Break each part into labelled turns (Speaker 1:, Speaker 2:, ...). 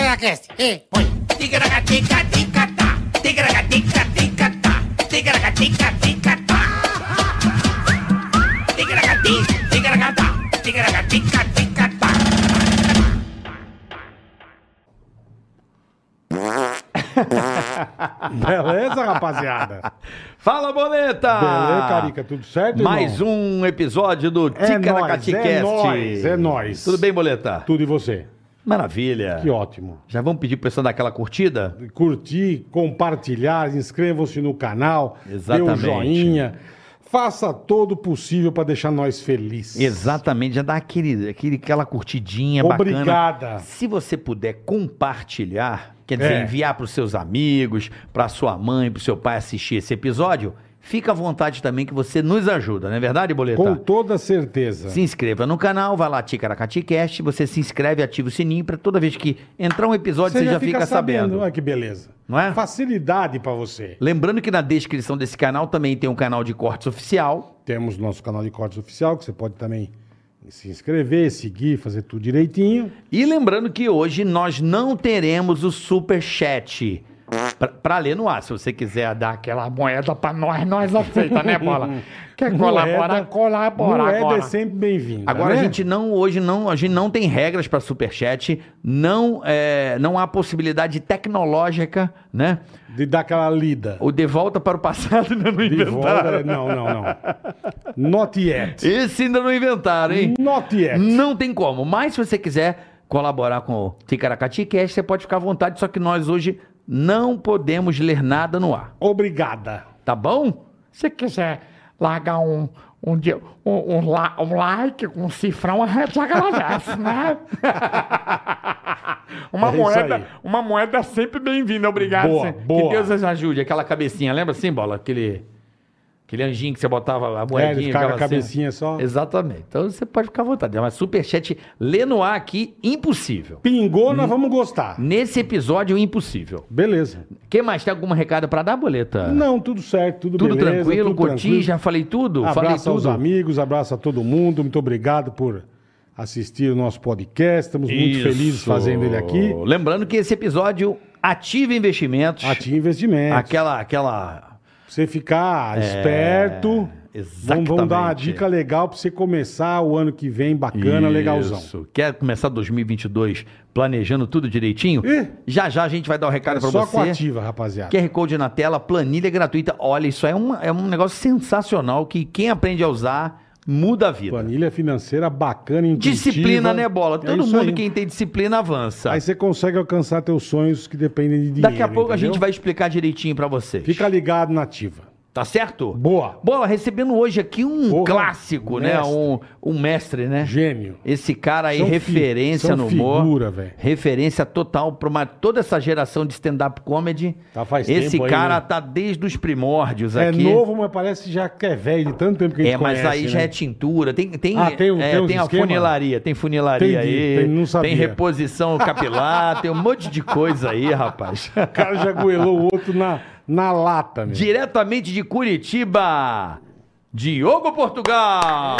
Speaker 1: Ticaracast, e põe. Ticaracatica, ticatá. Ticaracatica, ticatá. Ticaracatica, ticatá. Ticaracati, ticaracatá. Ticaracatica, ticatá.
Speaker 2: Beleza, rapaziada?
Speaker 3: Fala, boleta!
Speaker 2: Beleza, Carica? Tudo certo, irmão?
Speaker 3: Ah. Mais um episódio do
Speaker 2: É
Speaker 3: Tica da
Speaker 2: nóis, é nóis,
Speaker 3: Caticast.
Speaker 2: é nóis.
Speaker 3: Tudo bem, boleta?
Speaker 2: Tudo e você?
Speaker 3: Maravilha.
Speaker 2: Que ótimo.
Speaker 3: Já vamos pedir pro pessoal dar aquela curtida?
Speaker 2: Curtir, compartilhar, inscreva-se no canal, dê um
Speaker 3: Exatamente.
Speaker 2: joinha. Faça todo o possível para deixar nós felizes.
Speaker 3: Exatamente, já dá aquele, aquele, aquela curtidinha bacana.
Speaker 2: Obrigada.
Speaker 3: Se você puder compartilhar, quer dizer,
Speaker 2: É.
Speaker 3: enviar pros seus amigos, pra sua mãe, pro seu pai assistir esse episódio, fica à vontade também que você nos ajuda, não é verdade, boleta?
Speaker 2: Com toda certeza.
Speaker 3: Se inscreva no canal, vai lá Ticaracaticast, você se inscreve, ativa o sininho pra toda vez que entrar um episódio você, já fica, sabendo.
Speaker 2: Olha que beleza.
Speaker 3: Não é?
Speaker 2: Facilidade para você.
Speaker 3: Lembrando que na descrição desse canal também tem um canal de cortes oficial.
Speaker 2: Temos nosso canal de cortes oficial, que você pode também se inscrever, seguir, fazer tudo direitinho.
Speaker 3: E lembrando que hoje nós não teremos o super chat pra, pra ler no ar. Se você quiser dar aquela moeda pra nós, nós aceita, né, bola? Quer colaborar, colabora
Speaker 2: Moeda
Speaker 3: agora.
Speaker 2: é sempre bem-vinda.
Speaker 3: Agora
Speaker 2: né?
Speaker 3: a gente não hoje não a gente não tem regras para superchat, não é, não há possibilidade tecnológica, né?
Speaker 2: De dar aquela lida.
Speaker 3: O de volta para o passado ainda não
Speaker 2: De volta.
Speaker 3: inventaram.
Speaker 2: Não, não, não. Not yet.
Speaker 3: Esse ainda não inventaram, hein?
Speaker 2: Not yet.
Speaker 3: Não tem como. Mas se você quiser colaborar com o Ticaracati Cash, você pode ficar à vontade, só que nós hoje não podemos ler nada no ar,
Speaker 2: Obrigada.
Speaker 3: tá bom?
Speaker 4: Se quiser largar um, um, di- um, um, la- um like com um cifrão, a gente agradece, né? uma,
Speaker 2: É isso aí.
Speaker 4: moeda, uma moeda é sempre bem-vinda, obrigado.
Speaker 2: Boa,
Speaker 4: senhor.
Speaker 2: boa.
Speaker 3: Que Deus nos ajude. Aquela cabecinha, lembra assim, bola? Aquele, aquele anjinho que você botava a
Speaker 2: É,
Speaker 3: moedinha.
Speaker 2: ele ficar com a
Speaker 3: ficava assim.
Speaker 2: cabecinha só.
Speaker 3: Exatamente. Então você pode ficar à vontade. Mas superchat, ler no ar aqui, impossível.
Speaker 2: Pingou,
Speaker 3: Hum.
Speaker 2: nós vamos gostar.
Speaker 3: Nesse episódio, impossível.
Speaker 2: Beleza.
Speaker 3: Quem mais? Tem algum recado pra dar, Boleta?
Speaker 2: Não, tudo certo, tudo,
Speaker 3: É. Tudo
Speaker 2: beleza.
Speaker 3: tranquilo,
Speaker 2: tudo
Speaker 3: curti,
Speaker 2: tranquilo.
Speaker 3: já falei tudo? falei
Speaker 2: Abraço
Speaker 3: tudo.
Speaker 2: aos amigos, abraço a todo mundo. Muito obrigado por assistir o nosso podcast. Estamos muito
Speaker 3: Isso.
Speaker 2: felizes fazendo ele aqui.
Speaker 3: Lembrando que esse episódio ativa investimentos.
Speaker 2: Ative investimentos.
Speaker 3: Aquela, aquela...
Speaker 2: Você ficar esperto. Vamos,
Speaker 3: Exatamente.
Speaker 2: vamos dar uma dica legal pra você começar o ano que vem bacana, legalzão.
Speaker 3: Isso. Quer começar 2022 planejando tudo direitinho?
Speaker 2: Ih.
Speaker 3: Já já a gente vai dar o recado
Speaker 2: É
Speaker 3: pra
Speaker 2: só
Speaker 3: você. é
Speaker 2: com ativa, rapaziada.
Speaker 3: QR Code na tela, planilha gratuita. Olha, isso é, uma, é um negócio sensacional que quem aprende a usar muda a vida.
Speaker 2: Planilha financeira bacana, intuitiva.
Speaker 3: Disciplina, né, bola?
Speaker 2: É
Speaker 3: Todo
Speaker 2: isso
Speaker 3: mundo,
Speaker 2: aí.
Speaker 3: quem tem disciplina, avança.
Speaker 2: Aí você consegue alcançar teus sonhos que dependem de dinheiro.
Speaker 3: Daqui a pouco a
Speaker 2: entendeu?
Speaker 3: gente vai explicar direitinho pra vocês.
Speaker 2: Fica ligado na ativa.
Speaker 3: Tá certo?
Speaker 2: Boa.
Speaker 3: Bola, recebendo hoje aqui um
Speaker 2: Porra,
Speaker 3: clássico, né?
Speaker 2: mestre.
Speaker 3: Um, um mestre, né?
Speaker 2: Gênio.
Speaker 3: Esse cara aí,
Speaker 2: São fi-
Speaker 3: referência
Speaker 2: são
Speaker 3: no humor.
Speaker 2: figura, velho.
Speaker 3: Referência total pra uma- toda essa geração de stand-up comedy.
Speaker 2: Tá faz
Speaker 3: Esse
Speaker 2: tempo aí,
Speaker 3: cara
Speaker 2: né?
Speaker 3: tá desde os primórdios
Speaker 2: É
Speaker 3: aqui.
Speaker 2: novo, mas parece já que é velho de tanto tempo que a gente
Speaker 3: É, mas
Speaker 2: conhece,
Speaker 3: aí
Speaker 2: né?
Speaker 3: já é tintura, tem tem
Speaker 2: Ah, tem um-
Speaker 3: é,
Speaker 2: tem uns
Speaker 3: tem a
Speaker 2: esquema?
Speaker 3: funilaria, tem funilaria
Speaker 2: Entendi,
Speaker 3: aí,
Speaker 2: tem- não sabia.
Speaker 3: tem reposição capilar, tem um monte de coisa aí, rapaz.
Speaker 2: O cara já goelou o outro na, na lata, meu.
Speaker 3: É. Diretamente de Curitiba, Diogo Portugal.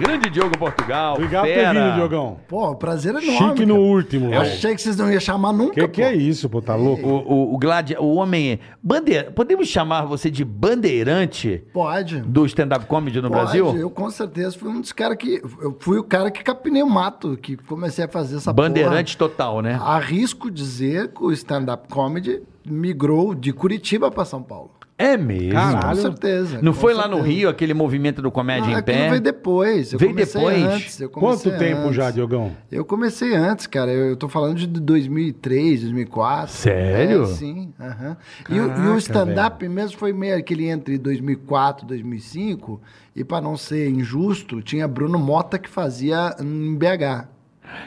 Speaker 3: Grande Diogo Portugal.
Speaker 2: É. Obrigado por ter
Speaker 3: fera.
Speaker 2: vindo, Diogão.
Speaker 5: Pô, o prazer é enorme.
Speaker 2: Chique no
Speaker 5: cara.
Speaker 2: último,
Speaker 3: né?
Speaker 5: Eu
Speaker 2: velho.
Speaker 5: achei que vocês não iam chamar nunca,
Speaker 2: Que que
Speaker 5: pô.
Speaker 2: é isso, pô? Tá louco?
Speaker 3: O, o, o, gladi... o homem. Bandeira... Podemos chamar você de bandeirante
Speaker 5: Pode.
Speaker 3: do stand-up comedy no
Speaker 5: Pode.
Speaker 3: Brasil?
Speaker 5: Eu com certeza fui um dos caras que... Eu fui o cara que capinei o mato, que comecei a fazer essa
Speaker 3: Bandeirante total, né?
Speaker 5: porra. Arrisco dizer que o stand-up comedy migrou de Curitiba pra São Paulo.
Speaker 3: É mesmo.
Speaker 2: Caralho.
Speaker 5: Com certeza.
Speaker 3: Não
Speaker 5: com
Speaker 3: foi lá
Speaker 5: certeza.
Speaker 3: no Rio aquele movimento do Comédia em
Speaker 5: Não, aquilo
Speaker 3: Pé?
Speaker 5: veio depois. Eu
Speaker 3: Veio
Speaker 5: comecei
Speaker 3: depois?
Speaker 5: Antes. Eu comecei
Speaker 2: Quanto tempo
Speaker 5: antes.
Speaker 2: já, Diogão?
Speaker 5: Eu comecei antes, cara. Eu, eu tô falando de 2003, 2004.
Speaker 3: Sério?
Speaker 5: É, sim. aham. E, o- e
Speaker 2: Caraca,
Speaker 5: o stand-up mesmo foi meio aquele entre 2004 2005. E para não ser injusto, tinha Bruno Mota que fazia em BH.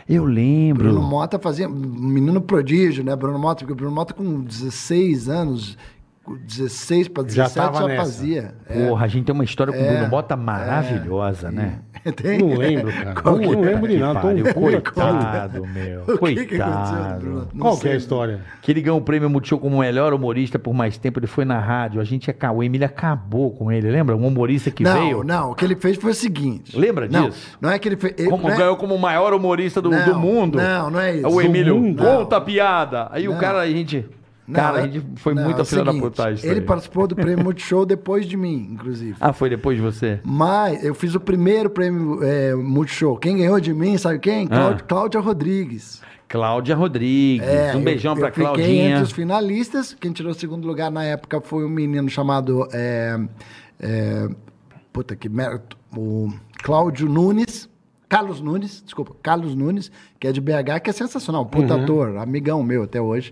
Speaker 3: Eu lembro.
Speaker 5: Bruno Mota fazia. Menino prodígio, né? Bruno Mota, porque o Bruno Mota com 16 anos, com 16 para
Speaker 2: Já
Speaker 5: 17 já,
Speaker 2: tava nessa.
Speaker 5: fazia. É.
Speaker 3: Porra, a gente tem uma história com o Bruno Mota maravilhosa, né?
Speaker 5: Tem?
Speaker 2: Não lembro, cara.
Speaker 5: Qual
Speaker 2: não
Speaker 5: que é?
Speaker 2: lembro de nada. Tô um
Speaker 3: Pariu,
Speaker 2: coitado.
Speaker 3: coitado, meu.
Speaker 5: O que que aconteceu,
Speaker 3: Coitado.
Speaker 5: Bruno? Não
Speaker 2: Qual que é a
Speaker 5: sei.
Speaker 2: história?
Speaker 3: Que ele ganhou o prêmio Multishow como melhor humorista por mais tempo. Ele foi na rádio. A gente é O Emílio acabou com ele, lembra? Um humorista que
Speaker 5: não,
Speaker 3: veio.
Speaker 5: não. O que ele fez foi o seguinte.
Speaker 3: Lembra
Speaker 5: não,
Speaker 3: disso?
Speaker 5: Não é que ele fez. ele-
Speaker 3: Como,
Speaker 5: não é-
Speaker 3: Ganhou como o maior humorista do,
Speaker 5: Não,
Speaker 3: do mundo.
Speaker 5: não, não é isso.
Speaker 3: O
Speaker 5: Do
Speaker 3: Emílio,
Speaker 2: mundo.
Speaker 3: conta a piada. Aí o cara, a gente.
Speaker 5: não,
Speaker 3: Cara, a
Speaker 5: é-
Speaker 3: gente foi
Speaker 5: não, é
Speaker 3: muita
Speaker 5: o
Speaker 3: filha da
Speaker 5: seguinte,
Speaker 3: putagem.
Speaker 5: Ele participou do prêmio Multishow depois de mim, inclusive.
Speaker 3: Ah, foi depois de você?
Speaker 5: Mas eu fiz o primeiro prêmio é, Multishow. Quem ganhou de mim, sabe
Speaker 3: Ah.
Speaker 5: quem? Cláudia, Cláudia Rodrigues.
Speaker 3: Cláudia Rodrigues. um
Speaker 5: É, eu-
Speaker 3: beijão pra
Speaker 5: eu fiquei
Speaker 3: Claudinha.
Speaker 5: entre os finalistas. Quem tirou o segundo lugar na época foi um menino chamado. é, é, puta que merda. O Cláudio Nunes. Carlos Nunes, desculpa, Carlos Nunes, que é de BH, que é sensacional, puta
Speaker 3: Uhum.
Speaker 5: ator, amigão meu até hoje.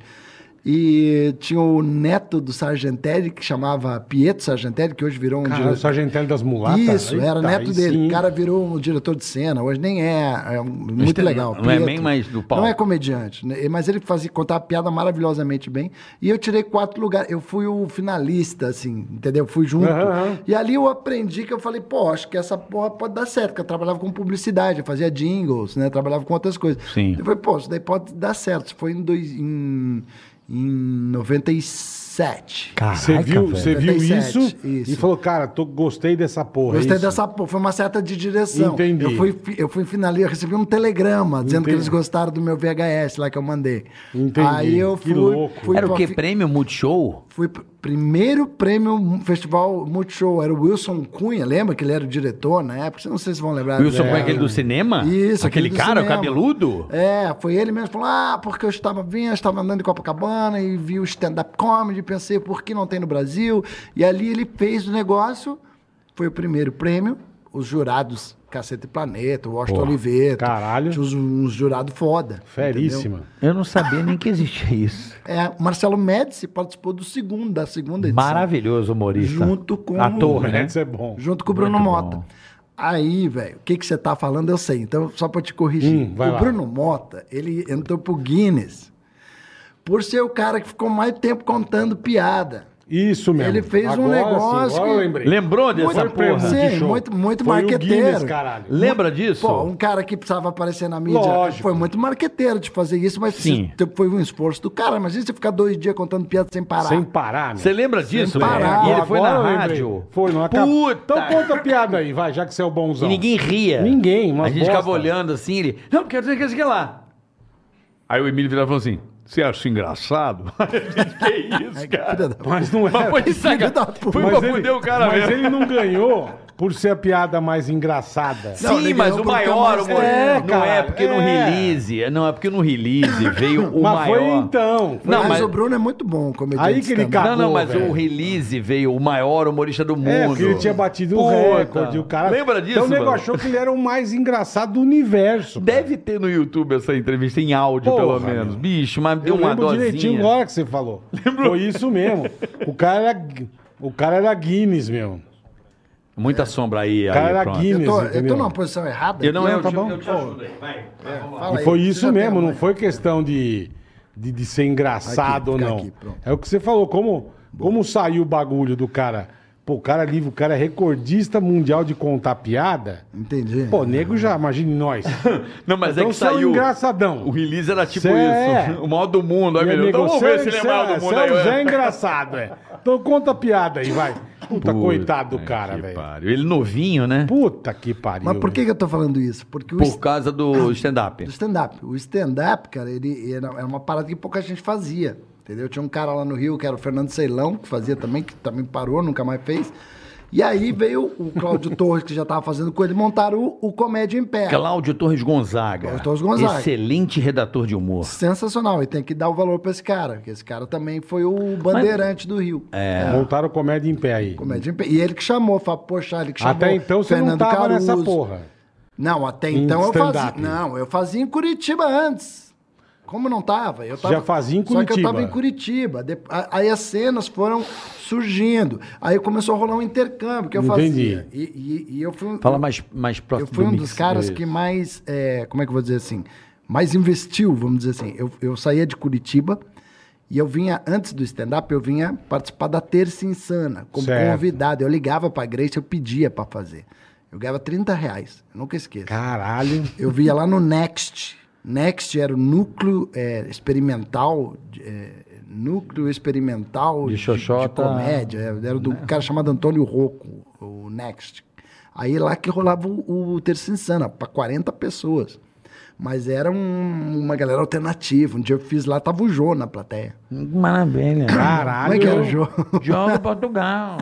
Speaker 5: E tinha o neto do Sargentelli, que chamava Pietro Sargentelli, que hoje virou um
Speaker 2: Cara, o
Speaker 5: diretor-
Speaker 2: Sargentelli das Mulatas.
Speaker 5: isso,
Speaker 2: Eita,
Speaker 5: era neto
Speaker 2: né? Tá, aí
Speaker 5: dele.
Speaker 2: sim.
Speaker 5: O cara virou um diretor de cena. Hoje nem é. é um- muito
Speaker 3: tem-
Speaker 5: legal.
Speaker 3: não é bem mais do palco.
Speaker 5: Não é comediante. né? Mas ele fazia, contava piada maravilhosamente bem. E eu tirei quatro lugares. Eu fui o finalista, assim, entendeu? Fui junto.
Speaker 2: Aham, aham.
Speaker 5: E ali eu aprendi que eu falei, pô, acho que essa porra pode dar certo. Porque eu trabalhava com publicidade, eu fazia jingles, né? Trabalhava com outras coisas.
Speaker 3: Sim.
Speaker 5: Eu falei, pô, isso daí pode dar certo. Isso foi em, dois, em, em 97.
Speaker 3: Caraca,
Speaker 2: Você viu,
Speaker 3: velho.
Speaker 2: você viu
Speaker 5: 77,
Speaker 2: isso, e
Speaker 5: isso.
Speaker 2: falou, cara, tô, gostei dessa porra. é
Speaker 5: Gostei
Speaker 2: isso.
Speaker 5: dessa. pô, Foi uma certa de direção.
Speaker 2: Entendi.
Speaker 5: Eu fui, eu fui finalista, eu recebi um telegrama dizendo que
Speaker 2: Entendi.
Speaker 5: eles gostaram do meu VHS lá que eu mandei.
Speaker 2: Entendi.
Speaker 5: Aí eu
Speaker 2: Que
Speaker 5: fui.
Speaker 2: louco.
Speaker 5: fui
Speaker 3: Era o
Speaker 5: pra
Speaker 3: quê?
Speaker 5: fi-
Speaker 3: Prêmio Multishow?
Speaker 5: Fui pr- primeiro prêmio mu- Festival Multishow. Era o Wilson Cunha, lembra que ele era o diretor na época? Vocês Não sei se vão lembrar.
Speaker 3: Wilson,
Speaker 5: É.
Speaker 3: foi aquele do cinema?
Speaker 5: Isso,
Speaker 3: Aquele,
Speaker 5: do
Speaker 3: cara, o
Speaker 5: cinema.
Speaker 3: cabeludo?
Speaker 5: É, foi ele mesmo que falou: ah, porque eu estava vindo, eu estava andando em Copacabana e vi o stand-up comedy, pensei, por que não tem no Brasil? E ali ele fez o negócio, foi o primeiro prêmio, os jurados. Cacete e Planeta, o Washington
Speaker 3: Porra,
Speaker 5: Oliveto.
Speaker 2: caralho.
Speaker 5: Tinha uns, uns jurados foda.
Speaker 2: Feríssima.
Speaker 3: Eu não sabia nem que existia isso.
Speaker 5: entendeu? É, o Marcelo Médici participou do segundo, da segunda edição.
Speaker 3: Maravilhoso humorista.
Speaker 5: Junto com
Speaker 3: Ator,
Speaker 5: o-
Speaker 3: né?
Speaker 2: Isso é bom.
Speaker 5: Junto com o Bruno
Speaker 3: Muito
Speaker 5: Mota.
Speaker 3: bom.
Speaker 5: Aí, velho, o que, que você tá falando eu sei. Então, só pra te corrigir.
Speaker 2: Hum, vai
Speaker 5: o
Speaker 2: lá.
Speaker 5: Bruno Mota, ele entrou pro Guinness por ser o cara que ficou mais tempo contando piada.
Speaker 2: Isso mesmo.
Speaker 5: Ele fez um
Speaker 2: Agora sim,
Speaker 5: negócio
Speaker 2: agora eu
Speaker 5: que-
Speaker 2: lembrei.
Speaker 3: Lembrou dessa
Speaker 2: Foi o prêmio
Speaker 3: porra?
Speaker 5: Sim,
Speaker 2: Multishow.
Speaker 5: muito- muito
Speaker 2: Foi o
Speaker 5: marqueteiro.
Speaker 2: Guinness, caralho.
Speaker 3: Lembra disso?
Speaker 5: Pô, um cara que precisava aparecer na mídia
Speaker 2: Lógico.
Speaker 5: foi muito marqueteiro de fazer isso, mas
Speaker 3: Sim.
Speaker 5: isso foi um esforço do cara. Imagina você ficar dois dias contando piada sem parar.
Speaker 2: Sem parar, meu.
Speaker 3: Você lembra disso? velho?
Speaker 5: parar.
Speaker 3: E ele foi
Speaker 2: Agora
Speaker 3: na
Speaker 2: eu lembrei.
Speaker 3: rádio.
Speaker 2: Foi, não acabou.
Speaker 3: Puta!
Speaker 2: Então conta a piada aí, vai, já que você é o bonzão.
Speaker 3: E ninguém ria.
Speaker 2: Ninguém, uma
Speaker 3: A gente
Speaker 2: bosta.
Speaker 3: ficava olhando assim, ele. Não, porque eu tenho que sei lá. Aí o Emílio virava e falou assim: Você acha engraçado? É, que isso,
Speaker 5: Filha
Speaker 3: cara?
Speaker 5: da-
Speaker 2: Mas não
Speaker 3: Mas
Speaker 2: era.
Speaker 3: foi isso,
Speaker 5: Filho da
Speaker 3: cara.
Speaker 5: puta.
Speaker 3: Foi
Speaker 2: Mas
Speaker 3: pra
Speaker 2: ele-
Speaker 3: fuder o cara
Speaker 2: Mas
Speaker 3: mesmo.
Speaker 2: ele não ganhou por ser a piada mais engraçada.
Speaker 5: Não,
Speaker 3: Sim,
Speaker 5: ele
Speaker 3: mas
Speaker 5: ganhou
Speaker 3: o
Speaker 5: porque é
Speaker 3: maior,
Speaker 5: mais-
Speaker 3: o maior-
Speaker 2: É,
Speaker 3: não
Speaker 2: cara,
Speaker 3: é porque no
Speaker 2: é.
Speaker 3: release, não é porque no release veio o
Speaker 2: mas
Speaker 3: maior.
Speaker 2: foi então. Foi-
Speaker 3: Não,
Speaker 5: mas,
Speaker 3: mas-
Speaker 5: o Bruno é muito bom comediante.
Speaker 2: Aí que ele
Speaker 5: também.
Speaker 2: cagou,
Speaker 3: não, não, mas
Speaker 2: velho.
Speaker 3: o release veio o maior humorista do mundo.
Speaker 2: É, porque ele tinha batido o
Speaker 3: Puta.
Speaker 2: recorde, o cara...
Speaker 3: Lembra disso?
Speaker 2: Então o nego
Speaker 3: mano?
Speaker 2: achou que ele era o mais engraçado do universo.
Speaker 3: Deve ter no YouTube essa entrevista em áudio,
Speaker 2: Porra,
Speaker 3: pelo menos.
Speaker 2: meu.
Speaker 3: Bicho, mas deu
Speaker 2: Eu
Speaker 3: uma
Speaker 2: lembro
Speaker 3: dosinha.
Speaker 2: direitinho na hora que você falou. Foi isso mesmo. O cara era, o cara era Guinness, meu.
Speaker 3: Muita sombra aí,
Speaker 2: O cara
Speaker 3: aí
Speaker 2: era
Speaker 3: pronto.
Speaker 2: Guinness,
Speaker 5: Eu tô, eu
Speaker 2: entendeu?
Speaker 5: tô numa posição errada?
Speaker 3: Eu não, é
Speaker 2: Não,
Speaker 3: eu,
Speaker 2: tá
Speaker 3: te,
Speaker 2: bom.
Speaker 3: eu te ajudei, vai.
Speaker 5: Fala
Speaker 2: E
Speaker 5: aí,
Speaker 2: foi
Speaker 5: você
Speaker 2: isso
Speaker 5: já tem
Speaker 2: mesmo,
Speaker 5: uma- né?
Speaker 2: não foi questão de, de, de ser engraçado
Speaker 5: Aqui,
Speaker 2: ou
Speaker 5: fica
Speaker 2: não.
Speaker 5: aqui, pronto.
Speaker 2: é o que você falou, como, como saiu o bagulho do cara. Pô, o cara é livre, o cara é recordista mundial de contar piada.
Speaker 5: Entendi.
Speaker 2: Pô, nego já, imagine nós.
Speaker 3: Não, mas é
Speaker 2: Então
Speaker 3: que
Speaker 2: você é um
Speaker 3: saiu.
Speaker 2: engraçadão.
Speaker 3: O release era tipo
Speaker 2: Cê é.
Speaker 3: isso. O maior do mundo. Aí,
Speaker 2: E
Speaker 3: meu,
Speaker 2: nego,
Speaker 3: então vamos
Speaker 2: cê-
Speaker 3: ver se ele é o
Speaker 2: cê-
Speaker 3: maior do
Speaker 2: cê
Speaker 3: mundo
Speaker 2: é
Speaker 3: aí.
Speaker 2: um
Speaker 3: ó.
Speaker 2: Zé engraçado, é. Então conta a piada aí, vai. Puta, coitado do
Speaker 3: Puta
Speaker 2: cara,
Speaker 3: que
Speaker 2: velho.
Speaker 3: pariu. Ele novinho, né?
Speaker 2: Puta que pariu.
Speaker 5: Mas por que,
Speaker 2: velho.
Speaker 5: que eu tô falando isso? Porque o
Speaker 3: Por causa do stand-up.
Speaker 5: Do stand-up. O stand-up, cara, ele era, era uma parada que pouca gente fazia. Entendeu? Tinha um cara lá no Rio que era o Fernando Ceilão, que fazia também, que também parou, nunca mais fez. E aí veio o Cláudio Torres, que já tava fazendo com ele, montaram o, o Comédia em Pé.
Speaker 3: Cláudio Torres Gonzaga.
Speaker 5: Cláudio Torres Gonzaga.
Speaker 3: Excelente redator de humor.
Speaker 5: Sensacional, e tem que dar o valor pra esse cara, porque esse cara também foi o bandeirante do Rio. É.
Speaker 2: Montaram comédia em pé aí.
Speaker 5: Comédia em Pé. E ele que chamou, fala, poxa, ele é que chamou.
Speaker 2: Até então você não
Speaker 5: Fernando
Speaker 2: tava
Speaker 5: Caruso.
Speaker 2: nessa porra.
Speaker 5: Não, até
Speaker 2: Em
Speaker 5: então eu fazia.
Speaker 2: Um stand-up.
Speaker 5: Não, eu fazia em Curitiba antes. Como não tava? Eu tava
Speaker 2: Já fazia em
Speaker 5: Só que eu
Speaker 2: Curitiba.
Speaker 5: tava em Curitiba. De- a- Aí as cenas foram surgindo. Aí começou a rolar um intercâmbio que eu fazia.
Speaker 2: Entendi.
Speaker 5: E, e- e eu fui um,
Speaker 3: Fala mais, mais
Speaker 5: eu
Speaker 3: próximo
Speaker 5: fui
Speaker 3: do
Speaker 5: um
Speaker 3: mix.
Speaker 5: dos caras
Speaker 3: É.
Speaker 5: que mais. é, como é que eu vou dizer assim? Mais investiu, vamos dizer assim. Eu, eu saía de Curitiba e eu vinha, antes do stand-up, eu vinha participar da Terça Insana, como
Speaker 2: Certo.
Speaker 5: convidado. Eu ligava pra Grace, eu pedia pra fazer. Eu ganhava 30 reais. Eu nunca esqueço.
Speaker 2: Caralho.
Speaker 5: Eu via lá no Next. Next era o núcleo eh, experimental. de, eh, núcleo experimental
Speaker 3: De
Speaker 5: de,
Speaker 3: xoxota.
Speaker 5: comédia. Era era do cara chamado Antônio Rocco, o Next. Aí lá que rolava o, o Terça Insana, para 40 pessoas. Mas era um- uma galera alternativa. Um dia eu fiz lá, tava o Jô na plateia.
Speaker 3: Maravilha.
Speaker 2: Caralho.
Speaker 5: Como é que era o Jô?
Speaker 3: Jogo Portugal.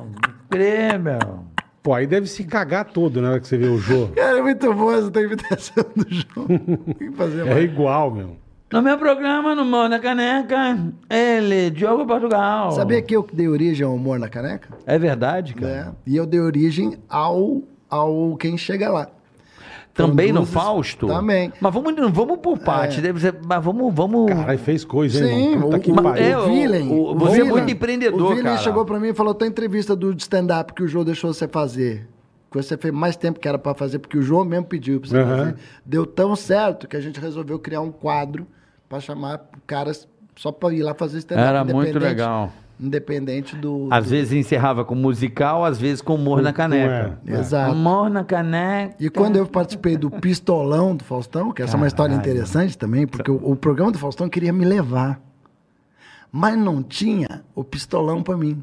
Speaker 3: Incrível.
Speaker 2: Pô, aí deve se cagar todo na hora que você vê o jogo.
Speaker 5: Cara, é muito boa essa imitação do Jô. Tem que fazer
Speaker 2: É
Speaker 5: mais.
Speaker 2: igual, meu.
Speaker 3: No meu programa, no Mão da Caneca, ele, Diogo Portugal.
Speaker 5: Sabia que eu que dei origem ao humor na caneca?
Speaker 3: É verdade, cara.
Speaker 5: né? E eu dei origem ao, ao Quem Chega Lá.
Speaker 3: Também no
Speaker 5: Conduzes-
Speaker 3: Fausto?
Speaker 5: Também. É.
Speaker 3: Mas vamos, não vamos por parte, deve ser, mas vamos, vamos...
Speaker 2: Caralho, fez coisa, hein,
Speaker 5: Sim,
Speaker 2: irmão? Puta
Speaker 5: o-
Speaker 2: que
Speaker 5: o-
Speaker 2: pariu.
Speaker 3: É, o-
Speaker 5: Villain,
Speaker 3: o-
Speaker 5: o
Speaker 3: você é
Speaker 5: Villain.
Speaker 3: muito empreendedor,
Speaker 5: O Villain
Speaker 3: cara.
Speaker 5: chegou pra mim e falou, tem entrevista do stand-up que o Jô deixou você fazer. Que você fez mais tempo que era pra fazer, porque o Jô mesmo pediu pra você
Speaker 2: Aham.
Speaker 5: fazer. Deu tão certo que a gente resolveu criar um quadro pra chamar caras só pra ir lá fazer stand-up.
Speaker 3: Era muito
Speaker 5: independente-
Speaker 3: legal.
Speaker 5: Independente do...
Speaker 3: Às
Speaker 5: do-
Speaker 3: vezes encerrava com musical, às vezes com humor na caneca.
Speaker 2: é.
Speaker 5: Exato.
Speaker 3: Humor na caneca.
Speaker 5: E quando eu participei do Pistolão do Faustão, que essa é uma história interessante também, porque o, o programa do Faustão queria me levar. Mas não tinha o pistolão pra mim.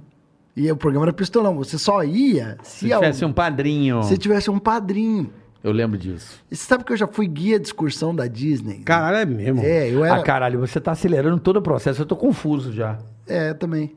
Speaker 5: E o programa era pistolão. Você só ia se,
Speaker 3: Se tivesse um padrinho.
Speaker 5: al- se tivesse um padrinho.
Speaker 3: Eu lembro disso.
Speaker 5: E você sabe que eu já fui guia de excursão da Disney?
Speaker 2: Caralho, é mesmo.
Speaker 5: É, eu era.
Speaker 3: Ah, caralho, você tá acelerando todo o processo, eu tô confuso já.
Speaker 5: É, também.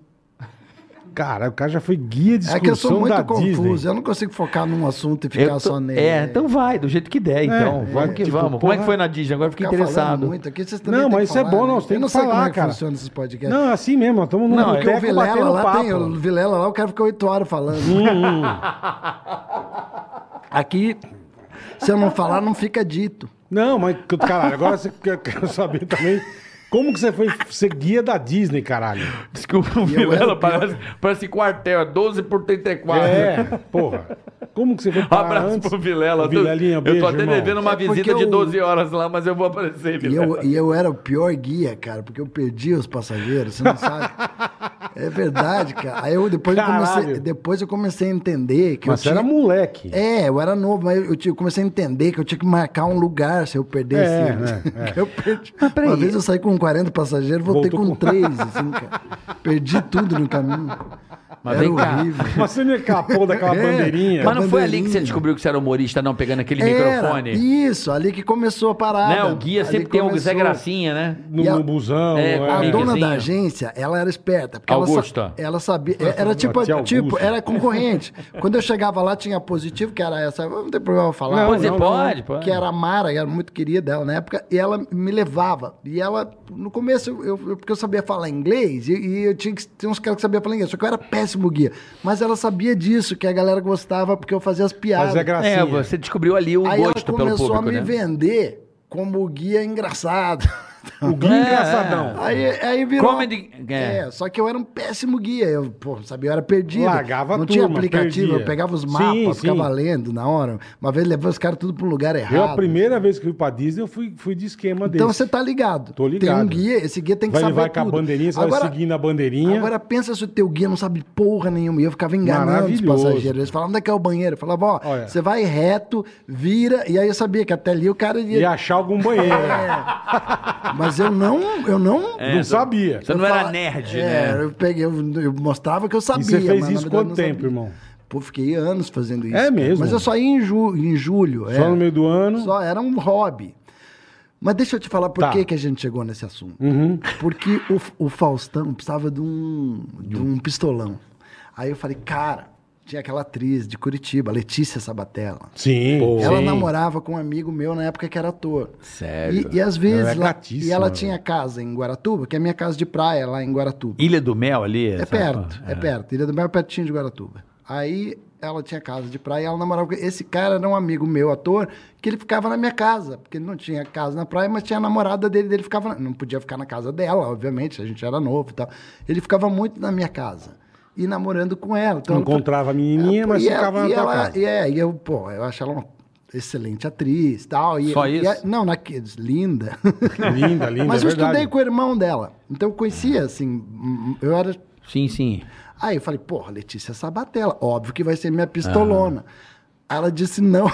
Speaker 2: Cara, o cara já foi guia de
Speaker 5: É que eu sou
Speaker 2: excursão da
Speaker 5: muito confuso.
Speaker 2: Disney.
Speaker 5: Eu não consigo focar num assunto e
Speaker 3: Eu
Speaker 5: ficar
Speaker 3: tô-
Speaker 5: só nele.
Speaker 3: É, então vai, do jeito que der, então. vamos
Speaker 2: é,
Speaker 3: que
Speaker 2: tipo,
Speaker 3: vamos. Como é que
Speaker 2: porra,
Speaker 3: foi na Disney? Agora eu fiquei
Speaker 5: Ficar falando
Speaker 3: interessado.
Speaker 5: Muito aqui, vocês também
Speaker 2: Não,
Speaker 5: têm
Speaker 2: mas
Speaker 5: que
Speaker 2: isso é bom, nós
Speaker 5: né?
Speaker 2: temos
Speaker 5: Eu não
Speaker 2: que
Speaker 5: sei como
Speaker 2: falar,
Speaker 5: é que
Speaker 2: cara.
Speaker 5: funciona esses podcasts.
Speaker 2: Não, é assim mesmo, nós estamos num
Speaker 3: Não, é
Speaker 5: Porque o
Speaker 2: boteco
Speaker 5: Vilela
Speaker 2: batendo
Speaker 5: lá
Speaker 2: papo.
Speaker 5: tem, o Vilela lá, o cara fica oito horas falando. Aqui, se eu não falar, não fica dito.
Speaker 2: Não, mas, caralho, agora você quer, quero saber também como que você foi ser guia da Disney, caralho.
Speaker 3: Desculpa, o
Speaker 5: era o
Speaker 3: Vilela
Speaker 5: pior.
Speaker 3: parece, parece quartel, é 12 por 34.
Speaker 2: É, porra. Como que você foi
Speaker 3: Um
Speaker 2: parar
Speaker 3: abraço
Speaker 2: antes?
Speaker 3: pro Vilela.
Speaker 2: Vilelinha,
Speaker 3: eu
Speaker 2: beijo,
Speaker 3: tô até
Speaker 2: irmão.
Speaker 3: devendo uma
Speaker 5: É porque
Speaker 3: visita de
Speaker 5: eu-
Speaker 3: 12 horas lá, mas eu vou aparecer,
Speaker 5: E
Speaker 3: Vilela.
Speaker 5: eu, e eu era o pior guia, cara, porque eu perdia os passageiros, você não sabe. É verdade, cara. Aí eu depois, eu comecei,
Speaker 2: Caralho.
Speaker 5: depois eu comecei a entender que
Speaker 2: Mas
Speaker 5: eu
Speaker 2: você
Speaker 5: tinha...
Speaker 2: era moleque.
Speaker 5: É, eu era novo, mas eu, tinha- eu comecei a entender que eu tinha que marcar um lugar se eu perdesse.
Speaker 2: É, né, é.
Speaker 5: Que eu perdi.
Speaker 3: Mas peraí.
Speaker 5: Uma vez eu saí com 40 passageiros, voltei
Speaker 2: Voltou
Speaker 5: com
Speaker 2: com-
Speaker 5: 3, assim, cara. Perdi tudo no caminho.
Speaker 3: Mas
Speaker 5: era
Speaker 3: vem cá.
Speaker 5: horrível.
Speaker 2: Mas você não escapou daquela
Speaker 5: É.
Speaker 2: bandeirinha.
Speaker 3: Mas não foi ali
Speaker 5: bandeirinha.
Speaker 3: que você descobriu que você era humorista, não, pegando aquele
Speaker 5: Era,
Speaker 3: microfone?
Speaker 5: Isso, ali que começou a parada.
Speaker 3: Né? O guia
Speaker 5: Ali
Speaker 3: sempre tem o Zé
Speaker 5: começou.
Speaker 3: Gracinha, né?
Speaker 2: No,
Speaker 5: E a-
Speaker 2: no busão.
Speaker 3: É, com
Speaker 5: A
Speaker 3: Amiguezinho.
Speaker 5: dona da agência, ela era esperta. Porque ela sa-
Speaker 3: Augusta.
Speaker 5: Ela, sabia. é- Era tipo,
Speaker 2: Tia Augusta.
Speaker 5: tipo, era concorrente. Quando eu chegava lá, tinha positivo, que era essa. Não tem problema falar.
Speaker 2: Não,
Speaker 5: mas
Speaker 3: Você
Speaker 2: não,
Speaker 3: pode, pode.
Speaker 5: que era a Mara, era muito querida dela na época, e ela me levava. E ela, no começo, eu, eu- porque eu sabia falar inglês, e, e eu tinha que ter uns caras que sabiam falar inglês, só que eu era péssimo guia. Mas ela sabia disso, que a galera gostava, porque eu fazia as piadas.
Speaker 2: Fazia gracinha.
Speaker 3: É, você descobriu ali o
Speaker 5: Aí ela
Speaker 3: gosto pelo
Speaker 5: começou
Speaker 3: público,
Speaker 5: a me
Speaker 3: né?
Speaker 5: vender como guia engraçado.
Speaker 2: O guia
Speaker 3: É,
Speaker 2: engraçadão.
Speaker 5: Aí, aí virou.
Speaker 3: Comedy- é.
Speaker 5: É. só que eu era um péssimo guia. Eu, pô, sabia, eu era perdido.
Speaker 2: Largava a
Speaker 5: Não tinha
Speaker 2: turma,
Speaker 5: aplicativo,
Speaker 2: perdia.
Speaker 5: eu pegava os
Speaker 2: Sim,
Speaker 5: mapas,
Speaker 2: sim.
Speaker 5: ficava lendo na hora. Uma vez levei os caras tudo pro lugar é errado.
Speaker 2: Eu, a primeira vez que fui pra Disney, eu fui, fui de esquema dele.
Speaker 5: Então você tá ligado.
Speaker 2: Tô ligado.
Speaker 5: Tem um guia, esse guia tem que
Speaker 2: vai,
Speaker 5: saber
Speaker 2: vai com
Speaker 5: tudo.
Speaker 2: a bandeirinha, você vai seguindo a bandeirinha.
Speaker 5: Agora pensa se o teu guia não sabe porra nenhuma. E eu ficava enganando os
Speaker 2: Maravilhoso.
Speaker 5: passageiros. Eles falavam, onde é que é o banheiro? Eu falava, ó,
Speaker 2: Olha.
Speaker 5: você vai reto, vira. E aí eu sabia que até ali o cara
Speaker 2: E
Speaker 5: ia...
Speaker 2: achar algum banheiro.
Speaker 5: É. Mas eu não... Eu É, não...
Speaker 2: não sabia.
Speaker 3: Você não era nerd,
Speaker 5: É,
Speaker 3: né?
Speaker 5: eu, peguei, eu, eu mostrava que eu sabia.
Speaker 2: E você
Speaker 5: mas,
Speaker 2: fez
Speaker 5: na
Speaker 2: isso
Speaker 5: verdade,
Speaker 2: quanto
Speaker 5: eu não
Speaker 2: tempo,
Speaker 5: sabia.
Speaker 2: irmão?
Speaker 5: Pô, fiquei anos fazendo isso.
Speaker 2: É
Speaker 5: cara.
Speaker 2: mesmo?
Speaker 5: Mas eu só ia em, ju- em julho. é.
Speaker 2: Só no meio do ano.
Speaker 5: Só era um hobby. Mas deixa eu te falar por
Speaker 2: Tá.
Speaker 5: que, que a gente chegou nesse assunto.
Speaker 2: Uhum.
Speaker 5: Porque o, o Faustão precisava de um, de um pistolão. Aí eu falei, cara, tinha aquela atriz de Curitiba, Letícia Sabatella.
Speaker 2: Sim.
Speaker 5: Ela
Speaker 2: Sim.
Speaker 5: namorava com um amigo meu na época que era ator.
Speaker 3: Sério?
Speaker 5: E, e às vezes.
Speaker 2: Ela é
Speaker 5: lá-
Speaker 2: gatíssima,
Speaker 5: e ela
Speaker 2: velho.
Speaker 5: tinha casa em Guaratuba, que é a minha casa de praia lá em Guaratuba.
Speaker 3: Ilha do Mel ali? Ah,
Speaker 5: É
Speaker 3: essa-
Speaker 5: perto, é, perto. Ilha do Mel é pertinho de Guaratuba. Aí ela tinha casa de praia e ela namorava com... Esse cara era um amigo meu, ator, que ele ficava na minha casa. Porque ele não tinha casa na praia, mas tinha a namorada dele. Ele ficava... na- Não podia ficar na casa dela, obviamente. A gente era novo e tal. Ele ficava muito na minha casa. E namorando com ela. Então,
Speaker 2: Não
Speaker 5: ela-
Speaker 2: encontrava a menininha, mas
Speaker 5: e
Speaker 2: ficava
Speaker 5: ela,
Speaker 2: na
Speaker 5: e
Speaker 2: tua
Speaker 5: ela-
Speaker 2: casa.
Speaker 5: E é, e eu, pô, eu acho ela uma excelente atriz tal, e
Speaker 3: Só
Speaker 5: e
Speaker 3: isso?
Speaker 5: a- não, naqueles, linda.
Speaker 2: Linda, linda,
Speaker 5: Mas
Speaker 2: é verdade.
Speaker 5: eu estudei com o irmão dela. Então eu conhecia, assim, hum, eu era
Speaker 3: Sim, sim.
Speaker 5: Aí eu falei, porra, Letícia Sabatella, óbvio que vai ser minha pistolona. Aí ela disse não.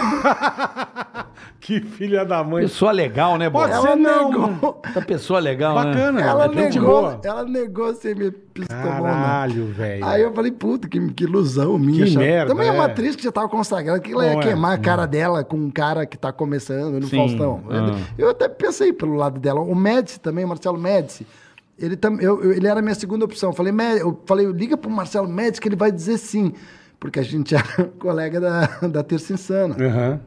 Speaker 2: Que filha da mãe.
Speaker 3: Pessoa legal, né,
Speaker 2: Pode
Speaker 3: Bola?
Speaker 2: ser
Speaker 5: Ela
Speaker 2: não.
Speaker 5: negou.
Speaker 2: mano.
Speaker 3: Essa pessoa legal,
Speaker 2: Bacana.
Speaker 3: né?
Speaker 5: Ela
Speaker 2: é gente
Speaker 5: negou,
Speaker 2: boa.
Speaker 5: ela negou ser minha psicomona.
Speaker 2: Caralho, velho.
Speaker 5: Aí eu falei, puta, que, que ilusão minha.
Speaker 2: É, Que
Speaker 5: chata.
Speaker 2: merda,
Speaker 5: Também é uma
Speaker 2: é.
Speaker 5: atriz que já tava consagrada, que ela ia
Speaker 2: Não é,
Speaker 5: queimar a cara dela com um cara que tá começando no Faustão.
Speaker 2: Ah.
Speaker 5: Eu até pensei pelo lado dela. O Médici também, o Marcelo Médici, ele, tam, eu, eu- ele era a minha segunda opção. Eu falei, "Mé- eu falei, liga pro Marcelo Médici que ele vai dizer sim. Porque a gente era colega da, da Terça Insana.
Speaker 2: Aham.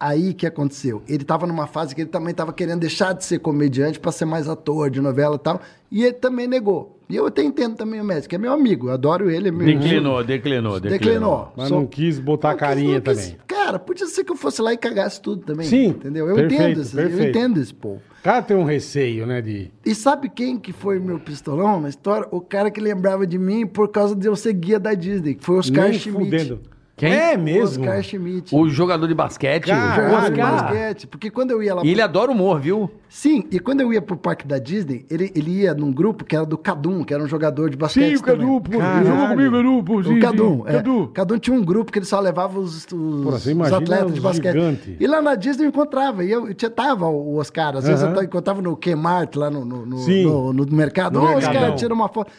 Speaker 5: Aí o que aconteceu? Ele tava numa fase que ele também tava querendo deixar de ser comediante pra ser mais ator de novela e tal. E ele também negou. E eu até entendo também o médico, é meu amigo, eu adoro ele, é meu amigo.
Speaker 3: Declinou, declinou, declinou.
Speaker 5: Declinou.
Speaker 2: Mas
Speaker 5: Só-
Speaker 2: não quis botar a
Speaker 5: Não quis,
Speaker 2: carinha
Speaker 5: não quis.
Speaker 2: também.
Speaker 5: Cara, podia ser que eu fosse lá e cagasse tudo também.
Speaker 2: Sim,
Speaker 5: Entendeu? Eu
Speaker 2: perfeito,
Speaker 5: entendo esse, eu
Speaker 2: perfeito.
Speaker 5: entendo esse povo.
Speaker 2: O cara tem um receio, né, de...
Speaker 5: E sabe quem que foi meu pistolão na história? O cara que lembrava de mim por causa de eu ser guia da Disney, que foi o Oscar
Speaker 2: nem
Speaker 5: Schmidt.
Speaker 2: fudendo.
Speaker 3: Quem?
Speaker 2: É mesmo?
Speaker 5: Oscar Schmidt.
Speaker 3: O jogador de basquete.
Speaker 2: Cara,
Speaker 5: Jogava de
Speaker 2: cara.
Speaker 5: basquete. Porque quando eu ia lá
Speaker 3: E ele adora humor, viu?
Speaker 5: Sim, e quando eu ia pro parque da Disney, ele, ele ia num grupo que era do Cadum, que era um jogador de basquete. também.
Speaker 2: Caralho.
Speaker 4: Cadu, pô.
Speaker 5: O Cadum, é.
Speaker 4: Cadu.
Speaker 5: Cadum tinha um grupo que ele só levava os, os,
Speaker 2: Porra, você
Speaker 5: os
Speaker 2: imagina
Speaker 5: atletas de
Speaker 2: os
Speaker 5: basquete.
Speaker 2: gigante.
Speaker 5: E lá na Disney eu encontrava, e eu, eu tinha- tava o Oscar, às vezes
Speaker 2: Aham.
Speaker 5: eu tava- encontrava no Kmart, lá no, no, no,
Speaker 2: Sim.
Speaker 5: no, no mercado.
Speaker 2: No
Speaker 5: Ô, Oscar,
Speaker 2: mercadão.
Speaker 5: tira uma foto.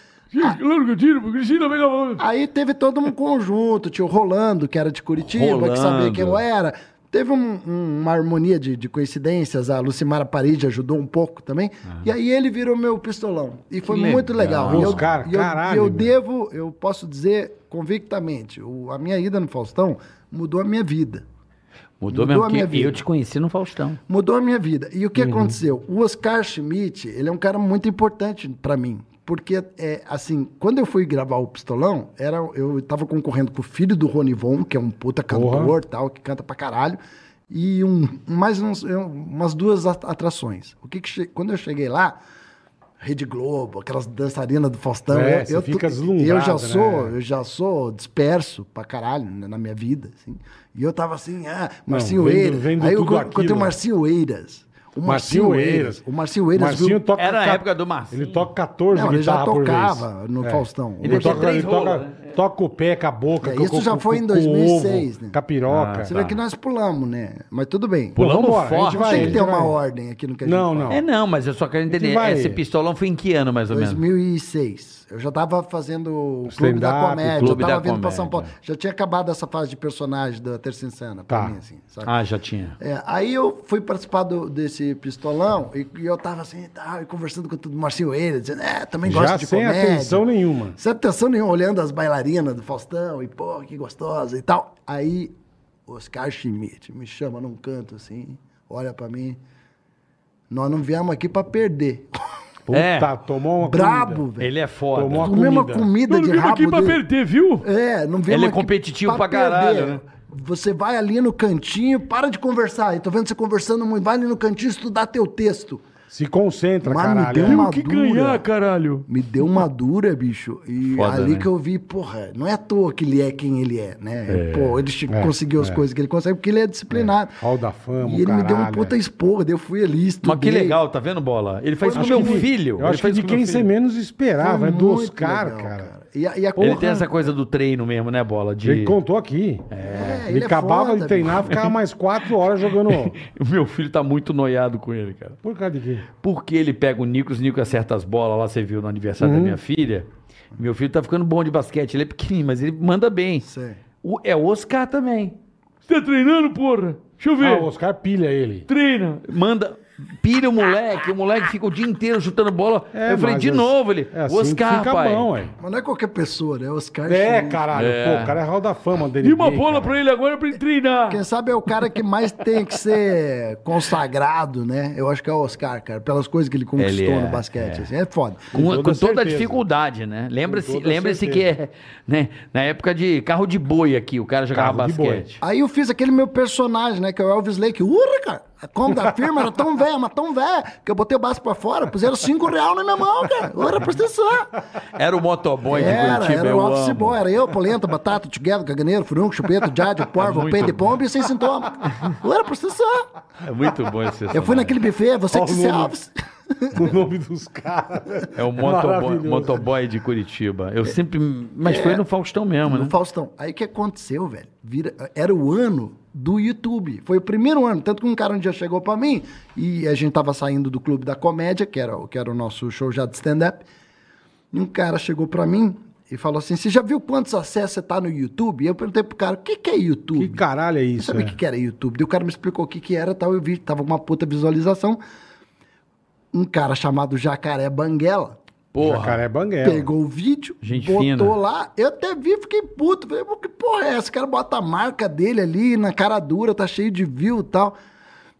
Speaker 5: Ah.
Speaker 4: Claro que eu tiro, pô. Cristina, vem cá.
Speaker 5: Aí teve todo um conjunto, tinha o Rolando, que era de Curitiba,
Speaker 3: Rolando.
Speaker 5: que sabia quem eu era. Teve um- um- uma harmonia de, de coincidências, a Lucimara Paride ajudou um pouco também.
Speaker 2: Ah.
Speaker 5: E aí ele virou meu pistolão. E foi
Speaker 3: Que
Speaker 5: muito legal.
Speaker 3: legal.
Speaker 5: E eu,
Speaker 2: Oscar,
Speaker 5: e eu,
Speaker 2: caralho,
Speaker 5: e eu
Speaker 2: meu.
Speaker 5: devo, eu posso dizer convictamente, o- a minha ida no Faustão mudou a minha vida.
Speaker 3: Mudou,
Speaker 5: Mudou
Speaker 3: mesmo.
Speaker 5: a minha
Speaker 3: porque
Speaker 5: vida.
Speaker 3: Eu te conheci no Faustão.
Speaker 5: Mudou a minha vida. E o que
Speaker 2: Uhum.
Speaker 5: aconteceu? O Oscar Schmidt, ele é um cara muito importante pra mim. Porque, é, assim, quando eu fui gravar o Pistolão, era, eu tava concorrendo com o filho do Rony Von, que é um puta
Speaker 2: Porra.
Speaker 5: cantor tal, que canta pra caralho, e um, mais uns, eu- umas duas at- atrações. O que que che- Quando eu cheguei lá, Rede Globo, aquelas dançarinas do Faustão.
Speaker 2: É,
Speaker 5: eu,
Speaker 2: você
Speaker 5: eu
Speaker 2: fica
Speaker 5: eu
Speaker 2: deslumbrado,
Speaker 5: já sou,
Speaker 2: né?
Speaker 5: eu já sou disperso pra caralho né, na minha vida, assim. E eu tava assim, ah, Marcinho
Speaker 2: vendo-
Speaker 5: Eiras.
Speaker 2: vendo
Speaker 5: Aí eu
Speaker 2: tudo
Speaker 5: con- encontrei o
Speaker 2: aquilo.
Speaker 5: Marcinho Eiras. O
Speaker 2: Marcinho Eiras.
Speaker 5: O Marcinho Eiras
Speaker 2: Marcinho
Speaker 5: viu...
Speaker 2: toca
Speaker 3: Era a
Speaker 2: ca-
Speaker 3: época do Marcinho.
Speaker 2: Ele toca 14
Speaker 5: Não, ele já
Speaker 2: guitarras por vez. É.
Speaker 5: tocava no Faustão.
Speaker 2: Ele,
Speaker 5: Ele
Speaker 3: tinha
Speaker 2: toca,
Speaker 3: três
Speaker 2: ele toca,
Speaker 3: rolas, né?
Speaker 2: toca o pé com a boca.
Speaker 5: É,
Speaker 2: com-
Speaker 5: isso
Speaker 2: com-
Speaker 5: já
Speaker 2: com-
Speaker 5: foi em
Speaker 2: com o
Speaker 5: 2006,
Speaker 2: ovo,
Speaker 5: né?
Speaker 2: Com a piroca.
Speaker 5: Você vê que nós pulamos, né? Mas tudo bem.
Speaker 2: Pô,
Speaker 3: Pulamos
Speaker 2: vambora, a gente
Speaker 3: forte.
Speaker 2: vai,
Speaker 5: Tem
Speaker 2: a
Speaker 5: que
Speaker 2: gente
Speaker 5: ter uma
Speaker 2: vai.
Speaker 5: ordem aqui no que a gente
Speaker 2: Não,
Speaker 5: fala.
Speaker 2: não.
Speaker 3: É, não, mas eu só quero entender.
Speaker 2: vai-
Speaker 3: Esse pistolão foi em que ano, mais ou menos?
Speaker 5: 2006. Eu já tava fazendo o Clube da
Speaker 2: Stand-up,
Speaker 5: Comédia,
Speaker 3: Clube
Speaker 5: eu
Speaker 3: da
Speaker 5: tava vindo
Speaker 3: Comédia.
Speaker 5: pra São Paulo. Já tinha acabado essa fase de personagem da Terça Insana pra
Speaker 2: Tá.
Speaker 5: mim, assim, sabe?
Speaker 3: Ah, já tinha.
Speaker 5: É, aí eu fui participar do- desse pistolão e, e eu tava assim, tá, e conversando com o Marcinho Eira, dizendo, é, também gosto
Speaker 2: Já
Speaker 5: de
Speaker 2: sem
Speaker 5: comédia.
Speaker 2: atenção nenhuma.
Speaker 5: Sem atenção nenhuma, olhando as bailarinas do Faustão e, pô, que gostosa e tal. Aí Oscar Schmidt me chama num canto assim, olha pra mim, nós não viemos aqui pra perder.
Speaker 2: Puta,
Speaker 3: É.
Speaker 2: tomou uma
Speaker 5: Brabo,
Speaker 2: comida.
Speaker 5: velho.
Speaker 3: Ele é foda.
Speaker 2: Tomou a-
Speaker 5: Comemos
Speaker 2: comida.
Speaker 5: uma comida
Speaker 4: Eu
Speaker 5: de
Speaker 4: não vim
Speaker 5: rabo
Speaker 4: aqui pra
Speaker 5: dele.
Speaker 4: perder, viu?
Speaker 5: É, não vem
Speaker 3: Ele é
Speaker 5: aqui
Speaker 3: competitivo pra caralho, né?
Speaker 5: Você vai ali no cantinho, para de conversar. Eu tô vendo você conversando muito. Vai ali no cantinho estudar teu texto.
Speaker 2: Se concentra,
Speaker 5: Mas me
Speaker 2: caralho.
Speaker 5: deu
Speaker 2: é.
Speaker 5: uma-
Speaker 4: O que
Speaker 5: Madura.
Speaker 4: ganhar, caralho?
Speaker 5: Me deu uma dura, bicho. E
Speaker 3: Foda,
Speaker 5: ali
Speaker 3: né?
Speaker 5: que eu vi, porra, não é à toa que ele é quem ele é, né? Pô, ele che-
Speaker 2: é,
Speaker 5: conseguiu as
Speaker 2: é.
Speaker 5: coisas que ele consegue porque ele é disciplinado.
Speaker 2: Hall da Fama,
Speaker 5: E ele me deu um
Speaker 2: caralho,
Speaker 5: puta
Speaker 2: é.
Speaker 5: esporro, daí eu fui ali, estudei.
Speaker 3: Mas que legal, tá vendo, Bola? Ele faz isso
Speaker 2: Acho
Speaker 3: com meu
Speaker 2: que de-
Speaker 3: filho.
Speaker 2: Eu acho que de quem você
Speaker 3: semeia.
Speaker 2: menos esperava. É do
Speaker 5: Ah, muito
Speaker 2: Oscar,
Speaker 5: legal,
Speaker 2: cara.
Speaker 5: E a, e a
Speaker 3: Ele
Speaker 5: porra-
Speaker 3: tem essa coisa do treino mesmo, né, Bola? De...
Speaker 2: Ele contou aqui.
Speaker 5: É,
Speaker 2: Ele,
Speaker 5: é
Speaker 2: acabava
Speaker 5: foda,
Speaker 2: de treinar,
Speaker 5: bicho.
Speaker 2: ficava mais quatro horas jogando.
Speaker 3: O meu filho tá muito noiado com ele, cara.
Speaker 2: Por causa de quê?
Speaker 3: Porque ele pega o Nicolas, o Nicolas acerta as bolas lá, você viu no aniversário
Speaker 2: Uhum.
Speaker 3: da minha filha. Meu filho tá ficando bom de basquete, ele é pequenininho, mas ele manda bem.
Speaker 5: Sei.
Speaker 3: O- é o Oscar também.
Speaker 4: Você tá treinando, porra? Deixa eu
Speaker 2: Ah,
Speaker 4: ver. né?
Speaker 2: o Oscar pilha ele.
Speaker 4: Treina.
Speaker 3: Manda. Pilha o moleque, o moleque fica o dia inteiro chutando bola.
Speaker 2: É,
Speaker 3: eu falei,
Speaker 2: mas
Speaker 3: de
Speaker 2: é-
Speaker 3: novo, ele.
Speaker 2: É assim que
Speaker 3: Oscar,
Speaker 2: fica
Speaker 3: pai.
Speaker 2: bom, ué.
Speaker 5: Mas não é qualquer pessoa, né? Oscar
Speaker 2: É,
Speaker 5: Schmidt.
Speaker 2: caralho.
Speaker 3: É.
Speaker 2: Pô, o cara é Hall da Fama dele.
Speaker 4: E uma bola pra ele agora pra ele treinar.
Speaker 5: Quem sabe é o cara que mais tem que ser consagrado, né? Eu acho que é o Oscar, cara, pelas coisas que ele conquistou
Speaker 3: Ele é,
Speaker 5: no basquete. assim, É, foda.
Speaker 3: Com, com
Speaker 2: toda
Speaker 3: toda, a
Speaker 2: certeza.
Speaker 3: dificuldade, né? Lembra-se
Speaker 2: toda
Speaker 3: lembra que é, né, na época de carro de boi aqui, o cara jogava
Speaker 2: Carro de boi.
Speaker 3: basquete.
Speaker 5: Aí eu fiz aquele meu personagem, né? Que é o Elvis Lake. Urra, cara! A compra da firma era tão velha, mas tão velha, que eu botei o baço pra fora, puseram cinco real na minha mão, cara. Urra, presta atenção.
Speaker 3: Era o motoboy de
Speaker 5: Era,
Speaker 3: Curitiba,
Speaker 5: era
Speaker 3: eu
Speaker 5: o office
Speaker 3: amo.
Speaker 5: boy. Era eu, polenta, batata, tiguelo, caganeiro, furunco, chupeta, diádio, porvo, pente, pombo e sem sintoma. Urra, presta atenção.
Speaker 3: É muito bom esse
Speaker 5: Eu fui naquele buffet, você
Speaker 2: Ó
Speaker 5: que
Speaker 2: o
Speaker 5: disse
Speaker 2: número.
Speaker 5: Elvis.
Speaker 2: o nome dos caras.
Speaker 3: É o motoboy,
Speaker 2: maravilhoso.
Speaker 3: motoboy de Curitiba. Eu sempre. Mas foi no Faustão mesmo,
Speaker 5: É. No
Speaker 3: né?
Speaker 5: Faustão. Aí o que aconteceu, velho? Vira- era o ano do YouTube. Foi o primeiro ano. Tanto que um cara um dia chegou pra mim e a gente tava saindo do Clube da Comédia, que era, o- que era o nosso show já de stand-up. E um cara chegou pra mim e falou assim: Você já viu quantos acessos você tá no YouTube? E eu perguntei pro cara: O que, que é YouTube?
Speaker 2: Que caralho é
Speaker 5: Eu
Speaker 2: isso?
Speaker 5: sabia o
Speaker 2: é?
Speaker 5: que, que era YouTube. Daí o cara me explicou o que, que era tal. Eu vi que tava uma puta visualização. Um cara chamado Jacaré Banguela
Speaker 3: Porra.
Speaker 2: Jacaré é Banguela.
Speaker 5: pegou o vídeo,
Speaker 3: Gente
Speaker 5: botou
Speaker 3: fina.
Speaker 5: lá. Eu até vi, fiquei puto. Falei, "Pô, que porra é essa? O cara bota a marca dele ali na cara dura, tá cheio de view e tal.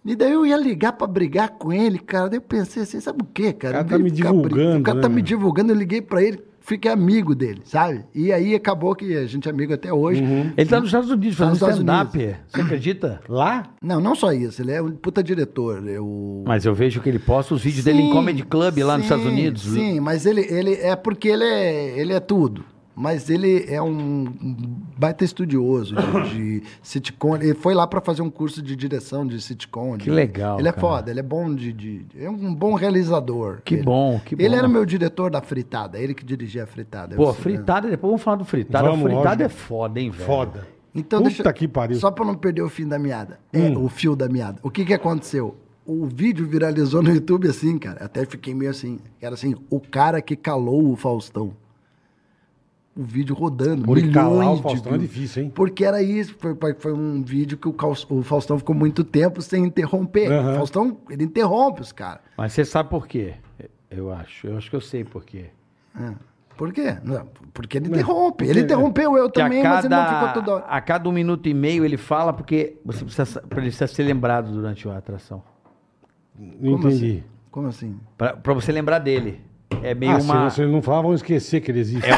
Speaker 5: E daí eu ia ligar pra brigar com ele, cara. Daí eu pensei assim, sabe o quê, cara?
Speaker 2: O cara
Speaker 5: Eu
Speaker 2: tá
Speaker 5: ia
Speaker 2: me
Speaker 5: ficar brin-
Speaker 2: divulgando,
Speaker 5: O cara tá
Speaker 2: né,
Speaker 5: me
Speaker 2: meu?
Speaker 5: divulgando, eu liguei pra ele, fiquei amigo dele, sabe? E aí acabou que a gente é amigo até hoje.
Speaker 2: Uhum.
Speaker 3: Ele tá nos Estados Unidos
Speaker 5: Tá nos
Speaker 3: fazendo
Speaker 5: Estados
Speaker 3: stand-up. Você acredita?
Speaker 2: Lá?
Speaker 5: Não, não só isso, ele é um puta diretor. Eu...
Speaker 3: Mas eu vejo que ele posta os vídeos dele em
Speaker 5: Sim,
Speaker 3: Comedy Club lá nos
Speaker 5: sim,
Speaker 3: Estados Unidos.
Speaker 5: Sim, mas ele, ele é porque ele é, ele é tudo. Mas ele é um baita estudioso de, de sitcom. Ele foi lá pra fazer um curso de direção de sitcom.
Speaker 3: Que
Speaker 5: de-
Speaker 3: legal,
Speaker 5: Ele é
Speaker 3: cara.
Speaker 5: foda, ele é bom de. de- é um bom realizador.
Speaker 3: Que
Speaker 5: ele.
Speaker 3: bom, que bom.
Speaker 5: Ele era meu diretor da fritada, ele que dirigia a fritada.
Speaker 3: Pô,
Speaker 5: Eu- né?
Speaker 3: fritada, depois vamos falar do fritada.
Speaker 2: Vamos, lógico.
Speaker 3: fritada é foda, hein, velho?
Speaker 2: Foda.
Speaker 5: Então,
Speaker 2: Puta
Speaker 5: deixa, eu-
Speaker 2: que pariu. Hum.
Speaker 5: Só pra não perder o fim da meada. É, o fio da meada. O que que aconteceu? O vídeo viralizou no YouTube assim, cara. Até fiquei meio assim. Era assim, o cara que calou o Faustão. O vídeo rodando.
Speaker 2: Por
Speaker 5: milhões
Speaker 2: calar o
Speaker 5: de
Speaker 2: Faustão é
Speaker 5: views.
Speaker 2: difícil, hein?
Speaker 5: Porque era isso. Foi, foi- foi um vídeo que o, Caus- o Faustão ficou muito tempo sem interromper.
Speaker 2: Aham.
Speaker 5: O Faustão, ele interrompe os caras.
Speaker 3: Mas você sabe por quê? Eu acho. Eu acho que eu sei por quê.
Speaker 5: É. Por quê? Não, porque ele interrompe. Ele interrompeu eu
Speaker 3: Que
Speaker 5: também,
Speaker 3: a,
Speaker 5: mas ele não
Speaker 3: cada,
Speaker 5: ficou toda hora.
Speaker 3: a cada um minuto e meio ele fala porque você precisa, pra ele precisa ser lembrado durante a atração.
Speaker 2: Não
Speaker 5: Como
Speaker 2: entendi.
Speaker 5: assim? Como assim?
Speaker 3: Pra, pra você lembrar dele. É meio
Speaker 2: ah,
Speaker 3: uma.
Speaker 2: se vocês não falar, vão esquecer que ele existe.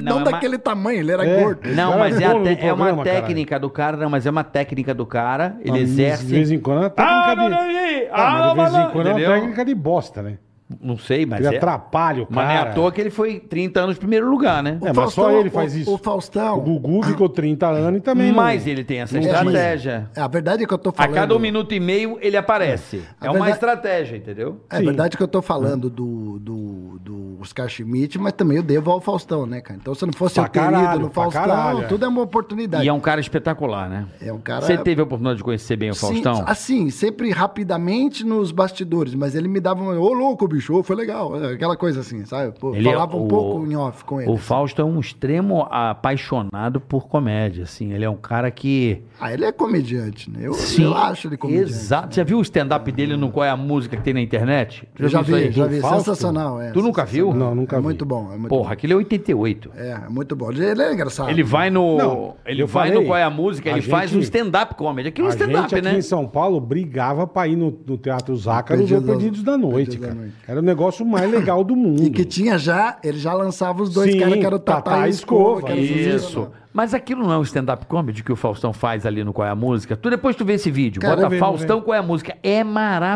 Speaker 5: Não,
Speaker 3: é uma-
Speaker 5: daquele tamanho, ele era
Speaker 2: É.
Speaker 5: gordo.
Speaker 3: Não,
Speaker 2: cara
Speaker 3: mas
Speaker 2: é
Speaker 3: é, a
Speaker 2: dono do
Speaker 3: te- é uma
Speaker 2: programa, caralho.
Speaker 3: técnica do cara, não, mas é uma técnica do cara. Ele exerce.
Speaker 2: De vez em quando é uma técnica de... Ah, mas de vez em quando é uma
Speaker 3: Entendeu?
Speaker 2: técnica de bosta, né?
Speaker 3: Não sei, mas.
Speaker 2: Ele
Speaker 3: É...
Speaker 2: atrapalha o
Speaker 3: Mas não é
Speaker 2: cara.
Speaker 3: à toa que ele foi 30 anos primeiro lugar, né?
Speaker 2: É, mas só ele faz
Speaker 5: o-
Speaker 2: isso.
Speaker 5: O Faustão.
Speaker 2: O Gugu ficou 30 anos e também não-
Speaker 3: é um- Mas ele tem essa
Speaker 2: não tinha.
Speaker 3: estratégia.
Speaker 5: A verdade é que eu tô
Speaker 3: A
Speaker 5: falando.
Speaker 3: cada um minuto e meio ele aparece.
Speaker 5: A
Speaker 3: É uma
Speaker 5: verdade-
Speaker 3: estratégia, entendeu?
Speaker 5: É
Speaker 2: Sim. Hum.
Speaker 5: verdade é que eu tô falando do, do, do Oscar Schmidt, mas também eu devo ao Faustão, né, cara? Então se não fosse
Speaker 2: Pra
Speaker 5: eu ter ido
Speaker 2: caralho,
Speaker 5: no
Speaker 2: pra
Speaker 5: Faustão,
Speaker 2: caralho, é.
Speaker 5: tudo é uma oportunidade.
Speaker 3: E é um cara espetacular, né?
Speaker 5: É um cara-
Speaker 3: Você teve a oportunidade de conhecer bem o
Speaker 5: Sim,
Speaker 3: Faustão?
Speaker 5: assim, sempre rapidamente nos bastidores, mas ele me dava um, ô louco, bicho, foi legal, aquela coisa assim, sabe? Pô,
Speaker 3: Ele é
Speaker 5: falava um
Speaker 3: o-
Speaker 5: pouco em off com ele.
Speaker 3: O Fausto é um extremo apaixonado por comédia, assim. Ele é um cara que.
Speaker 5: Ah, ele é comediante, né? Eu, eu acho ele comediante.
Speaker 3: Exato. Já viu o stand-up dele no Qual é a Música que tem na internet?
Speaker 5: né? Eu já
Speaker 3: viu isso
Speaker 5: vi,
Speaker 3: aí?
Speaker 5: já
Speaker 2: Do
Speaker 5: vi,
Speaker 2: Fausto?
Speaker 5: sensacional. É,
Speaker 3: Tu nunca viu?
Speaker 2: Não, nunca
Speaker 5: é
Speaker 2: vi.
Speaker 5: muito bom, é muito
Speaker 3: Porra, aquele é 88.
Speaker 5: bom. É, é muito bom. Ele é engraçado.
Speaker 3: Ele vai no.
Speaker 2: Não,
Speaker 3: ele
Speaker 2: eu
Speaker 3: vai
Speaker 2: falei,
Speaker 3: no Qual é a Música,
Speaker 2: a
Speaker 3: ele faz
Speaker 2: gente-
Speaker 3: um stand-up comedy. Aquilo é um
Speaker 2: a gente
Speaker 3: stand-up,
Speaker 2: aqui
Speaker 3: né?
Speaker 2: em São Paulo brigava pra ir no, no Teatro Zácaro nos
Speaker 5: Perdidos da-
Speaker 2: Perdidos da Noite,
Speaker 5: Perdidos da
Speaker 2: cara.
Speaker 5: Noite.
Speaker 2: Era o negócio mais legal do mundo.
Speaker 5: E que tinha já, ele já lançava os dois
Speaker 2: Uhum. Sim,
Speaker 5: caras que eram o
Speaker 2: Tatá
Speaker 5: Tatá,
Speaker 2: e
Speaker 5: e
Speaker 2: Escova,
Speaker 5: Escova. que era os dois-
Speaker 3: Isso. Mas aquilo não é um stand-up comedy que o Faustão faz ali no Qual é a Música? Tu depois tu vê esse vídeo,
Speaker 5: Cara,
Speaker 3: bota
Speaker 5: eu vi, eu
Speaker 3: Faustão Qual é a Música. É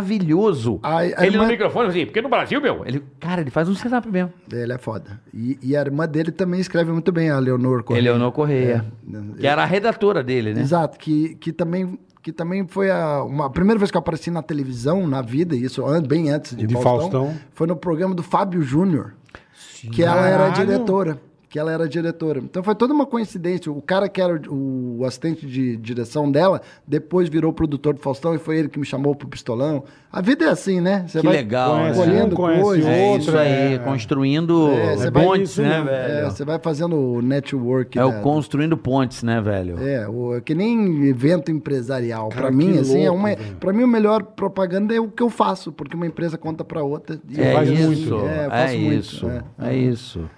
Speaker 3: maravilhoso.
Speaker 5: A- a
Speaker 3: ele
Speaker 5: irmã-
Speaker 3: no microfone assim, porque no Brasil, meu, ele, cara, ele faz um stand-up mesmo.
Speaker 5: Ele é foda. E, e a irmã dele também escreve muito bem, a Leonor Correia.
Speaker 3: Eleonor Correia,
Speaker 5: É.
Speaker 3: que era a redatora dele, né?
Speaker 5: Exato, que, que, também, que também foi a, uma, a primeira vez que eu apareci na televisão, na vida, e isso an- bem antes de,
Speaker 2: De
Speaker 5: Faustão,
Speaker 2: Faustão.
Speaker 5: foi no programa do Fábio Júnior, que ela era
Speaker 2: Caralho.
Speaker 5: diretora. Que ela era diretora. Então foi toda uma coincidência. O cara que era o, o assistente de direção dela, depois virou produtor do Faustão e foi ele que me chamou pro pistolão. A vida é assim, né? Você
Speaker 3: Que legal, né?
Speaker 5: colhendo
Speaker 2: Conhece um, conhece
Speaker 5: coisa.
Speaker 3: É isso
Speaker 2: Outra,
Speaker 3: aí,
Speaker 2: é.
Speaker 3: construindo
Speaker 5: É, você vai
Speaker 3: pontes,
Speaker 2: nisso,
Speaker 3: né,
Speaker 2: né?
Speaker 5: É,
Speaker 3: velho?
Speaker 5: você vai fazendo o network.
Speaker 3: É,
Speaker 5: da-
Speaker 3: o construindo pontes, né, velho?
Speaker 5: É, o, é que nem evento empresarial.
Speaker 2: Cara,
Speaker 5: Pra mim,
Speaker 2: que
Speaker 5: assim, é
Speaker 2: louco,
Speaker 5: uma,
Speaker 2: velho.
Speaker 5: para mim o melhor propaganda é o que eu faço, porque uma empresa conta pra outra. e
Speaker 3: É,
Speaker 5: eu faço
Speaker 3: isso,
Speaker 5: muito. É, eu faço
Speaker 3: é
Speaker 5: muito,
Speaker 3: isso,
Speaker 5: é.
Speaker 3: é isso.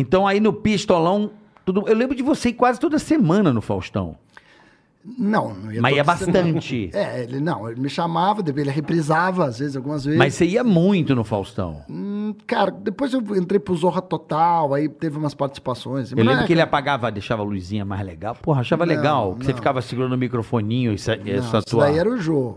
Speaker 3: Então aí no pistolão, tudo- eu lembro de você ir quase toda semana no Faustão.
Speaker 5: Não, não ia
Speaker 3: Mas
Speaker 5: toda
Speaker 3: ia
Speaker 5: semana.
Speaker 3: bastante.
Speaker 5: É, ele não, ele me chamava, depois ele reprisava às vezes, algumas vezes.
Speaker 3: Mas você ia muito no Faustão.
Speaker 5: Hum, cara, depois eu entrei pro Zorra Total, aí teve umas participações.
Speaker 3: Eu
Speaker 5: Mas não
Speaker 3: lembro
Speaker 5: é-
Speaker 3: que ele apagava, deixava a luzinha mais legal. Porra, achava
Speaker 5: Não,
Speaker 3: legal. Que você
Speaker 5: não.
Speaker 3: ficava segurando o microfoninho e sa- e
Speaker 5: não,
Speaker 3: essa
Speaker 5: isso
Speaker 3: tua.
Speaker 5: daí era o Jô.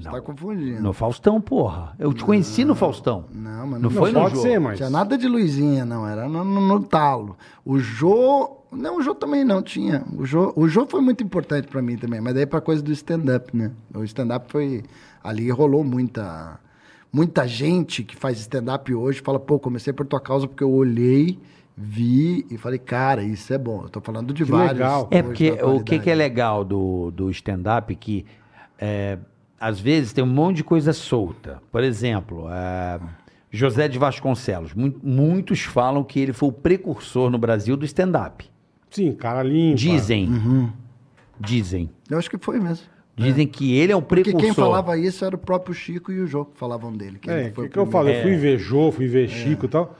Speaker 5: Você
Speaker 3: Não.
Speaker 5: tá confundindo.
Speaker 3: No Faustão, porra. Eu te conheci no Faustão.
Speaker 5: Não, mas
Speaker 3: Não
Speaker 5: não,
Speaker 3: foi no
Speaker 2: Pode
Speaker 3: jogo.
Speaker 2: ser,
Speaker 5: Não
Speaker 2: mas...
Speaker 5: tinha nada de luzinha, não. Era no, no- no talo. O Jô. Não, o Jô também não tinha. O Jô, o Jô foi muito importante é pra mim também, mas daí pra coisa do stand-up, né? O stand-up foi. Ali rolou muita. muita gente que faz stand-up hoje fala, pô, comecei por tua causa porque eu olhei, vi e falei, cara, isso é bom. Eu tô falando de
Speaker 2: Que
Speaker 5: vários.
Speaker 2: legal.
Speaker 3: É
Speaker 5: hoje
Speaker 3: porque
Speaker 5: na
Speaker 3: o
Speaker 5: atualidade.
Speaker 3: que, que é legal do, do stand-up que é, às vezes tem um monte de coisa solta. Por exemplo, é, José de Vasconcelos. Mu- muitos falam que ele foi o precursor no Brasil do stand-up.
Speaker 2: Sim, cara limpa.
Speaker 3: Dizem.
Speaker 5: Uhum.
Speaker 3: Dizem.
Speaker 5: Eu acho que foi mesmo.
Speaker 3: Dizem que ele é o
Speaker 5: Porque
Speaker 3: precursor.
Speaker 5: quem falava isso era o próprio Chico e o Jô que falavam dele. Que
Speaker 2: É,
Speaker 5: ele
Speaker 2: o
Speaker 5: foi
Speaker 2: que,
Speaker 5: o
Speaker 2: que eu
Speaker 5: primeiro. É.
Speaker 2: falo? Eu fui ver Jô, fui ver Chico e tal.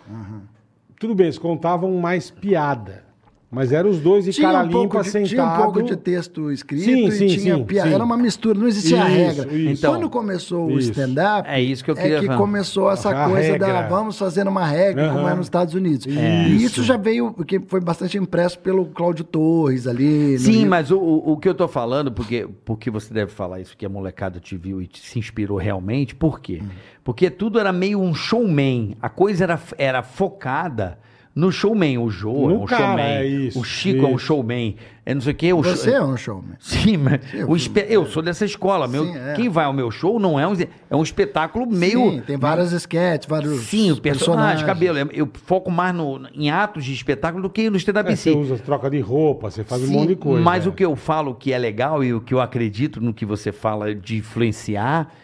Speaker 2: Tudo bem, eles contavam mais piada. Mas eram os dois de
Speaker 5: Tinha
Speaker 2: cara
Speaker 5: um, pouco
Speaker 2: limpa,
Speaker 5: de,
Speaker 2: sentado.
Speaker 5: tinha um pouco de texto escrito
Speaker 2: Sim, sim,
Speaker 5: e tinha
Speaker 2: sim,
Speaker 5: piada.
Speaker 2: sim.
Speaker 5: Era uma mistura, não existia
Speaker 2: Isso,
Speaker 5: regra.
Speaker 2: isso. Então,
Speaker 5: Quando começou o
Speaker 2: Isso.
Speaker 5: stand-up,
Speaker 3: É isso que eu queria
Speaker 5: é que
Speaker 3: falar.
Speaker 5: começou essa
Speaker 2: A
Speaker 5: coisa da
Speaker 2: regra.
Speaker 5: vamos fazer uma regra,
Speaker 2: Aham.
Speaker 5: como é nos Estados Unidos.
Speaker 2: Isso.
Speaker 5: E isso já veio, porque foi bastante impresso pelo Cláudio Torres ali. no
Speaker 3: Sim,
Speaker 5: Rio.
Speaker 3: mas o, o, o que eu tô falando, porque, porque você deve falar isso, que a molecada te viu e te- se inspirou realmente, por quê?
Speaker 5: Hum.
Speaker 3: Porque tudo era meio um showman, a coisa era, era focada no showman, o Jô é
Speaker 2: No
Speaker 3: um
Speaker 2: cara,
Speaker 3: showman,
Speaker 2: é isso,
Speaker 3: o Chico é um
Speaker 2: isso.
Speaker 3: showman, é não sei o quê, o
Speaker 5: Você
Speaker 3: show-
Speaker 5: é um showman.
Speaker 3: Sim, mas
Speaker 5: eu
Speaker 3: o
Speaker 5: fui-
Speaker 3: espe- eu sou dessa escola, meu,
Speaker 5: Sim, é.
Speaker 3: quem vai ao meu show não é um, é um espetáculo meio...
Speaker 5: Sim, tem várias esquetes, vários
Speaker 3: Sim, o Ah, personagem, cabelo. Eu eu foco mais no, em atos de espetáculo do que no stand-up
Speaker 2: É,
Speaker 3: em
Speaker 2: você
Speaker 3: si.
Speaker 2: usa troca de roupa, você faz um
Speaker 3: Sim,
Speaker 2: monte de coisa.
Speaker 3: Mas
Speaker 2: é.
Speaker 3: o que eu falo que é legal e o que eu acredito no que você fala de influenciar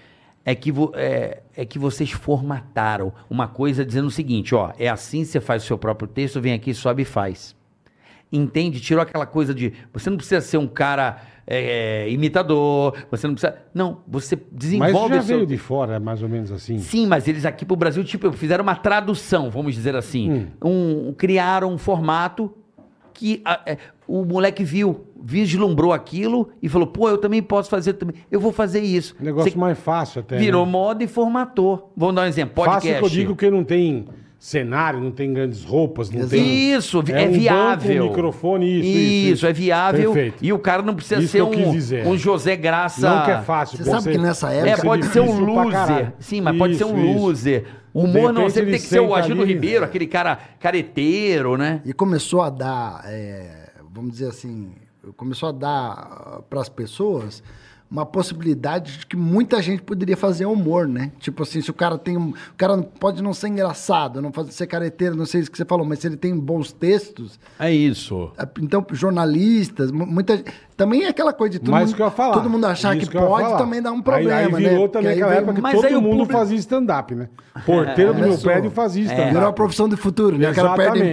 Speaker 3: é que, vo- é, é que vocês formataram uma coisa dizendo o seguinte: ó, é assim você faz o seu próprio texto, vem aqui, sobe e faz. Entende? Tirou aquela coisa de você não precisa ser um cara é, imitador, você não precisa. Não, você
Speaker 2: Mas isso
Speaker 3: desenvolve
Speaker 2: já
Speaker 3: o seu.
Speaker 2: veio de fora, mais ou menos assim.
Speaker 3: Sim, mas eles aqui pro Brasil, tipo, fizeram uma tradução, vamos dizer assim.
Speaker 2: Hum.
Speaker 3: Um, criaram um formato que a- é, o moleque viu, vislumbrou aquilo e falou, pô, eu também posso fazer, também. eu vou fazer isso.
Speaker 2: Um negócio
Speaker 3: Você
Speaker 2: mais fácil até.
Speaker 3: virou
Speaker 2: né?
Speaker 3: moda e formatou. Vamos dar um exemplo, podcast.
Speaker 2: Fácil que eu digo que não tem cenário, não tem grandes roupas, não tem...
Speaker 3: Isso,
Speaker 2: É
Speaker 3: é,
Speaker 2: um
Speaker 3: viável.
Speaker 2: banco, um microfone, isso, isso, isso.
Speaker 3: é viável.
Speaker 2: Perfeito.
Speaker 3: E o cara não precisa
Speaker 2: Isso
Speaker 3: ser
Speaker 2: que eu quis dizer.
Speaker 3: um, um José Graça.
Speaker 2: Não que é fácil.
Speaker 5: Você
Speaker 2: pô,
Speaker 5: sabe que nessa
Speaker 2: deve
Speaker 5: época-
Speaker 3: É, pode ser um
Speaker 2: difícil pra
Speaker 3: loser.
Speaker 2: caralho.
Speaker 3: Sim, mas pode ser um
Speaker 2: Isso, isso.
Speaker 3: loser. O
Speaker 2: De
Speaker 3: humor não,
Speaker 2: repente ele
Speaker 3: sempre tem que ser o
Speaker 2: senta
Speaker 3: Agildo
Speaker 2: ali- né?
Speaker 3: Ribeiro, aquele cara careteiro, né?
Speaker 5: E começou a dar, é, vamos dizer assim, começou a dar para as pessoas uma possibilidade de que muita gente poderia fazer humor, né? Tipo assim, se o cara tem, um- o cara pode não ser engraçado, não fazer ser careteiro, não sei isso que você falou, mas se ele tem bons textos,
Speaker 3: É isso.
Speaker 5: então jornalistas, mu- muita também é aquela coisa de todo
Speaker 2: Mas
Speaker 5: mundo,
Speaker 2: o que eu ia falar.
Speaker 5: todo mundo achar
Speaker 2: Isso
Speaker 5: que,
Speaker 2: eu ia
Speaker 5: pode
Speaker 2: falar.
Speaker 5: também dá um problema,
Speaker 2: aí, aí
Speaker 5: né?
Speaker 2: virou
Speaker 5: Porque
Speaker 2: também
Speaker 5: aí
Speaker 2: aquela
Speaker 5: veio-
Speaker 2: época que
Speaker 3: Mas aí
Speaker 2: todo
Speaker 3: o
Speaker 2: mundo
Speaker 3: público-
Speaker 2: fazia stand-up, né? Porteiro do meu
Speaker 5: Começou.
Speaker 2: prédio fazia stand-up.
Speaker 5: é. Virou a profissão do futuro, né? O cara perde
Speaker 2: Exatamente.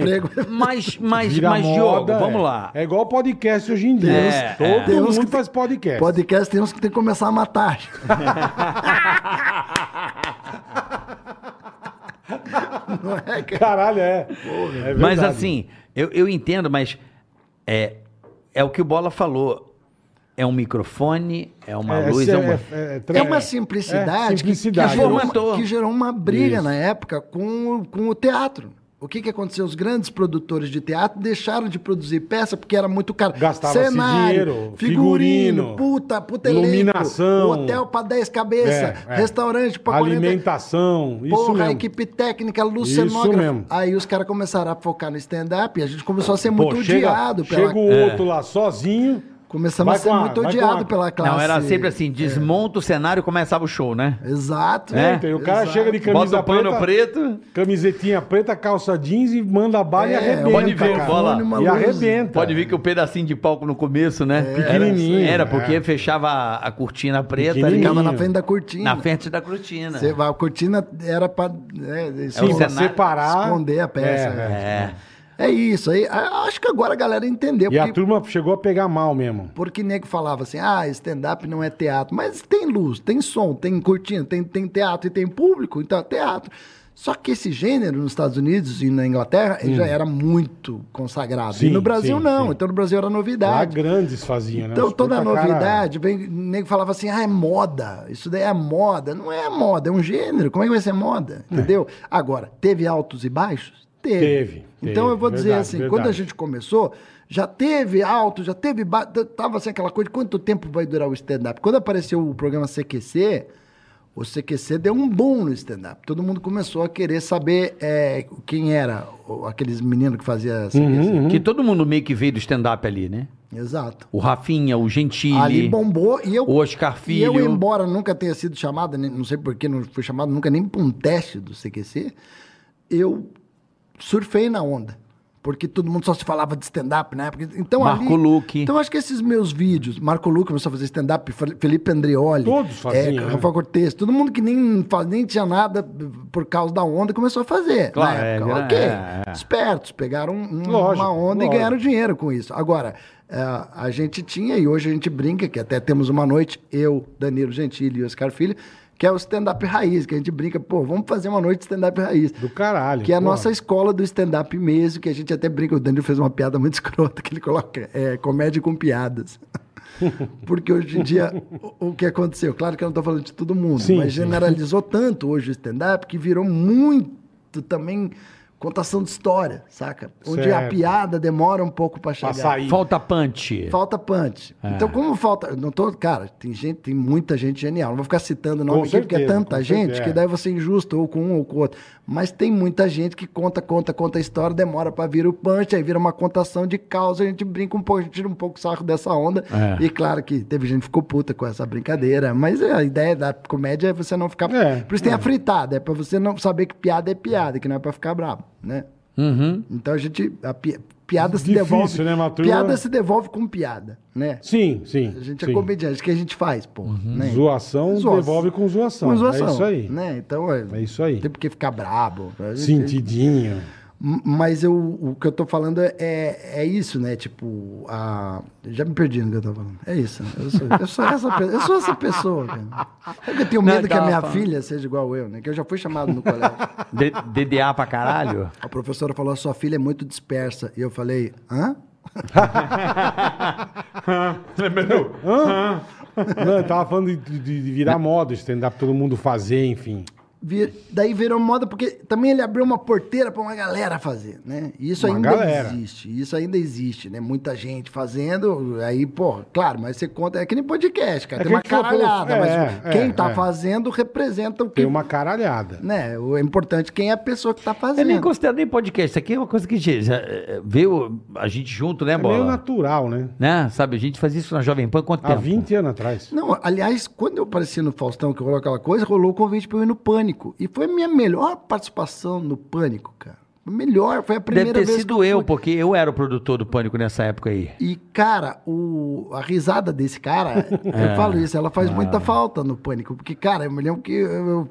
Speaker 5: emprego.
Speaker 3: Mas, mas,
Speaker 2: Vira
Speaker 3: mas
Speaker 2: moda,
Speaker 3: Diogo,
Speaker 2: é.
Speaker 3: vamos lá.
Speaker 2: É igual podcast hoje em dia.
Speaker 3: É,
Speaker 2: Todo
Speaker 3: é.
Speaker 5: Tem uns
Speaker 2: mundo
Speaker 5: que-
Speaker 2: faz podcast.
Speaker 5: Podcast tem uns que tem que começar a matar.
Speaker 2: É.
Speaker 5: Não é, cara?
Speaker 2: Caralho, é. É
Speaker 3: Mas
Speaker 2: verdade.
Speaker 3: assim, eu, eu entendo, mas é, é o que o Bola falou. É um microfone, é uma
Speaker 2: É,
Speaker 3: luz,
Speaker 2: é,
Speaker 3: é uma...
Speaker 2: é-
Speaker 5: É uma
Speaker 2: é,
Speaker 5: simplicidade, que-
Speaker 2: simplicidade.
Speaker 5: Que, gerou
Speaker 3: Formatou.
Speaker 5: uma, que gerou uma briga
Speaker 2: Isso.
Speaker 5: na época com, o- com o teatro. O que, que aconteceu? Os grandes produtores de teatro deixaram de produzir peça porque era muito caro.
Speaker 2: Gastava-se dinheiro, figurino,
Speaker 5: puta, puta elenco,
Speaker 2: iluminação.
Speaker 5: hotel pra 10 cabeças,
Speaker 2: É, é.
Speaker 5: restaurante pra 40
Speaker 2: Alimentação, isso
Speaker 5: Porra,
Speaker 2: mesmo.
Speaker 5: equipe técnica, lucenógrafo.
Speaker 2: Isso mesmo.
Speaker 5: Aí os caras começaram a focar no stand-up e a gente começou a ser é muito
Speaker 2: Pô,
Speaker 5: odiado
Speaker 2: chega, chega
Speaker 5: pela...
Speaker 2: o
Speaker 3: É.
Speaker 2: outro lá sozinho.
Speaker 5: Começamos
Speaker 2: vai
Speaker 5: a ser
Speaker 2: com a-
Speaker 5: muito
Speaker 2: vai com
Speaker 5: odiado
Speaker 2: a-
Speaker 5: pela classe.
Speaker 3: Não, era sempre assim,
Speaker 2: é.
Speaker 3: desmonta o cenário e começava o show, né?
Speaker 5: Exato.
Speaker 3: É,
Speaker 2: Eita, e o cara
Speaker 5: Exato.
Speaker 2: chega de
Speaker 3: Bota
Speaker 2: camisa
Speaker 3: o pano
Speaker 2: preta,
Speaker 3: preto...
Speaker 2: camisetinha preta, calça jeans e manda bala e
Speaker 5: É,
Speaker 2: arrebenta.
Speaker 3: pode ver,
Speaker 2: cara.
Speaker 3: bola.
Speaker 2: E arrebenta.
Speaker 3: Pode ver que o pedacinho de palco no começo, né?
Speaker 2: É, pequenininho,
Speaker 3: Era, era porque
Speaker 2: é.
Speaker 3: fechava a- a cortina preta ali,
Speaker 2: Pequenininho.
Speaker 5: Ficava na frente da cortina.
Speaker 3: na frente da cortina.
Speaker 5: Você vai- a cortina era pra né,
Speaker 3: o
Speaker 2: Sim, pra
Speaker 3: cenário-
Speaker 2: separar.
Speaker 5: esconder a
Speaker 2: É,
Speaker 5: peça.
Speaker 2: é.
Speaker 3: É.
Speaker 5: É isso aí. A- Acho que agora a galera entendeu.
Speaker 2: E a
Speaker 5: porque,
Speaker 2: turma chegou a pegar mal mesmo.
Speaker 5: porque nego falava assim, ah, stand-up não é teatro. Mas tem luz, tem som, tem cortina, tem, tem teatro e tem público, então é teatro. Só que esse gênero nos Estados Unidos e na Inglaterra ele já era muito consagrado.
Speaker 2: Sim,
Speaker 5: e no Brasil
Speaker 2: sim,
Speaker 5: não.
Speaker 2: sim.
Speaker 5: Então no Brasil era
Speaker 2: Lá
Speaker 5: novidade.
Speaker 2: grandes faziam, né?
Speaker 5: Então,
Speaker 2: Uns
Speaker 5: toda
Speaker 2: puta cara-
Speaker 5: novidade, vem, nego falava assim, ah, é moda, isso daí é moda. Não é moda, é um gênero, como é que vai ser moda? Entendeu? Agora, teve altos e baixos? Teve.
Speaker 2: Teve,
Speaker 5: Então,
Speaker 2: teve,
Speaker 5: eu vou dizer
Speaker 2: verdade,
Speaker 5: assim,
Speaker 2: verdade.
Speaker 5: quando a gente começou, já teve alto, já teve baixo, tava assim aquela coisa de quanto tempo vai durar o stand-up. Quando apareceu o programa CQC, o CQC deu um boom no stand-up. Todo mundo começou a querer saber é, quem era o- aqueles meninos que faziam CQC.
Speaker 2: Uhum.
Speaker 3: Que todo mundo meio que veio do stand-up ali, né?
Speaker 5: Exato.
Speaker 3: O Rafinha, o Gentili.
Speaker 5: Ali bombou e eu.
Speaker 3: O Oscar
Speaker 5: E eu,
Speaker 3: Filho.
Speaker 5: embora nunca tenha sido chamado, nem- não sei porquê, não fui chamado nunca nem para um teste do CQC, eu surfei na onda. Porque todo mundo só se falava de stand-up na época. Então,
Speaker 3: Marco
Speaker 5: ali,
Speaker 3: Luque.
Speaker 5: Então, acho que esses meus vídeos, Marco Luque começou a fazer stand-up, Fe- Felipe Andreoli.
Speaker 2: Todos faziam,
Speaker 5: É,
Speaker 2: né?
Speaker 5: Rafael Cortez, todo mundo que nem, fa- nem tinha nada por causa da onda começou a fazer.
Speaker 3: Claro,
Speaker 5: na época.
Speaker 3: é,
Speaker 5: ok.
Speaker 3: é, é.
Speaker 5: Espertos, pegaram um-
Speaker 2: Lógico,
Speaker 5: uma onda
Speaker 2: lógico.
Speaker 5: e ganharam dinheiro com isso. Agora, é, a gente tinha, e hoje a gente brinca, que até temos uma noite, eu, Danilo Gentili e Oscar Filho, que é o stand-up raiz, que a gente brinca, pô, vamos fazer uma noite de stand-up raiz.
Speaker 2: Do caralho.
Speaker 5: Que é a
Speaker 2: porra.
Speaker 5: nossa escola do stand-up mesmo, que a gente até brinca. O Danilo fez uma piada muito escrota, que ele coloca é, comédia com piadas. Porque hoje em dia, o, o que aconteceu? Claro que eu não estou falando de todo mundo,
Speaker 2: Sim,
Speaker 5: mas
Speaker 2: sim.
Speaker 5: generalizou tanto hoje o stand-up que virou muito também contação de história, saca? Onde a
Speaker 2: Certo.
Speaker 5: piada demora um pouco para
Speaker 2: Pra
Speaker 5: chegar.
Speaker 2: sair.
Speaker 3: Falta punch.
Speaker 5: Falta punch. Então, como falta. eu Não tô, cara, tem gente, tem muita gente genial. Não vou ficar citando nome
Speaker 2: Com
Speaker 5: aqui, porque é
Speaker 2: certeza,
Speaker 5: tanta
Speaker 2: com
Speaker 5: gente
Speaker 2: certeza.
Speaker 5: que daí você é injusto ou com um ou com o outro. Mas tem muita gente que conta, conta, conta a história, demora pra vir o punch, aí vira uma contação de causa, a gente brinca um pouco, a gente tira um pouco o sarro dessa onda.
Speaker 3: É.
Speaker 5: E claro que teve gente que ficou puta com essa brincadeira. Mas é, a ideia da comédia é você não ficar.
Speaker 2: É,
Speaker 5: Por isso tem a fritada, é pra você não saber que piada é piada, que não é pra ficar bravo, né?
Speaker 3: Uhum.
Speaker 5: Então a gente. A pi- piada se
Speaker 2: Difícil,
Speaker 5: devolve.
Speaker 2: né, Matheus?
Speaker 5: piada se devolve com piada, né?
Speaker 2: Sim, sim.
Speaker 5: A gente
Speaker 2: sim.
Speaker 5: é comediante, o que a gente faz, pô. Né?
Speaker 2: Zoação,
Speaker 5: Zoação.
Speaker 2: devolve com zoação.
Speaker 5: Com zoação,
Speaker 2: É isso aí.
Speaker 5: Né? Então, é,
Speaker 2: É isso aí.
Speaker 5: Tem porque ficar brabo. A gente-
Speaker 2: Sentidinho.
Speaker 5: M- Mas eu, o que eu tô falando é, é isso, né? Tipo, a... já me perdi no que eu tô falando. É isso. né? Eu sou, eu sou essa, pe- eu sou essa pessoa, cara. É que eu tenho
Speaker 3: Não,
Speaker 5: medo que a
Speaker 3: tava
Speaker 5: minha
Speaker 3: falando.
Speaker 5: filha seja igual eu, né? Que eu já fui chamado no colégio.
Speaker 3: D- DDA pra caralho?
Speaker 5: A professora falou, sua filha é muito dispersa. E eu falei, hã?
Speaker 3: É
Speaker 2: Não, eu tava falando de, de- de virar moda, stand-up, todo mundo fazer, enfim.
Speaker 5: Vir- daí virou moda, porque também ele abriu uma porteira para uma galera fazer, né? E isso
Speaker 2: Uma
Speaker 5: ainda
Speaker 2: galera.
Speaker 5: existe, isso ainda existe, né? Muita gente fazendo, aí, pô, claro, mas você conta, é que nem podcast, cara,
Speaker 2: É
Speaker 5: tem
Speaker 2: que a
Speaker 5: uma
Speaker 2: gente falou,
Speaker 5: caralhada,
Speaker 2: é,
Speaker 5: mas
Speaker 2: é,
Speaker 5: quem tá
Speaker 2: é.
Speaker 5: fazendo representa o que,
Speaker 2: Tem uma caralhada.
Speaker 5: né? O importante é quem é a pessoa que tá
Speaker 3: Eu
Speaker 5: fazendo.
Speaker 3: nem considero nem podcast. Isso aqui é uma coisa que já- já, é, veio a gente junto, né,
Speaker 2: É meio
Speaker 3: Bola?
Speaker 2: natural, né?
Speaker 3: Né? Sabe, a gente fazia isso na Jovem Pan há quanto
Speaker 2: Há
Speaker 3: tempo?
Speaker 2: 20 anos atrás.
Speaker 5: Não, aliás, quando eu apareci no Faustão, que rolou aquela coisa, rolou o convite pra eu ir no Pânico. E foi a minha melhor participação no Pânico, cara. Melhor, foi a
Speaker 3: Deve
Speaker 5: primeira
Speaker 3: ter
Speaker 5: vez que
Speaker 3: sido eu, porque eu era o produtor do Pânico nessa época aí.
Speaker 5: E, cara, o, a risada desse cara,
Speaker 3: É.
Speaker 5: eu falo isso, ela
Speaker 3: Ah.
Speaker 5: faz muita falta no pânico. Porque, cara, eu me lembro que eu- eu-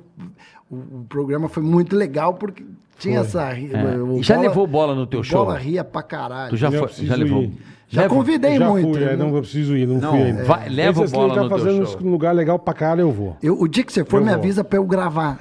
Speaker 5: o, o programa foi muito legal porque tinha essa. ri- o- o
Speaker 3: É. Já levou bola no teu
Speaker 5: o
Speaker 3: show?
Speaker 5: Bola ria pra caralho.
Speaker 3: Tu já,
Speaker 2: Eu
Speaker 3: foi,
Speaker 2: preciso
Speaker 3: já levou?
Speaker 2: ir.
Speaker 5: Já
Speaker 3: Leva?
Speaker 5: convidei
Speaker 2: já
Speaker 5: muito. né?
Speaker 2: fui, é,
Speaker 5: eu não-
Speaker 2: não, eu preciso ir, não,
Speaker 3: Não,
Speaker 2: fui ainda.
Speaker 3: vai, leva
Speaker 2: Esse
Speaker 3: o bola
Speaker 2: assim,
Speaker 3: no
Speaker 2: tá
Speaker 3: teu
Speaker 2: fazendo
Speaker 3: show.
Speaker 2: um lugar legal pra caralho, eu vou.
Speaker 5: eu- o dia que você
Speaker 2: Eu
Speaker 5: for, me
Speaker 2: vou.
Speaker 5: avisa pra eu gravar.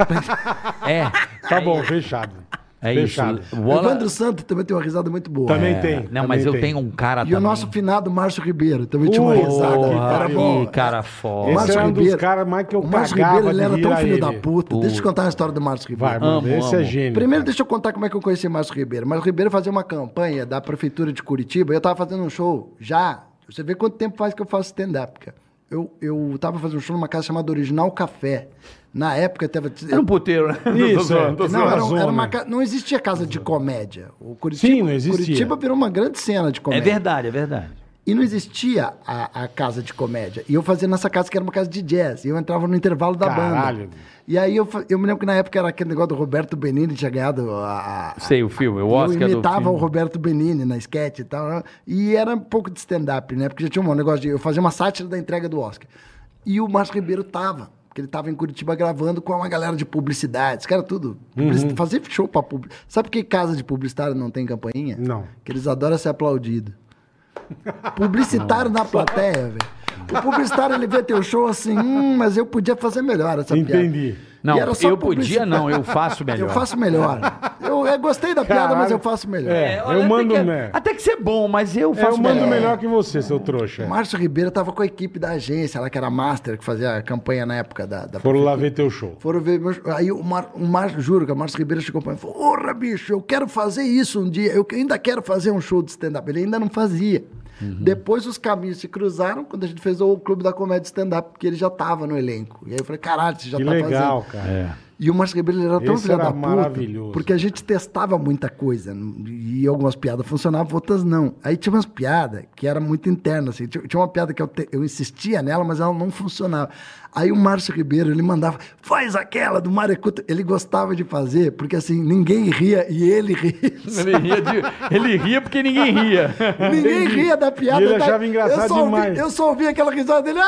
Speaker 3: É.
Speaker 2: Tá bom, fechado.
Speaker 3: É isso.
Speaker 2: fechado.
Speaker 3: O
Speaker 5: O
Speaker 3: Bola... É.
Speaker 5: Evandro Santos também tem uma risada muito boa.
Speaker 2: Também tem.
Speaker 3: Não,
Speaker 2: também
Speaker 3: mas eu
Speaker 2: tem.
Speaker 3: tenho um cara
Speaker 5: E
Speaker 3: também.
Speaker 5: o nosso finado Márcio Ribeiro também tinha uma
Speaker 2: Porra,
Speaker 5: risada.
Speaker 2: que
Speaker 5: Era
Speaker 2: pariu.
Speaker 5: bom. é
Speaker 3: Ih, cara foda.
Speaker 2: Esse
Speaker 5: Márcio
Speaker 2: era um dos
Speaker 5: Ribeiro-
Speaker 2: caras mais que eu
Speaker 5: O Márcio
Speaker 2: cagava
Speaker 5: Ribeiro
Speaker 2: de
Speaker 5: ele era
Speaker 2: rir
Speaker 5: tão
Speaker 2: a
Speaker 5: filho da
Speaker 2: ele.
Speaker 5: puta. Deixa eu te contar a história do Márcio Ribeiro.
Speaker 2: Vai, mano,
Speaker 3: Amo,
Speaker 2: esse é
Speaker 3: amo.
Speaker 2: gênio.
Speaker 5: Primeiro, deixa eu contar como é que eu conheci Márcio Ribeiro. Márcio Ribeiro fazia uma campanha da Prefeitura de Curitiba. Eu tava fazendo um show já. Você vê quanto tempo faz que eu faço stand-up, cara. Eu, eu tava fazendo um show numa casa chamada Original Café. Na época, tava.
Speaker 3: Era um puteiro, né?
Speaker 2: Isso,
Speaker 3: zoando,
Speaker 2: é.
Speaker 3: tô
Speaker 5: Não,
Speaker 2: na
Speaker 5: era, um-
Speaker 2: zona.
Speaker 5: era uma ca- não existia casa de comédia. O Curitiba,
Speaker 2: Sim, não existia.
Speaker 5: Curitiba virou uma grande cena de
Speaker 3: É
Speaker 5: comédia.
Speaker 3: verdade, é verdade.
Speaker 5: E não existia a, a casa de comédia. E eu fazia nessa casa que era uma casa de jazz. E eu entrava no intervalo da
Speaker 2: Caralho.
Speaker 5: banda. E aí eu, fa- eu me lembro que na época era aquele negócio do Roberto Benini tinha ganhado a, a-
Speaker 3: Sei o filme, o
Speaker 5: eu
Speaker 2: é
Speaker 3: Oscar do
Speaker 5: imitava
Speaker 3: filme.
Speaker 5: o Roberto Benini na sketch e tal. né? E era um pouco de stand-up, né? Porque já tinha um negócio de. Eu fazia uma sátira da entrega do Oscar. E o Márcio Ribeiro tava. Porque ele tava em Curitiba gravando com uma galera de publicidade. Os caras tudo.
Speaker 2: Uhum.
Speaker 5: publici- Fazer show pra público. Sabe por que casa de publicitário não tem campainha?
Speaker 2: Não.
Speaker 5: Que eles adoram ser aplaudido. Publicitário na plateia, velho. O publicitário, ele vê teu show assim, hum, mas eu podia fazer melhor essa piada.
Speaker 2: Entendi.
Speaker 3: Não,
Speaker 5: E era só
Speaker 3: eu podia
Speaker 5: publicitário.
Speaker 3: não, eu faço melhor.
Speaker 5: Eu faço melhor. Eu, eu gostei da piada, mas eu faço melhor.
Speaker 2: É,
Speaker 3: olha,
Speaker 2: eu mando,
Speaker 3: até que,
Speaker 2: né?
Speaker 3: Até que você é bom, mas eu
Speaker 2: É,
Speaker 3: faço
Speaker 2: eu mando
Speaker 3: melhor.
Speaker 2: melhor que você, seu trouxa.
Speaker 5: O Márcio Ribeiro tava com a equipe da agência, lá que era a Master, que fazia a campanha na época da. da-
Speaker 2: Foram lá ver teu show.
Speaker 5: Foram ver. meus- Aí o Mar- o Márcio, juro que o Márcio Ribeiro chegou pra mim e falou: Porra, bicho, eu quero fazer isso um dia. Eu que- ainda quero fazer um show de stand-up. Ele ainda não fazia.
Speaker 2: Uhum.
Speaker 5: Depois os caminhos se cruzaram quando a gente fez o Clube da Comédia de Stand-up, porque ele já tava no elenco. E aí eu falei: Caralho, você já
Speaker 2: Que
Speaker 5: tá
Speaker 2: legal,
Speaker 5: fazendo.
Speaker 2: cara.
Speaker 3: É.
Speaker 5: E o Márcio Ribeiro ele era tão
Speaker 2: Esse
Speaker 5: filho
Speaker 2: era
Speaker 5: da puta,
Speaker 2: maravilhoso.
Speaker 5: porque a gente testava muita coisa, e algumas piadas funcionavam, outras não. Aí tinha umas piadas que era muito interna, assim, tinha tinha uma piada que eu, te- eu insistia nela, mas ela não funcionava. Aí o Márcio Ribeiro, ele mandava, faz aquela do Marecuta. Ele gostava de fazer, porque assim, ninguém ria e ele ria.
Speaker 3: Ele ria, de- ele ria porque ninguém ria.
Speaker 5: Ninguém ria da piada.
Speaker 2: E ele
Speaker 5: da-
Speaker 2: achava engraçado
Speaker 5: eu só ouvi-
Speaker 2: demais.
Speaker 5: eu só ouvi aquela risada dele.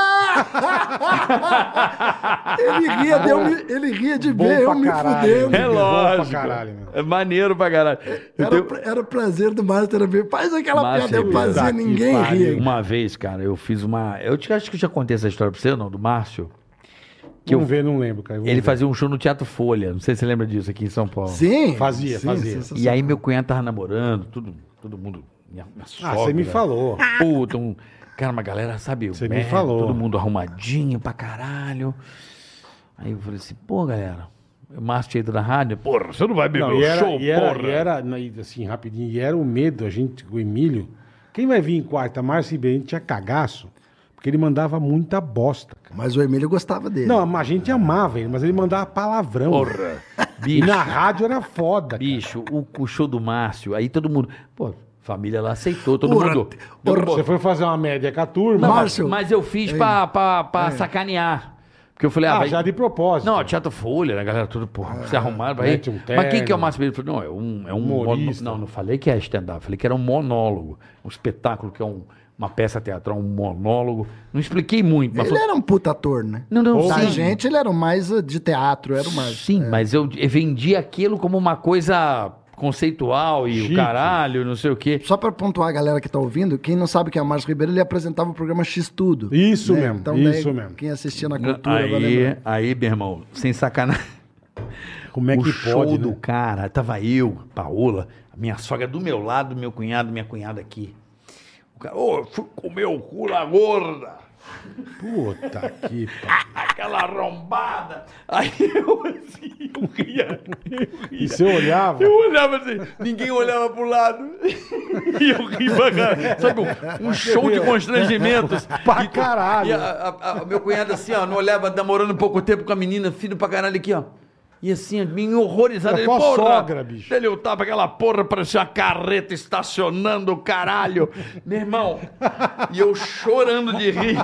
Speaker 5: "Ah!" ele ria, de eu me- ele ria de
Speaker 2: Bom
Speaker 5: ver eu
Speaker 2: pra
Speaker 5: me
Speaker 2: caralho.
Speaker 5: fudendo.
Speaker 3: É
Speaker 2: Bom pra
Speaker 3: lógico.
Speaker 2: caralho, meu.
Speaker 3: É maneiro pra caralho. Eu
Speaker 5: Era,
Speaker 3: tenho-
Speaker 5: o pra- era o prazer do Márcio era ver. Faz aquela
Speaker 3: Márcio
Speaker 5: piada, eu
Speaker 3: Ribeiro.
Speaker 5: fazia,
Speaker 2: Tá que
Speaker 5: ninguém
Speaker 2: pariu.
Speaker 5: ria.
Speaker 3: Uma vez, cara, eu fiz uma. Eu te- acho que eu já contei essa história pra você, não? Do Márcio. Que
Speaker 2: Vamos
Speaker 3: eu-
Speaker 2: ver, não lembro, cara. Vamos
Speaker 3: Ele
Speaker 2: ver.
Speaker 3: fazia um show no Teatro Folha. Não sei se você lembra disso aqui em São Paulo.
Speaker 5: Sim.
Speaker 2: Fazia,
Speaker 5: sim,
Speaker 2: fazia.
Speaker 5: sensacional.
Speaker 3: E aí meu cunhado tava namorando, tudo, todo mundo. Minha, minha
Speaker 2: Ah, você me
Speaker 3: sogra,
Speaker 2: falou.
Speaker 3: Puta, um, cara, uma galera, sabe?
Speaker 2: Você me
Speaker 3: merda,
Speaker 2: falou.
Speaker 3: Todo mundo arrumadinho pra caralho. Aí eu falei assim, pô, galera, o Márcio tinha ido na rádio, porra, você não vai beber
Speaker 2: Não,
Speaker 3: o
Speaker 2: e era,
Speaker 3: show,
Speaker 2: e era,
Speaker 3: porra.
Speaker 2: e era, na- e assim, rapidinho, e era o medo, a gente, o Emílio. Quem vai vir em quarta? Márcio Ribeiro, a gente tinha cagaço, porque ele mandava muita bosta, cara.
Speaker 5: Mas o Emílio gostava dele.
Speaker 2: Não, a gente amava ele, mas ele mandava palavrão.
Speaker 3: Porra.
Speaker 2: E
Speaker 3: Bicho,
Speaker 2: na rádio era foda. cara.
Speaker 3: bicho, o, o show do Márcio, aí todo mundo, pô, família lá aceitou, todo
Speaker 5: Porra,
Speaker 3: mundo.
Speaker 5: te-
Speaker 3: Todo
Speaker 5: porra,
Speaker 3: mundo-
Speaker 2: Você foi fazer uma média com a turma.
Speaker 5: Não,
Speaker 2: mas-
Speaker 5: Márcio,
Speaker 3: Mas eu fiz pra, pra,
Speaker 5: É.
Speaker 3: pra sacanear. Porque eu falei, ah,
Speaker 2: Ah,
Speaker 3: vai-
Speaker 2: já de propósito.
Speaker 3: Não, Teatro Folha, né, galera? Tudo, porra, se arrumaram pra
Speaker 2: Mete
Speaker 3: ir.
Speaker 2: um
Speaker 3: Mas quem que é o
Speaker 2: terno.
Speaker 3: Márcio Ribeiro? Falei, Não, é um, é um
Speaker 2: Humorista.
Speaker 3: monólogo. Não, não falei que é stand-up. Falei que era um monólogo. Um espetáculo que é um- uma peça teatral, um monólogo. Não expliquei muito, mas...
Speaker 5: ele
Speaker 3: falei-
Speaker 5: era um puta ator, né?
Speaker 3: Não, não,
Speaker 5: da
Speaker 3: sim.
Speaker 5: gente, ele era o mais uh, de teatro, era o mais. É.
Speaker 3: Sim, mas eu eu vendi aquilo como uma coisa conceitual e
Speaker 2: Chique.
Speaker 3: o caralho, não sei o quê.
Speaker 5: Só pra pontuar a galera que tá ouvindo, quem não sabe quem é o Márcio Ribeiro, ele apresentava o programa X Tudo. né? Então,
Speaker 2: Isso mesmo, isso mesmo.
Speaker 5: Quem assistia na cultura né? vai lembrar.
Speaker 3: aí, aí, meu irmão, sem sacanagem.
Speaker 2: Como é
Speaker 3: o
Speaker 2: que
Speaker 3: show
Speaker 2: pode,
Speaker 3: do
Speaker 2: né?
Speaker 3: cara, tava eu, Paola, a minha sogra do meu lado, meu cunhado, minha cunhada aqui. O cara, ô, eu fui comer o cu na gorda,
Speaker 2: Puta que pariu.
Speaker 3: aquela arrombada. Aí eu assim, eu ria, eu
Speaker 2: E
Speaker 3: ria.
Speaker 2: você olhava...
Speaker 3: Eu olhava assim, ninguém olhava pro lado. E eu ri pra caralho. Sabe, um, um show de constrangimentos.
Speaker 2: Pra
Speaker 3: E-
Speaker 2: caralho.
Speaker 3: E a, a- a- meu cunhado assim, ó, não olhava, namorando pouco tempo com a menina, filho pra caralho aqui, ó. E assim, ó, me horrorizado.
Speaker 2: Era
Speaker 3: Ele,
Speaker 2: tua
Speaker 3: porra,
Speaker 2: É sogra, bicho.
Speaker 3: Ele tava aquela porra, parecia uma carreta estacionando, caralho. Meu irmão, e eu chorando de rir.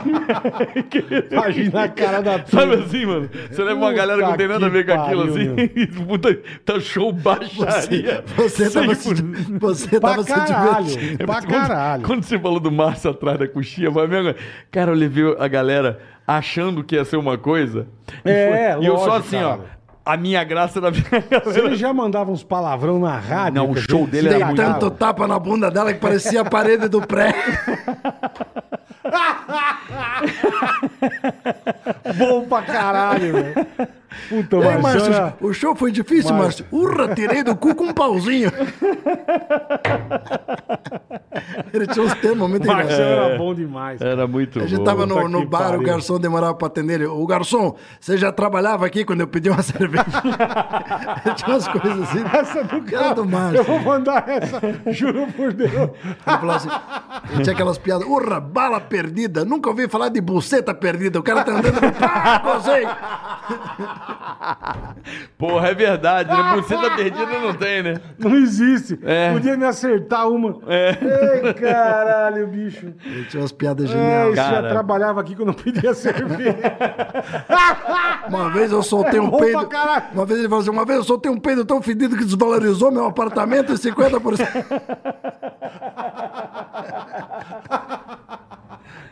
Speaker 2: Imagina a cara da turma.
Speaker 3: Sabe assim, mano? Você leva uma
Speaker 2: Puta
Speaker 3: galera que não tem nada a ver com
Speaker 2: que
Speaker 3: aquilo
Speaker 2: pariu,
Speaker 3: assim. Puta, tá show baixaria.
Speaker 5: Você tava, se,
Speaker 3: 100%.
Speaker 5: você
Speaker 2: Pra
Speaker 5: tava se
Speaker 2: caralho,
Speaker 5: divertindo.
Speaker 2: pra
Speaker 3: É Quando-
Speaker 2: caralho.
Speaker 3: Quando você falou do Márcio atrás da coxinha, vai mesmo. Cara, eu levei a galera achando que ia ser uma coisa. e
Speaker 2: É,
Speaker 3: foi- E eu só
Speaker 2: lógico,
Speaker 3: assim,
Speaker 2: cara.
Speaker 3: ó. A minha graça era a minha
Speaker 2: Se
Speaker 3: galera.
Speaker 2: ele já mandava uns palavrão na rádio...
Speaker 3: Não, o
Speaker 2: que a gente
Speaker 3: show dele
Speaker 2: se
Speaker 3: era muito
Speaker 2: cagava.
Speaker 5: Tanto tapa na bunda dela que parecia a parede do prédio.
Speaker 2: bom pra caralho, velho. Puta,
Speaker 5: Ei,
Speaker 2: mas
Speaker 5: Márcio,
Speaker 2: era...
Speaker 5: o show foi difícil,
Speaker 2: Márcio.
Speaker 5: Márcio. Urra, tirei do cu com um pauzinho. Ele tinha uns termos muito
Speaker 2: Mas
Speaker 5: engraçados.
Speaker 2: era bom demais.
Speaker 3: Era muito
Speaker 5: A gente
Speaker 3: bom.
Speaker 5: tava
Speaker 2: é, Puta
Speaker 5: no, no
Speaker 2: que
Speaker 5: bar,
Speaker 2: pariu.
Speaker 5: o garçom demorava pra atender ele. O garçom, você já trabalhava aqui quando eu pedi uma cerveja? tinha umas coisas assim.
Speaker 2: Essa do
Speaker 5: Era
Speaker 2: cara.
Speaker 5: do
Speaker 2: Eu
Speaker 5: Márcio.
Speaker 2: vou mandar essa, juro por Deus.
Speaker 5: Ele falou assim, ele tinha aquelas piadas, urra, bala perdida, nunca ouvi falar de buceta perdida, o cara tá andando, pá, gozei.
Speaker 3: Porra, é verdade.
Speaker 2: Ah,
Speaker 3: Né? Buceta perdida não tem, né?
Speaker 2: Não existe.
Speaker 3: É.
Speaker 2: Podia me acertar uma. Ei, caralho, bicho.
Speaker 5: Ele tinha umas piadas
Speaker 2: Ei, você
Speaker 5: geniais.
Speaker 2: já
Speaker 3: Cara.
Speaker 2: trabalhava aqui que eu não pedia cerveja.
Speaker 5: Uma vez eu soltei
Speaker 2: É
Speaker 5: um
Speaker 2: bom pra
Speaker 5: peido,
Speaker 2: caralho.
Speaker 5: uma vez ele falou assim, uma vez eu soltei um peido tão fedido que desvalorizou meu apartamento em 50%.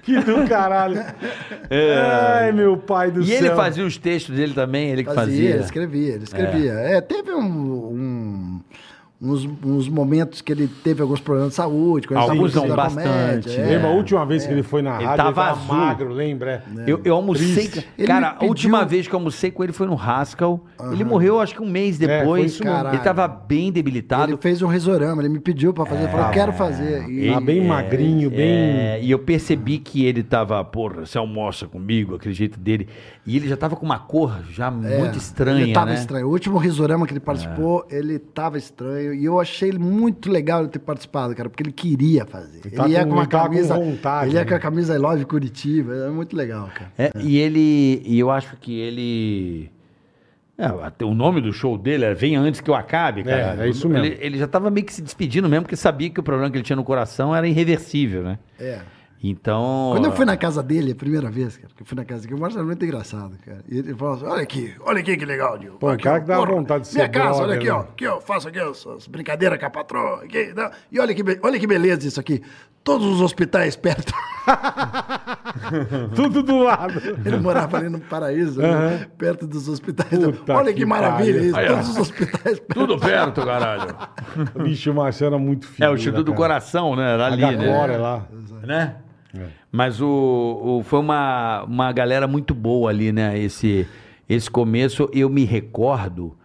Speaker 2: Que do caralho. Ai, meu pai do
Speaker 3: É. E
Speaker 2: céu.
Speaker 3: ele fazia os textos dele também, ele que
Speaker 5: Fazia,
Speaker 3: fazia.
Speaker 5: ele escrevia, ele escrevia. É, teve um- um- uns, uns momentos que ele teve alguns problemas de saúde, quando ele tava
Speaker 3: Alguns
Speaker 5: no
Speaker 3: não,
Speaker 5: da comédia,
Speaker 3: bastante, né?
Speaker 5: é.
Speaker 2: Lembra a última vez que ele foi na rádio?
Speaker 3: tava
Speaker 2: ele
Speaker 3: azul.
Speaker 2: magro, lembra? É.
Speaker 3: Eu, eu almocei.
Speaker 2: Triste.
Speaker 5: Ele
Speaker 3: cara,
Speaker 5: me
Speaker 3: a
Speaker 5: pediu-
Speaker 3: última vez que eu almocei com ele foi no Haskell. Ele morreu, acho que um mês
Speaker 2: É, foi
Speaker 3: depois.
Speaker 2: isso mesmo.
Speaker 3: ele tava bem debilitado.
Speaker 5: Ele fez um resorama, ele me pediu pra fazer, eu falei, eu quero fazer. E-
Speaker 2: Ah, bem magrinho, bem.
Speaker 3: É, e eu percebi que ele tava, porra, você almoça comigo, aquele jeito dele. E ele já tava com uma cor
Speaker 2: É,
Speaker 3: já muito estranha,
Speaker 5: Ele tava
Speaker 3: né? É.
Speaker 5: estranho. O último risorama que ele participou, ele tava estranho. E eu achei ele muito legal ele ter participado, cara, porque ele queria fazer. Ele,
Speaker 2: tá
Speaker 5: ia
Speaker 2: com-
Speaker 5: com uma
Speaker 2: ele tava com
Speaker 5: camisa.
Speaker 2: vontade,
Speaker 5: ele ia
Speaker 2: né?
Speaker 5: com a camisa I Love É
Speaker 2: É.
Speaker 5: Curitiba. É muito legal, cara.
Speaker 3: É, E ele. E eu acho que ele. É, até o nome do show dele é Vem Antes Que Eu Acabe, cara.
Speaker 2: É, é isso mesmo.
Speaker 3: Ele, ele já tava meio que se despedindo mesmo, porque sabia que o problema que ele tinha no coração era irreversível, né?
Speaker 5: É.
Speaker 3: Então.
Speaker 5: Quando eu fui na casa dele, a primeira vez, cara, que eu fui na casa dele, o Márcio era muito engraçado, cara. E ele falou assim: olha aqui, olha aqui que legal, Dil.
Speaker 2: Pô,
Speaker 5: Aqui,
Speaker 2: cara
Speaker 5: ó,
Speaker 2: que dá
Speaker 5: porra,
Speaker 2: vontade de ser
Speaker 5: Minha casa, olha
Speaker 2: brother,
Speaker 5: aqui, ó.
Speaker 2: né?
Speaker 5: Aqui eu faço aqui as, as brincadeiras com a patroa. aqui, né? E olha que, be- olha que beleza isso aqui. Todos os hospitais perto.
Speaker 2: Uhum. Tudo do lado.
Speaker 5: Ele morava ali no paraíso, né? perto dos hospitais.
Speaker 2: Puta
Speaker 5: olha
Speaker 2: que
Speaker 5: que
Speaker 2: pariu.
Speaker 5: maravilha isso.
Speaker 3: Aí, ó.
Speaker 5: Todos os hospitais perto.
Speaker 3: Tudo perto, caralho.
Speaker 2: Bicho, o Marcelo era muito filho.
Speaker 3: É, o Instituto do Coração, né? Era ali, né?
Speaker 2: Agora é lá.
Speaker 3: né?
Speaker 5: É.
Speaker 3: Mas o, o- foi uma, uma galera muito boa ali, né? Esse, esse começo, eu me recordo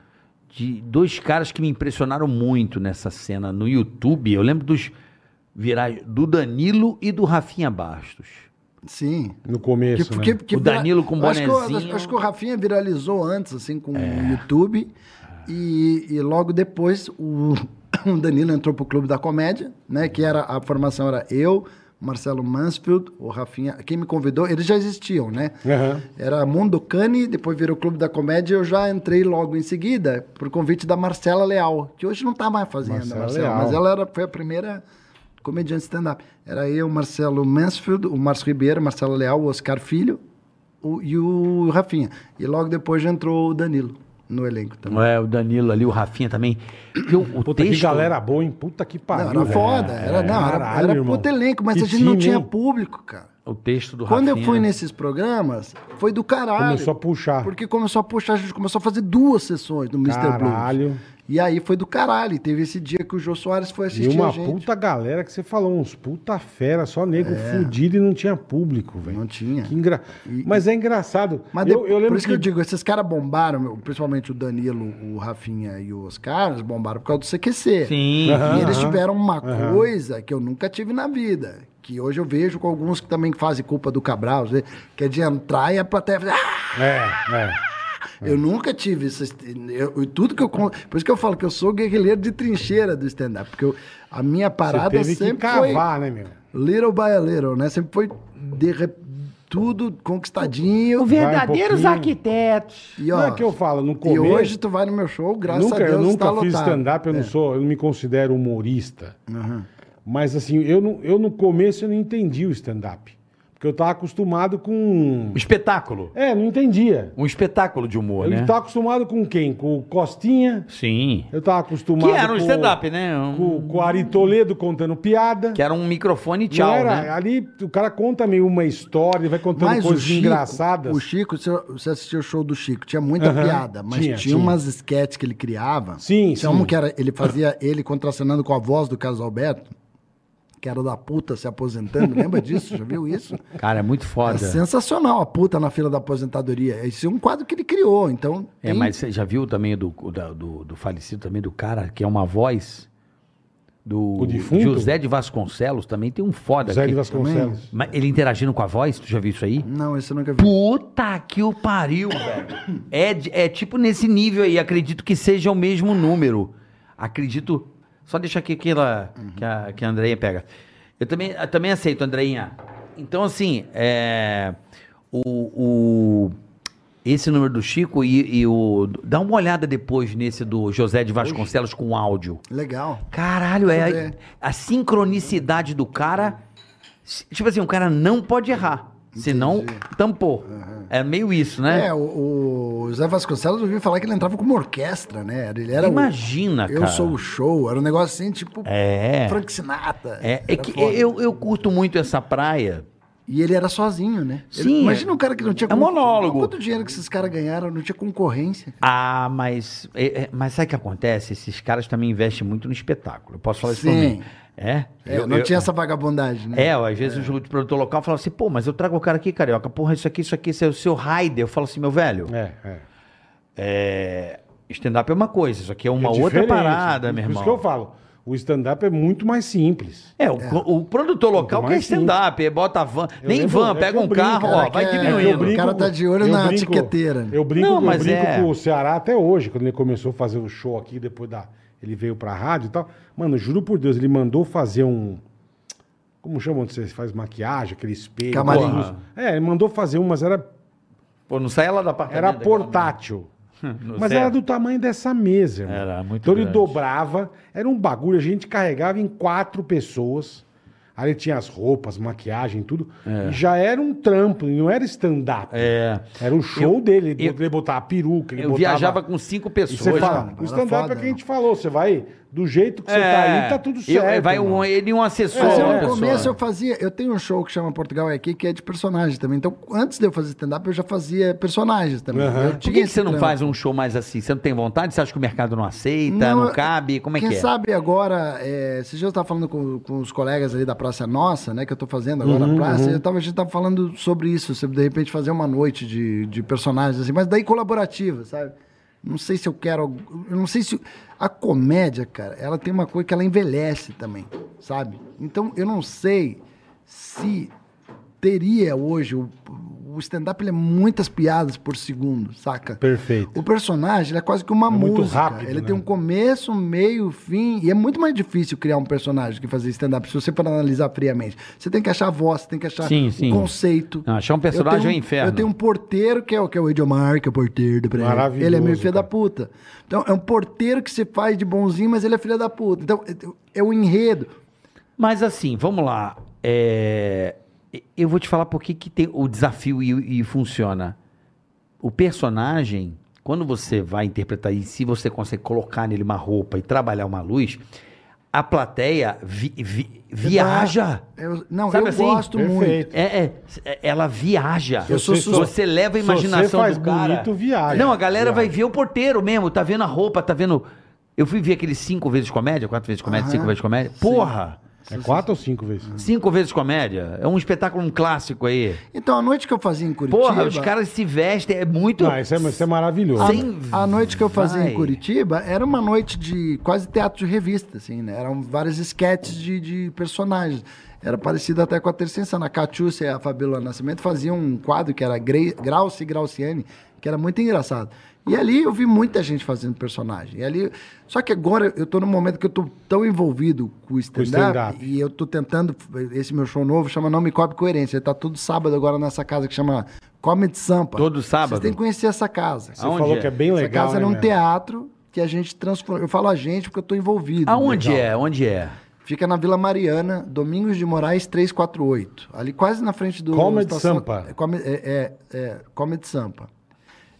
Speaker 3: de dois caras que me impressionaram muito nessa cena no YouTube. Eu lembro dos virais do Danilo e do Rafinha Bastos.
Speaker 5: Sim.
Speaker 2: No começo,
Speaker 5: Que-
Speaker 2: né?
Speaker 5: que- que
Speaker 3: O Danilo com
Speaker 5: acho que o- Acho que,
Speaker 3: bonezinho.
Speaker 5: o Rafinha viralizou antes, assim, com
Speaker 2: É.
Speaker 5: o YouTube. E, e logo depois o o Danilo entrou pro Clube da Comédia, né? Que era a formação era eu, Marcelo Mansfield, o Rafinha. Quem me convidou, eles já existiam, né?
Speaker 2: Aham.
Speaker 5: Era Mundo Cane, depois virou Clube da Comédia. Eu já entrei logo em seguida por convite da Marcela Leal, que hoje não tá mais fazendo,
Speaker 2: Marcela
Speaker 5: Marcela,
Speaker 2: Leal.
Speaker 5: mas ela era, foi a primeira comediante stand-up. Era eu, Marcelo Mansfield, o Márcio Ribeiro, Marcelo Leal, o Oscar Filho o- e o Rafinha. E logo depois já entrou o Danilo no elenco também.
Speaker 3: É, o Danilo ali, o Rafinha também. E o, o
Speaker 2: Puta,
Speaker 3: texto-
Speaker 2: que galera boa, hein? Puta que
Speaker 5: Não,
Speaker 2: pariu.
Speaker 5: era
Speaker 2: velho. É,
Speaker 5: foda, era, não, era,
Speaker 2: Caralho,
Speaker 5: era
Speaker 2: irmão.
Speaker 5: puto elenco, mas
Speaker 2: Que
Speaker 5: a gente não
Speaker 2: time,
Speaker 5: tinha
Speaker 2: hein?
Speaker 5: público, cara.
Speaker 3: O texto do
Speaker 5: Quando
Speaker 3: Rafinha. é
Speaker 5: eu fui nesses programas, foi do caralho.
Speaker 2: Começou a puxar.
Speaker 5: Porque começou a puxar, a gente começou a fazer duas sessões do Mr. Blue.
Speaker 2: Caralho.
Speaker 5: E aí foi do caralho. E Teve esse dia que o Jô Soares
Speaker 2: E
Speaker 5: foi assistir
Speaker 2: uma
Speaker 5: a gente. É.
Speaker 2: puta galera que você falou, uns puta fera, só nego fudido e não tinha público, velho.
Speaker 5: Não tinha.
Speaker 2: Que engra- Mas é engraçado.
Speaker 5: Mas
Speaker 2: eu,
Speaker 5: de-
Speaker 2: eu lembro
Speaker 5: por isso que, eu digo, esses caras bombaram, meu, principalmente o Danilo, o Rafinha e o Oscar, eles bombaram por causa do CQC.
Speaker 3: Sim.
Speaker 2: Aham,
Speaker 5: E eles
Speaker 2: aham.
Speaker 5: tiveram uma
Speaker 2: Aham.
Speaker 5: coisa que eu nunca tive na vida. Que hoje eu vejo com alguns que também fazem culpa do Cabral, né, que é de entrar e a plateia fazer. "Ah!"
Speaker 2: É, é.
Speaker 5: Eu nunca tive essas. Eu, eu- tudo que eu. con- Por isso que eu falo que eu sou guerrilheiro de trincheira do stand-up. Porque eu- a minha
Speaker 2: Você
Speaker 5: parada
Speaker 2: teve que
Speaker 5: sempre foi.
Speaker 2: cavar, né, meu?
Speaker 5: Little by little, né? Sempre foi de re- tudo
Speaker 2: um
Speaker 5: conquistadinho.
Speaker 2: Verdadeiros
Speaker 4: arquitetos.
Speaker 5: E,
Speaker 2: Não
Speaker 5: ó,
Speaker 2: é que eu falo, no
Speaker 5: e
Speaker 2: começo...
Speaker 5: hoje tu vai no meu show, graças
Speaker 2: nunca,
Speaker 5: a Deus,
Speaker 2: eu nunca
Speaker 5: tá
Speaker 2: fiz
Speaker 5: lotado.
Speaker 2: stand-up, eu não sou, eu não me considero humorista. Mas assim, eu, não, eu no começo eu não entendi o stand-up. Porque eu tava acostumado com.
Speaker 3: Um espetáculo.
Speaker 2: É, não entendia.
Speaker 3: Um espetáculo de humor,
Speaker 2: Eu
Speaker 3: né?
Speaker 2: tava acostumado com quem? Com o Costinha.
Speaker 3: Sim.
Speaker 2: Eu tava acostumado
Speaker 3: Que era um
Speaker 2: com-
Speaker 3: stand-up, né? Um-
Speaker 2: Com, com o Ari Toledo contando piada.
Speaker 5: é
Speaker 3: Que era um microfone e
Speaker 2: Não
Speaker 3: tchau,
Speaker 2: era-
Speaker 3: né?
Speaker 2: Ali o cara conta meio uma história, vai
Speaker 3: Então,
Speaker 2: contando
Speaker 5: Mas o
Speaker 2: coisas
Speaker 5: Chico,
Speaker 2: engraçadas.
Speaker 5: o Chico, se eu- você assistiu o show do Chico, tinha muita
Speaker 2: Aham,
Speaker 5: piada, mas
Speaker 2: tinha,
Speaker 5: tinha,
Speaker 2: tinha.
Speaker 5: umas sketches que ele criava.
Speaker 2: Sim,
Speaker 5: Tinha
Speaker 2: sim.
Speaker 5: um que era, ele fazia ele contracenando com a voz do Carlos Alberto, que era da puta se aposentando, lembra disso? Já viu isso?
Speaker 3: Cara, é muito
Speaker 5: É
Speaker 3: foda.
Speaker 5: sensacional a puta na fila da aposentadoria. Esse é um quadro que ele criou, então...
Speaker 3: É,
Speaker 5: tem-
Speaker 3: mas você já viu também do, o da- do, do falecido também, do cara, que é uma voz do
Speaker 2: O defunto?
Speaker 3: José de Vasconcelos, também tem um foda
Speaker 2: Zé de
Speaker 3: aqui.
Speaker 2: Vasconcelos.
Speaker 3: Mas ele interagindo com a voz, tu já viu isso aí?
Speaker 5: Não, esse eu nunca vi.
Speaker 3: Puta que o pariu, velho. É, de- é tipo nesse nível aí, acredito que seja o mesmo número. Acredito. Só deixa aqui que, ela, que, a, que a Andreinha pega. Eu também, eu também aceito, Andreinha. Então, assim, é, o, o- esse número do Chico e, e o. Dá uma olhada depois nesse do José de Vasconcelos com áudio.
Speaker 5: Legal.
Speaker 3: Caralho, é
Speaker 5: ver.
Speaker 3: a, a sincronicidade do cara. S- Tipo assim, o cara não pode errar. Senão, tampou. É meio isso, né?
Speaker 5: É, o, o Zé Vasconcelos eu ouvi falar que ele entrava com uma orquestra, né? Ele era o-
Speaker 3: Imagina,
Speaker 5: eu
Speaker 3: cara.
Speaker 5: sou o show, era um negócio assim, tipo
Speaker 3: É.
Speaker 5: Frank Sinatra.
Speaker 3: É, é
Speaker 5: Era
Speaker 3: que
Speaker 5: foda.
Speaker 3: eu, eu curto muito essa praia.
Speaker 5: E ele era sozinho, né? Ele-
Speaker 3: Sim,
Speaker 5: imagina
Speaker 3: é-
Speaker 5: um cara que não tinha...
Speaker 3: é monólogo.
Speaker 5: Quanto dinheiro que esses caras ganharam, não tinha concorrência.
Speaker 3: Ah, mas. é- é- mas sabe o que acontece? Esses caras também investem muito no espetáculo. Eu posso falar isso por
Speaker 5: Sim.
Speaker 3: mim. É?
Speaker 5: É, não tinha essa vagabundagem, né?
Speaker 3: É, ó, às vezes o produtor local fala assim, pô, mas eu trago o cara aqui, carioca, porra, isso aqui, isso aqui, isso é o seu Raider. Eu falo assim, meu velho,
Speaker 2: É, é.
Speaker 3: é, stand-up é uma coisa, isso aqui é uma
Speaker 2: É
Speaker 3: outra
Speaker 2: diferente.
Speaker 3: parada, meu
Speaker 2: Por isso
Speaker 3: irmão.
Speaker 2: que eu falo. O stand-up é muito mais simples.
Speaker 3: É, o, o produtor local
Speaker 2: Muito
Speaker 3: quer
Speaker 2: mais
Speaker 3: stand-up, bota van,
Speaker 2: Eu
Speaker 3: nem
Speaker 2: lembro- é
Speaker 3: van,
Speaker 2: que
Speaker 3: pega
Speaker 2: eu
Speaker 3: um
Speaker 2: brinco,
Speaker 3: carro,
Speaker 2: cara,
Speaker 3: ó, vai
Speaker 5: que é-
Speaker 2: eu
Speaker 3: diminuindo.
Speaker 5: O cara tá de olho
Speaker 2: eu
Speaker 5: na etiqueteira. né?
Speaker 2: Eu brinco,
Speaker 3: Não,
Speaker 2: eu
Speaker 3: mas
Speaker 2: brinco
Speaker 3: é.
Speaker 2: com o Ceará até hoje, quando ele começou a fazer o show aqui, depois da. Ele veio pra rádio e tal. Mano, juro por Deus, ele mandou fazer um. Como chama onde você faz maquiagem, aquele espelho?
Speaker 5: Camarim.
Speaker 2: Porra. É, ele mandou fazer um, mas era,
Speaker 3: Pô, não sai lá da parte
Speaker 2: era portátil.
Speaker 3: No
Speaker 2: Mas
Speaker 3: zero.
Speaker 2: era do tamanho dessa mesa. irmão.
Speaker 3: Era muito
Speaker 2: Então ele
Speaker 3: grande.
Speaker 2: dobrava, era um bagulho, a gente carregava em quatro pessoas. Aí tinha as roupas, maquiagem, tudo. E já era um trampo, não era stand-up.
Speaker 3: É.
Speaker 2: Era o show dele. Ele,
Speaker 3: eu-
Speaker 2: ele botava a peruca, ele
Speaker 3: Eu
Speaker 2: botava...
Speaker 3: viajava com cinco
Speaker 2: E
Speaker 3: pessoas.
Speaker 2: você fala,
Speaker 5: mano,
Speaker 2: o
Speaker 5: era
Speaker 2: stand-up é
Speaker 5: foda, né?
Speaker 2: o que a gente falou. Você vai do jeito que você tá aí, tá tudo
Speaker 3: Eu-
Speaker 2: certo.
Speaker 3: vai
Speaker 2: irmão.
Speaker 3: um, ele e um assessor.
Speaker 5: Mas eu,
Speaker 3: uma
Speaker 5: no
Speaker 3: pessoa.
Speaker 5: começo eu fazia. Eu tenho um show que chama Portugal é aqui, que é de personagem também. Então, antes de eu fazer stand-up, eu já fazia personagens também.
Speaker 2: Aham.
Speaker 5: Eu
Speaker 2: Por
Speaker 3: Por
Speaker 5: tinha
Speaker 3: que, que
Speaker 5: esse
Speaker 3: você não
Speaker 5: trampo.
Speaker 3: faz um show mais assim? Você não tem vontade? Você acha que o mercado não aceita? Não,
Speaker 5: eu-
Speaker 3: cabe? Como é
Speaker 5: quem
Speaker 3: que é?
Speaker 5: sabe agora, é, esses dias eu estava falando com, com os colegas ali da Praça Nossa, né, que eu tô fazendo agora a praça, e eu tava, a gente tava falando sobre isso, sobre de repente fazer uma noite de, de personagens assim, mas daí colaborativa, sabe? Não sei se eu quero, eu não sei se a comédia, cara, ela tem uma coisa que ela envelhece também, sabe? Então eu não sei se teria hoje o, o stand-up ele é muitas piadas por segundo, saca?
Speaker 2: Perfeito.
Speaker 5: O personagem ele é quase que uma
Speaker 2: É muito
Speaker 5: música.
Speaker 2: rápido,
Speaker 5: ele
Speaker 2: né?
Speaker 5: tem um começo, meio, fim. E é muito mais difícil criar um personagem que fazer stand-up, se você for analisar friamente. Você tem que achar a voz, você tem que achar
Speaker 3: Sim,
Speaker 5: o
Speaker 3: sim.
Speaker 5: conceito.
Speaker 3: Não, achar um personagem
Speaker 5: Eu tenho
Speaker 3: é um inferno.
Speaker 5: Eu tenho um porteiro, que é o, que é o Idiomar, que é o porteiro do prédio.
Speaker 2: Maravilhoso,
Speaker 5: Ele é meio filho da
Speaker 2: cara.
Speaker 5: puta. Então, é um porteiro que se faz de bonzinho, mas ele é filho da puta. Então, é- é o enredo.
Speaker 3: Mas assim, vamos lá. É, Eu vou te falar por que que tem o desafio e, e funciona. O personagem, quando você vai interpretar e se você consegue colocar nele uma roupa e trabalhar uma luz, a plateia vi- vi- viaja.
Speaker 5: Eu- não,
Speaker 3: Sabe
Speaker 5: eu
Speaker 3: assim?
Speaker 5: gosto muito.
Speaker 2: Perfeito.
Speaker 3: É, é, é, ela viaja.
Speaker 5: Eu sou
Speaker 3: você,
Speaker 5: suspeito.
Speaker 3: você leva a
Speaker 2: Se você
Speaker 3: imaginação
Speaker 2: faz
Speaker 3: do cara.
Speaker 2: bonito, viaja.
Speaker 3: Não, a galera
Speaker 2: Viaja.
Speaker 3: vai ver o porteiro mesmo, tá vendo a roupa, tá vendo. Eu fui ver aqueles cinco vezes comédia, quatro vezes comédia,
Speaker 5: Aham.
Speaker 3: cinco vezes comédia. Porra!
Speaker 2: É quatro ou cinco vezes?
Speaker 3: Cinco vezes comédia. É um espetáculo, um clássico aí.
Speaker 5: Então, a noite que eu fazia em Curitiba...
Speaker 3: Porra, os caras se vestem, é muito.
Speaker 2: Não, isso é, isso é maravilhoso.
Speaker 3: Sem-
Speaker 5: A noite que eu fazia
Speaker 3: Vai.
Speaker 5: em Curitiba era uma noite de quase teatro de revista, assim, né? Eram vários esquetes de, de personagens. Era parecido até com a Terceira Insana. A Catiúcia e a Fabíola Nascimento faziam um quadro que era Grei- Grauce e Grauciane, que era muito engraçado. E ali eu vi muita gente fazendo personagem. E ali... Só que agora eu tô num momento que eu tô tão envolvido com o stand-up,
Speaker 2: stand-up.
Speaker 5: e eu tô tentando... Esse meu show novo chama Não Me Cobre Coerência. Ele tá todo sábado agora nessa casa que chama Comedy Sampa.
Speaker 3: Todo sábado?
Speaker 5: Vocês têm que conhecer essa casa.
Speaker 2: Você
Speaker 3: Aonde
Speaker 2: falou
Speaker 3: é?
Speaker 2: que é bem
Speaker 5: Essa
Speaker 2: legal.
Speaker 5: casa era
Speaker 2: né,
Speaker 5: um
Speaker 2: meu?
Speaker 5: teatro que a gente transformou. Eu falo a gente porque eu tô envolvido.
Speaker 3: Aonde
Speaker 5: Legal.
Speaker 3: é? Onde é?
Speaker 5: Fica na Vila Mariana, Domingos de Moraes 348. Ali quase na frente do.
Speaker 2: Comedy Sampa.
Speaker 5: É, Come- é, é, é, Comedy Sampa.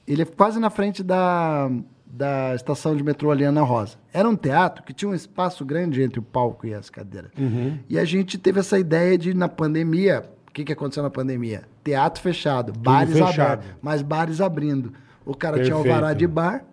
Speaker 5: Ele é quase na frente da, da estação de metrô Aliana Rosa. Era um teatro que tinha um espaço grande entre o palco e as cadeiras.
Speaker 2: Uhum.
Speaker 5: E a gente teve essa ideia de, na pandemia, o que, que aconteceu na pandemia? Teatro fechado, bares
Speaker 2: fechado.
Speaker 5: abertos, mas bares abrindo. O cara
Speaker 2: Perfeito.
Speaker 5: tinha alvará de bar,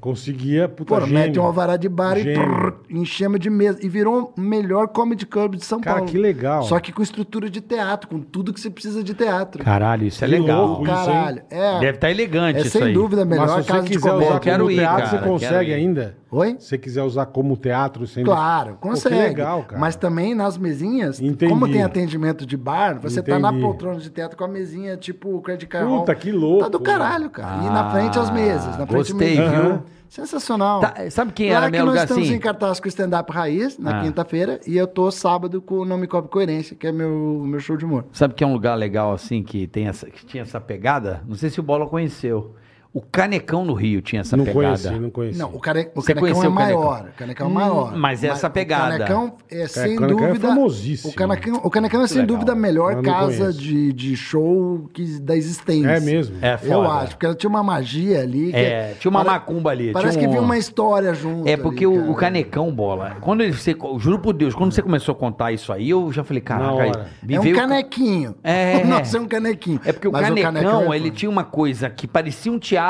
Speaker 2: Conseguia, puta,
Speaker 5: Pô,
Speaker 2: gênio.
Speaker 5: mete um alvará de bar e
Speaker 2: Gênio.
Speaker 5: prrr, enchema de mesa. E virou o melhor comedy club de São
Speaker 2: Cara,
Speaker 5: Paulo.
Speaker 2: que legal.
Speaker 5: Só que com estrutura de teatro, com tudo que você precisa de teatro.
Speaker 3: Caralho, isso é
Speaker 2: Que
Speaker 3: legal.
Speaker 2: louco, isso, hein?
Speaker 5: Caralho. É,
Speaker 3: Deve estar elegante
Speaker 5: é
Speaker 3: isso
Speaker 5: sem
Speaker 3: aí.
Speaker 5: dúvida a melhor
Speaker 2: Mas se você
Speaker 5: casa de
Speaker 2: quiser
Speaker 5: comédia.
Speaker 2: usar
Speaker 3: Eu quero
Speaker 2: como
Speaker 3: ir,
Speaker 2: teatro,
Speaker 3: cara,
Speaker 2: você consegue
Speaker 3: quero ir.
Speaker 2: ainda?
Speaker 5: Oi?
Speaker 2: Se você quiser usar como teatro, sem...
Speaker 5: Claro,
Speaker 2: Pô,
Speaker 5: consegue.
Speaker 2: que legal, cara.
Speaker 5: Mas também nas mesinhas,
Speaker 2: Entendi.
Speaker 5: como tem atendimento de bar, você tá na
Speaker 2: Entendi.
Speaker 5: poltrona de teatro com a mesinha tipo o Credit Card.
Speaker 2: Puta,
Speaker 5: Hall.
Speaker 2: que louco,
Speaker 5: Tá do caralho, cara. e na frente as mesas, na frente o
Speaker 3: Ah, gostei,
Speaker 5: menu.
Speaker 3: viu?
Speaker 5: Sensacional.
Speaker 3: Tá, sabe quem era
Speaker 5: Claro
Speaker 3: meu
Speaker 5: é que nós
Speaker 3: lugar
Speaker 5: estamos
Speaker 3: assim?
Speaker 5: em cartaz com o Stand Up Raiz, na
Speaker 3: Ah.
Speaker 5: quinta-feira, e eu tô sábado com o Nome Cobre Coerência, que é meu, meu show de humor.
Speaker 3: Sabe que é um lugar legal assim que, tem essa, que tinha essa pegada? Não sei se o Bola conheceu. O Canecão no Rio tinha essa
Speaker 2: Não
Speaker 3: pegada.
Speaker 2: conheci, não conheci.
Speaker 5: Não, o, cane... o
Speaker 3: Você
Speaker 5: canecão é
Speaker 3: conheceu o Canecão?
Speaker 5: maior. O canecão é maior.
Speaker 3: Hum, mas é essa pegada.
Speaker 5: O canecão é sem
Speaker 2: Canecão é
Speaker 5: dúvida.
Speaker 2: famosíssimo.
Speaker 5: o, canecão, o canecão é sem
Speaker 2: legal.
Speaker 5: dúvida a
Speaker 2: Eu
Speaker 5: melhor
Speaker 2: não
Speaker 5: casa
Speaker 2: conheço.
Speaker 5: de, de show que, da existência.
Speaker 2: É mesmo?
Speaker 3: É foda.
Speaker 5: Eu acho, porque ela tinha uma magia ali. que-
Speaker 3: É, tinha uma
Speaker 5: pare-
Speaker 3: macumba ali.
Speaker 5: Parece
Speaker 3: tinha
Speaker 5: que
Speaker 3: um-
Speaker 5: vinha uma história junto.
Speaker 3: É porque
Speaker 5: ali,
Speaker 3: o-
Speaker 5: cara.
Speaker 3: o canecão bola. Quando ele, você, juro por Deus, quando você começou a contar isso aí, eu já falei,
Speaker 2: hora.
Speaker 3: caraca, me
Speaker 5: É um
Speaker 3: veio-
Speaker 5: canequinho.
Speaker 3: É.
Speaker 5: O nosso é um canequinho.
Speaker 3: É porque o
Speaker 5: Mas
Speaker 3: canecão,
Speaker 5: é
Speaker 3: ele
Speaker 5: foda.
Speaker 3: tinha uma coisa que parecia um teatro,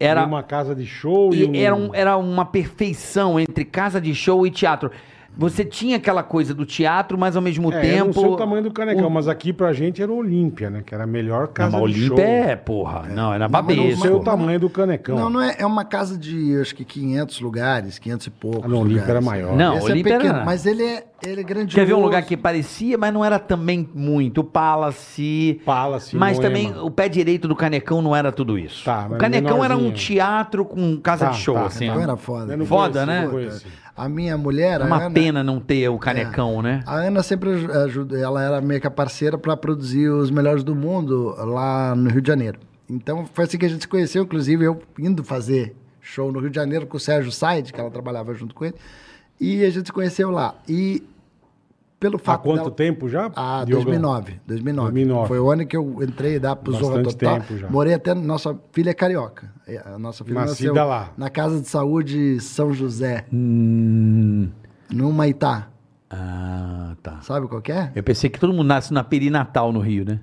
Speaker 3: era
Speaker 2: Uma casa de show e,
Speaker 3: e era, um- era uma perfeição entre casa de show e teatro. Você tinha aquela coisa do teatro, mas ao mesmo
Speaker 2: É, eu
Speaker 3: tempo.
Speaker 2: não sei o tamanho do canecão,
Speaker 3: o-
Speaker 2: mas aqui pra gente era o Olímpia, né? Que era a melhor
Speaker 3: Não,
Speaker 2: casa
Speaker 3: mas
Speaker 2: de show.
Speaker 3: Olímpia é, porra. Não, era
Speaker 5: mas não-
Speaker 2: Eu Não sei o
Speaker 3: babesco.
Speaker 2: tamanho do canecão.
Speaker 5: Não, não é, é uma casa de, acho que 500 lugares, 500 e poucos.
Speaker 2: Ah, não, o Olímpia
Speaker 5: lugares.
Speaker 2: era maior.
Speaker 3: Não,
Speaker 5: Esse
Speaker 3: o Olímpia
Speaker 5: é pequeno,
Speaker 3: era-
Speaker 5: mas ele é, ele é grandioso.
Speaker 3: Quer ver um lugar que parecia, mas não era também muito. O Palace.
Speaker 2: Palace,
Speaker 3: Mas
Speaker 2: Moema.
Speaker 3: também o pé direito do Canecão não era tudo isso.
Speaker 2: Tá,
Speaker 3: o
Speaker 2: mas
Speaker 3: Canecão era um
Speaker 2: menorzinho.
Speaker 3: teatro com casa
Speaker 2: Tá,
Speaker 3: de show,
Speaker 2: tá,
Speaker 3: assim.
Speaker 5: Então
Speaker 3: ó.
Speaker 5: era foda.
Speaker 2: Eu não
Speaker 3: Foda, né?
Speaker 2: não conheci.
Speaker 5: A minha mulher,
Speaker 3: É
Speaker 5: a
Speaker 3: uma
Speaker 2: né?
Speaker 5: Ana,
Speaker 3: pena não ter o
Speaker 2: É.
Speaker 3: Canecão, né?
Speaker 5: a Ana sempre aj- ajuda, ela era meio que a parceira para produzir os melhores do mundo lá no Rio de Janeiro. Então foi assim que a gente se conheceu, inclusive eu indo fazer show no Rio de Janeiro com o Sérgio Said, que ela trabalhava junto com ele, e a gente se conheceu lá. E pelo
Speaker 2: Há
Speaker 5: fato
Speaker 2: quanto
Speaker 5: dela-
Speaker 2: tempo já?
Speaker 5: Ah,
Speaker 2: Diogão?
Speaker 5: 2009, 2009.
Speaker 2: 2009.
Speaker 5: Foi o ano que eu entrei da pro Zorra
Speaker 2: Bastante
Speaker 5: Total.
Speaker 2: tempo já.
Speaker 5: Morei até nossa filha é carioca. É, A nossa filha
Speaker 2: Nascida
Speaker 5: nasceu
Speaker 2: lá.
Speaker 5: na casa de saúde São José, no Maitá.
Speaker 3: Hum, Ah, tá.
Speaker 5: Sabe qual que é?
Speaker 3: Eu pensei que todo mundo nasce na perinatal no Rio, né?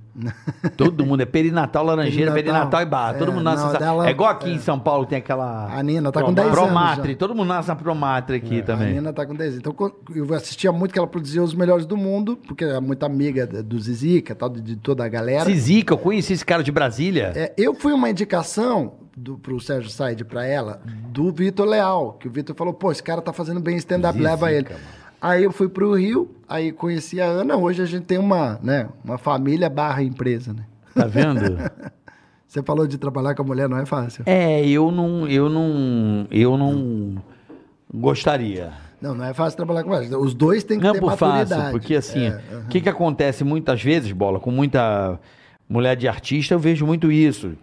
Speaker 3: todo mundo é perinatal, laranjeira, perinatal,
Speaker 5: Perinatal.
Speaker 3: e barra. todo
Speaker 5: É,
Speaker 3: mundo nasce
Speaker 5: não,
Speaker 3: nessa-
Speaker 5: dela-
Speaker 3: É igual aqui em São Paulo tem aquela.
Speaker 5: A Nina tá com 10 anos
Speaker 3: Promatre,
Speaker 5: já.
Speaker 3: todo mundo nasce na Promatre aqui também.
Speaker 5: A Nina tá com 10. Então co- eu assistia muito que ela produzia os melhores do mundo, porque é muito amiga de- do Zizica, tal, de, de toda a galera.
Speaker 3: Zizica, eu conheci esse cara de Brasília.
Speaker 5: É, eu fui uma indicação do, pro Sérgio Said pra ela, do Vitor Leal, que o Vitor falou, pô, esse cara tá fazendo bem stand-up,
Speaker 3: Zizica,
Speaker 5: leva ele.
Speaker 3: mano.
Speaker 5: Aí eu fui pro Rio, aí conheci a Ana, hoje a gente tem uma, né, uma família barra empresa, né?
Speaker 3: Tá vendo?
Speaker 5: Você falou de trabalhar com a mulher, não é fácil.
Speaker 3: é, eu não. Eu não. Eu não. Gostaria.
Speaker 5: Não, não é fácil trabalhar com ela. Os dois têm que
Speaker 2: é
Speaker 3: Não
Speaker 5: ter
Speaker 3: por
Speaker 5: maturidade.
Speaker 3: fácil, porque assim,
Speaker 5: É,
Speaker 3: o que, que acontece muitas vezes, bola, com muita mulher de artista, eu vejo muito isso.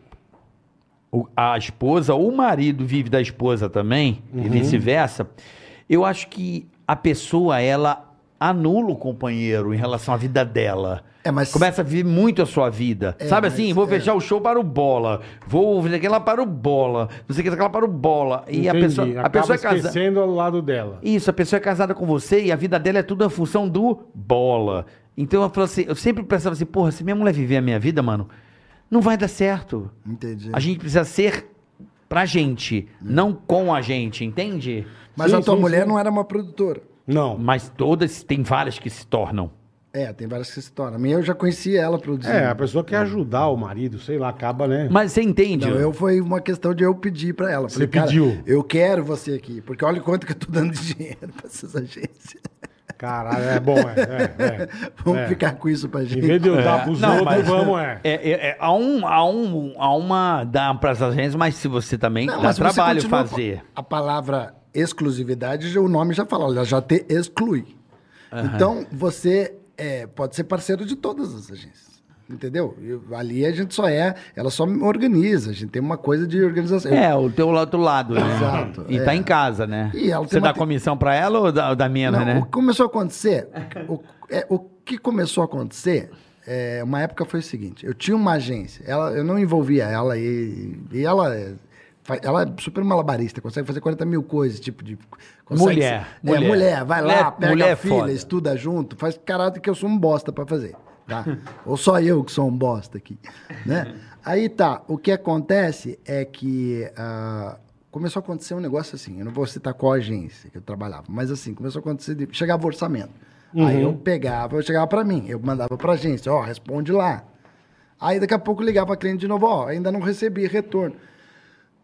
Speaker 3: O- a esposa ou o marido vive da esposa também,
Speaker 2: Uhum.
Speaker 3: e vice-versa. Eu acho que a pessoa, ela anula o companheiro em relação à vida dela.
Speaker 5: É, mas-
Speaker 3: Começa a viver muito a sua vida. Sabe
Speaker 5: mas-
Speaker 3: assim, vou
Speaker 5: é.
Speaker 3: fechar o show para o bola, vou fazer aquela para o bola, não sei o que aquela para o bola. E a
Speaker 2: Entendi.
Speaker 3: pessoa, a
Speaker 2: Acaba
Speaker 3: pessoa é casada.
Speaker 2: esquecendo ao lado dela.
Speaker 3: Isso, a pessoa é casada com você e a vida dela é tudo a função do bola. Então eu falo assim, eu sempre pensava assim, porra, se minha mulher viver a minha vida, mano, não vai dar certo.
Speaker 5: Entendi.
Speaker 3: A gente precisa ser pra gente, não com a gente, entende?
Speaker 5: Mas
Speaker 2: Sim,
Speaker 5: a tua
Speaker 2: sim,
Speaker 5: mulher
Speaker 2: sim.
Speaker 5: não era uma produtora.
Speaker 2: Não.
Speaker 3: Mas todas, tem várias que se tornam.
Speaker 5: É, tem várias que se tornam. A minha eu já conheci ela produzindo.
Speaker 2: É, a pessoa quer ajudar o marido, sei lá, acaba, né?
Speaker 3: Mas você entende?
Speaker 5: Não, Então, eu foi uma questão de eu pedir pra ela.
Speaker 2: Você
Speaker 5: Falei, cara,
Speaker 2: pediu.
Speaker 5: Eu quero você aqui, porque olha quanto que eu tô dando de dinheiro pra essas agências.
Speaker 2: Caralho, é bom, é. é, é.
Speaker 5: Vamos
Speaker 2: É.
Speaker 5: ficar com isso pra
Speaker 2: Em
Speaker 5: gente.
Speaker 2: vez de eu dar pros
Speaker 3: Não,
Speaker 2: outros,
Speaker 3: mas-
Speaker 2: vamos, é.
Speaker 3: É, é, é, há, um, há, um, há uma dá pras agências, mas se você também
Speaker 5: Não,
Speaker 3: dá
Speaker 5: mas você
Speaker 3: trabalho
Speaker 5: continua-
Speaker 3: fazer.
Speaker 5: A palavra exclusividade, já- o nome já fala, ela já te exclui. Então, você é, pode ser parceiro de todas as agências. Entendeu? Eu- ali a gente só é, ela só organiza, a gente tem uma coisa de organização. Eu-
Speaker 3: É, o teu outro lado, né?
Speaker 5: Exato,
Speaker 3: E
Speaker 5: é.
Speaker 3: tá em casa, né?
Speaker 5: E ela tem
Speaker 3: Você
Speaker 5: uma
Speaker 3: dá
Speaker 5: te-
Speaker 3: comissão pra ela ou da, da minha,
Speaker 5: Não,
Speaker 3: né?
Speaker 5: O que começou a acontecer, o, é, o que começou a acontecer, é, uma época foi o seguinte: eu tinha uma agência, ela, eu não envolvia ela e, e ela, é, fa- ela é super malabarista, consegue fazer 40 mil coisas, tipo de. consegue-
Speaker 3: Mulher,
Speaker 5: é,
Speaker 3: mulher.
Speaker 5: mulher, vai lá,
Speaker 3: Mulher-
Speaker 5: pega
Speaker 3: mulher é
Speaker 5: a filha,
Speaker 3: foda.
Speaker 5: estuda junto, faz caralho que eu sou um bosta pra fazer, tá? Ou só eu que sou um bosta aqui, né? Aí tá, o que acontece é que ah, começou a acontecer um negócio assim, eu não vou citar qual agência que eu trabalhava, mas assim, começou a acontecer, de, chegava o orçamento,
Speaker 3: Uhum.
Speaker 5: aí eu pegava, eu chegava pra mim, eu mandava pra agência, ó, responde lá. Aí daqui a pouco ligava a cliente de novo, ó, ainda não recebi retorno.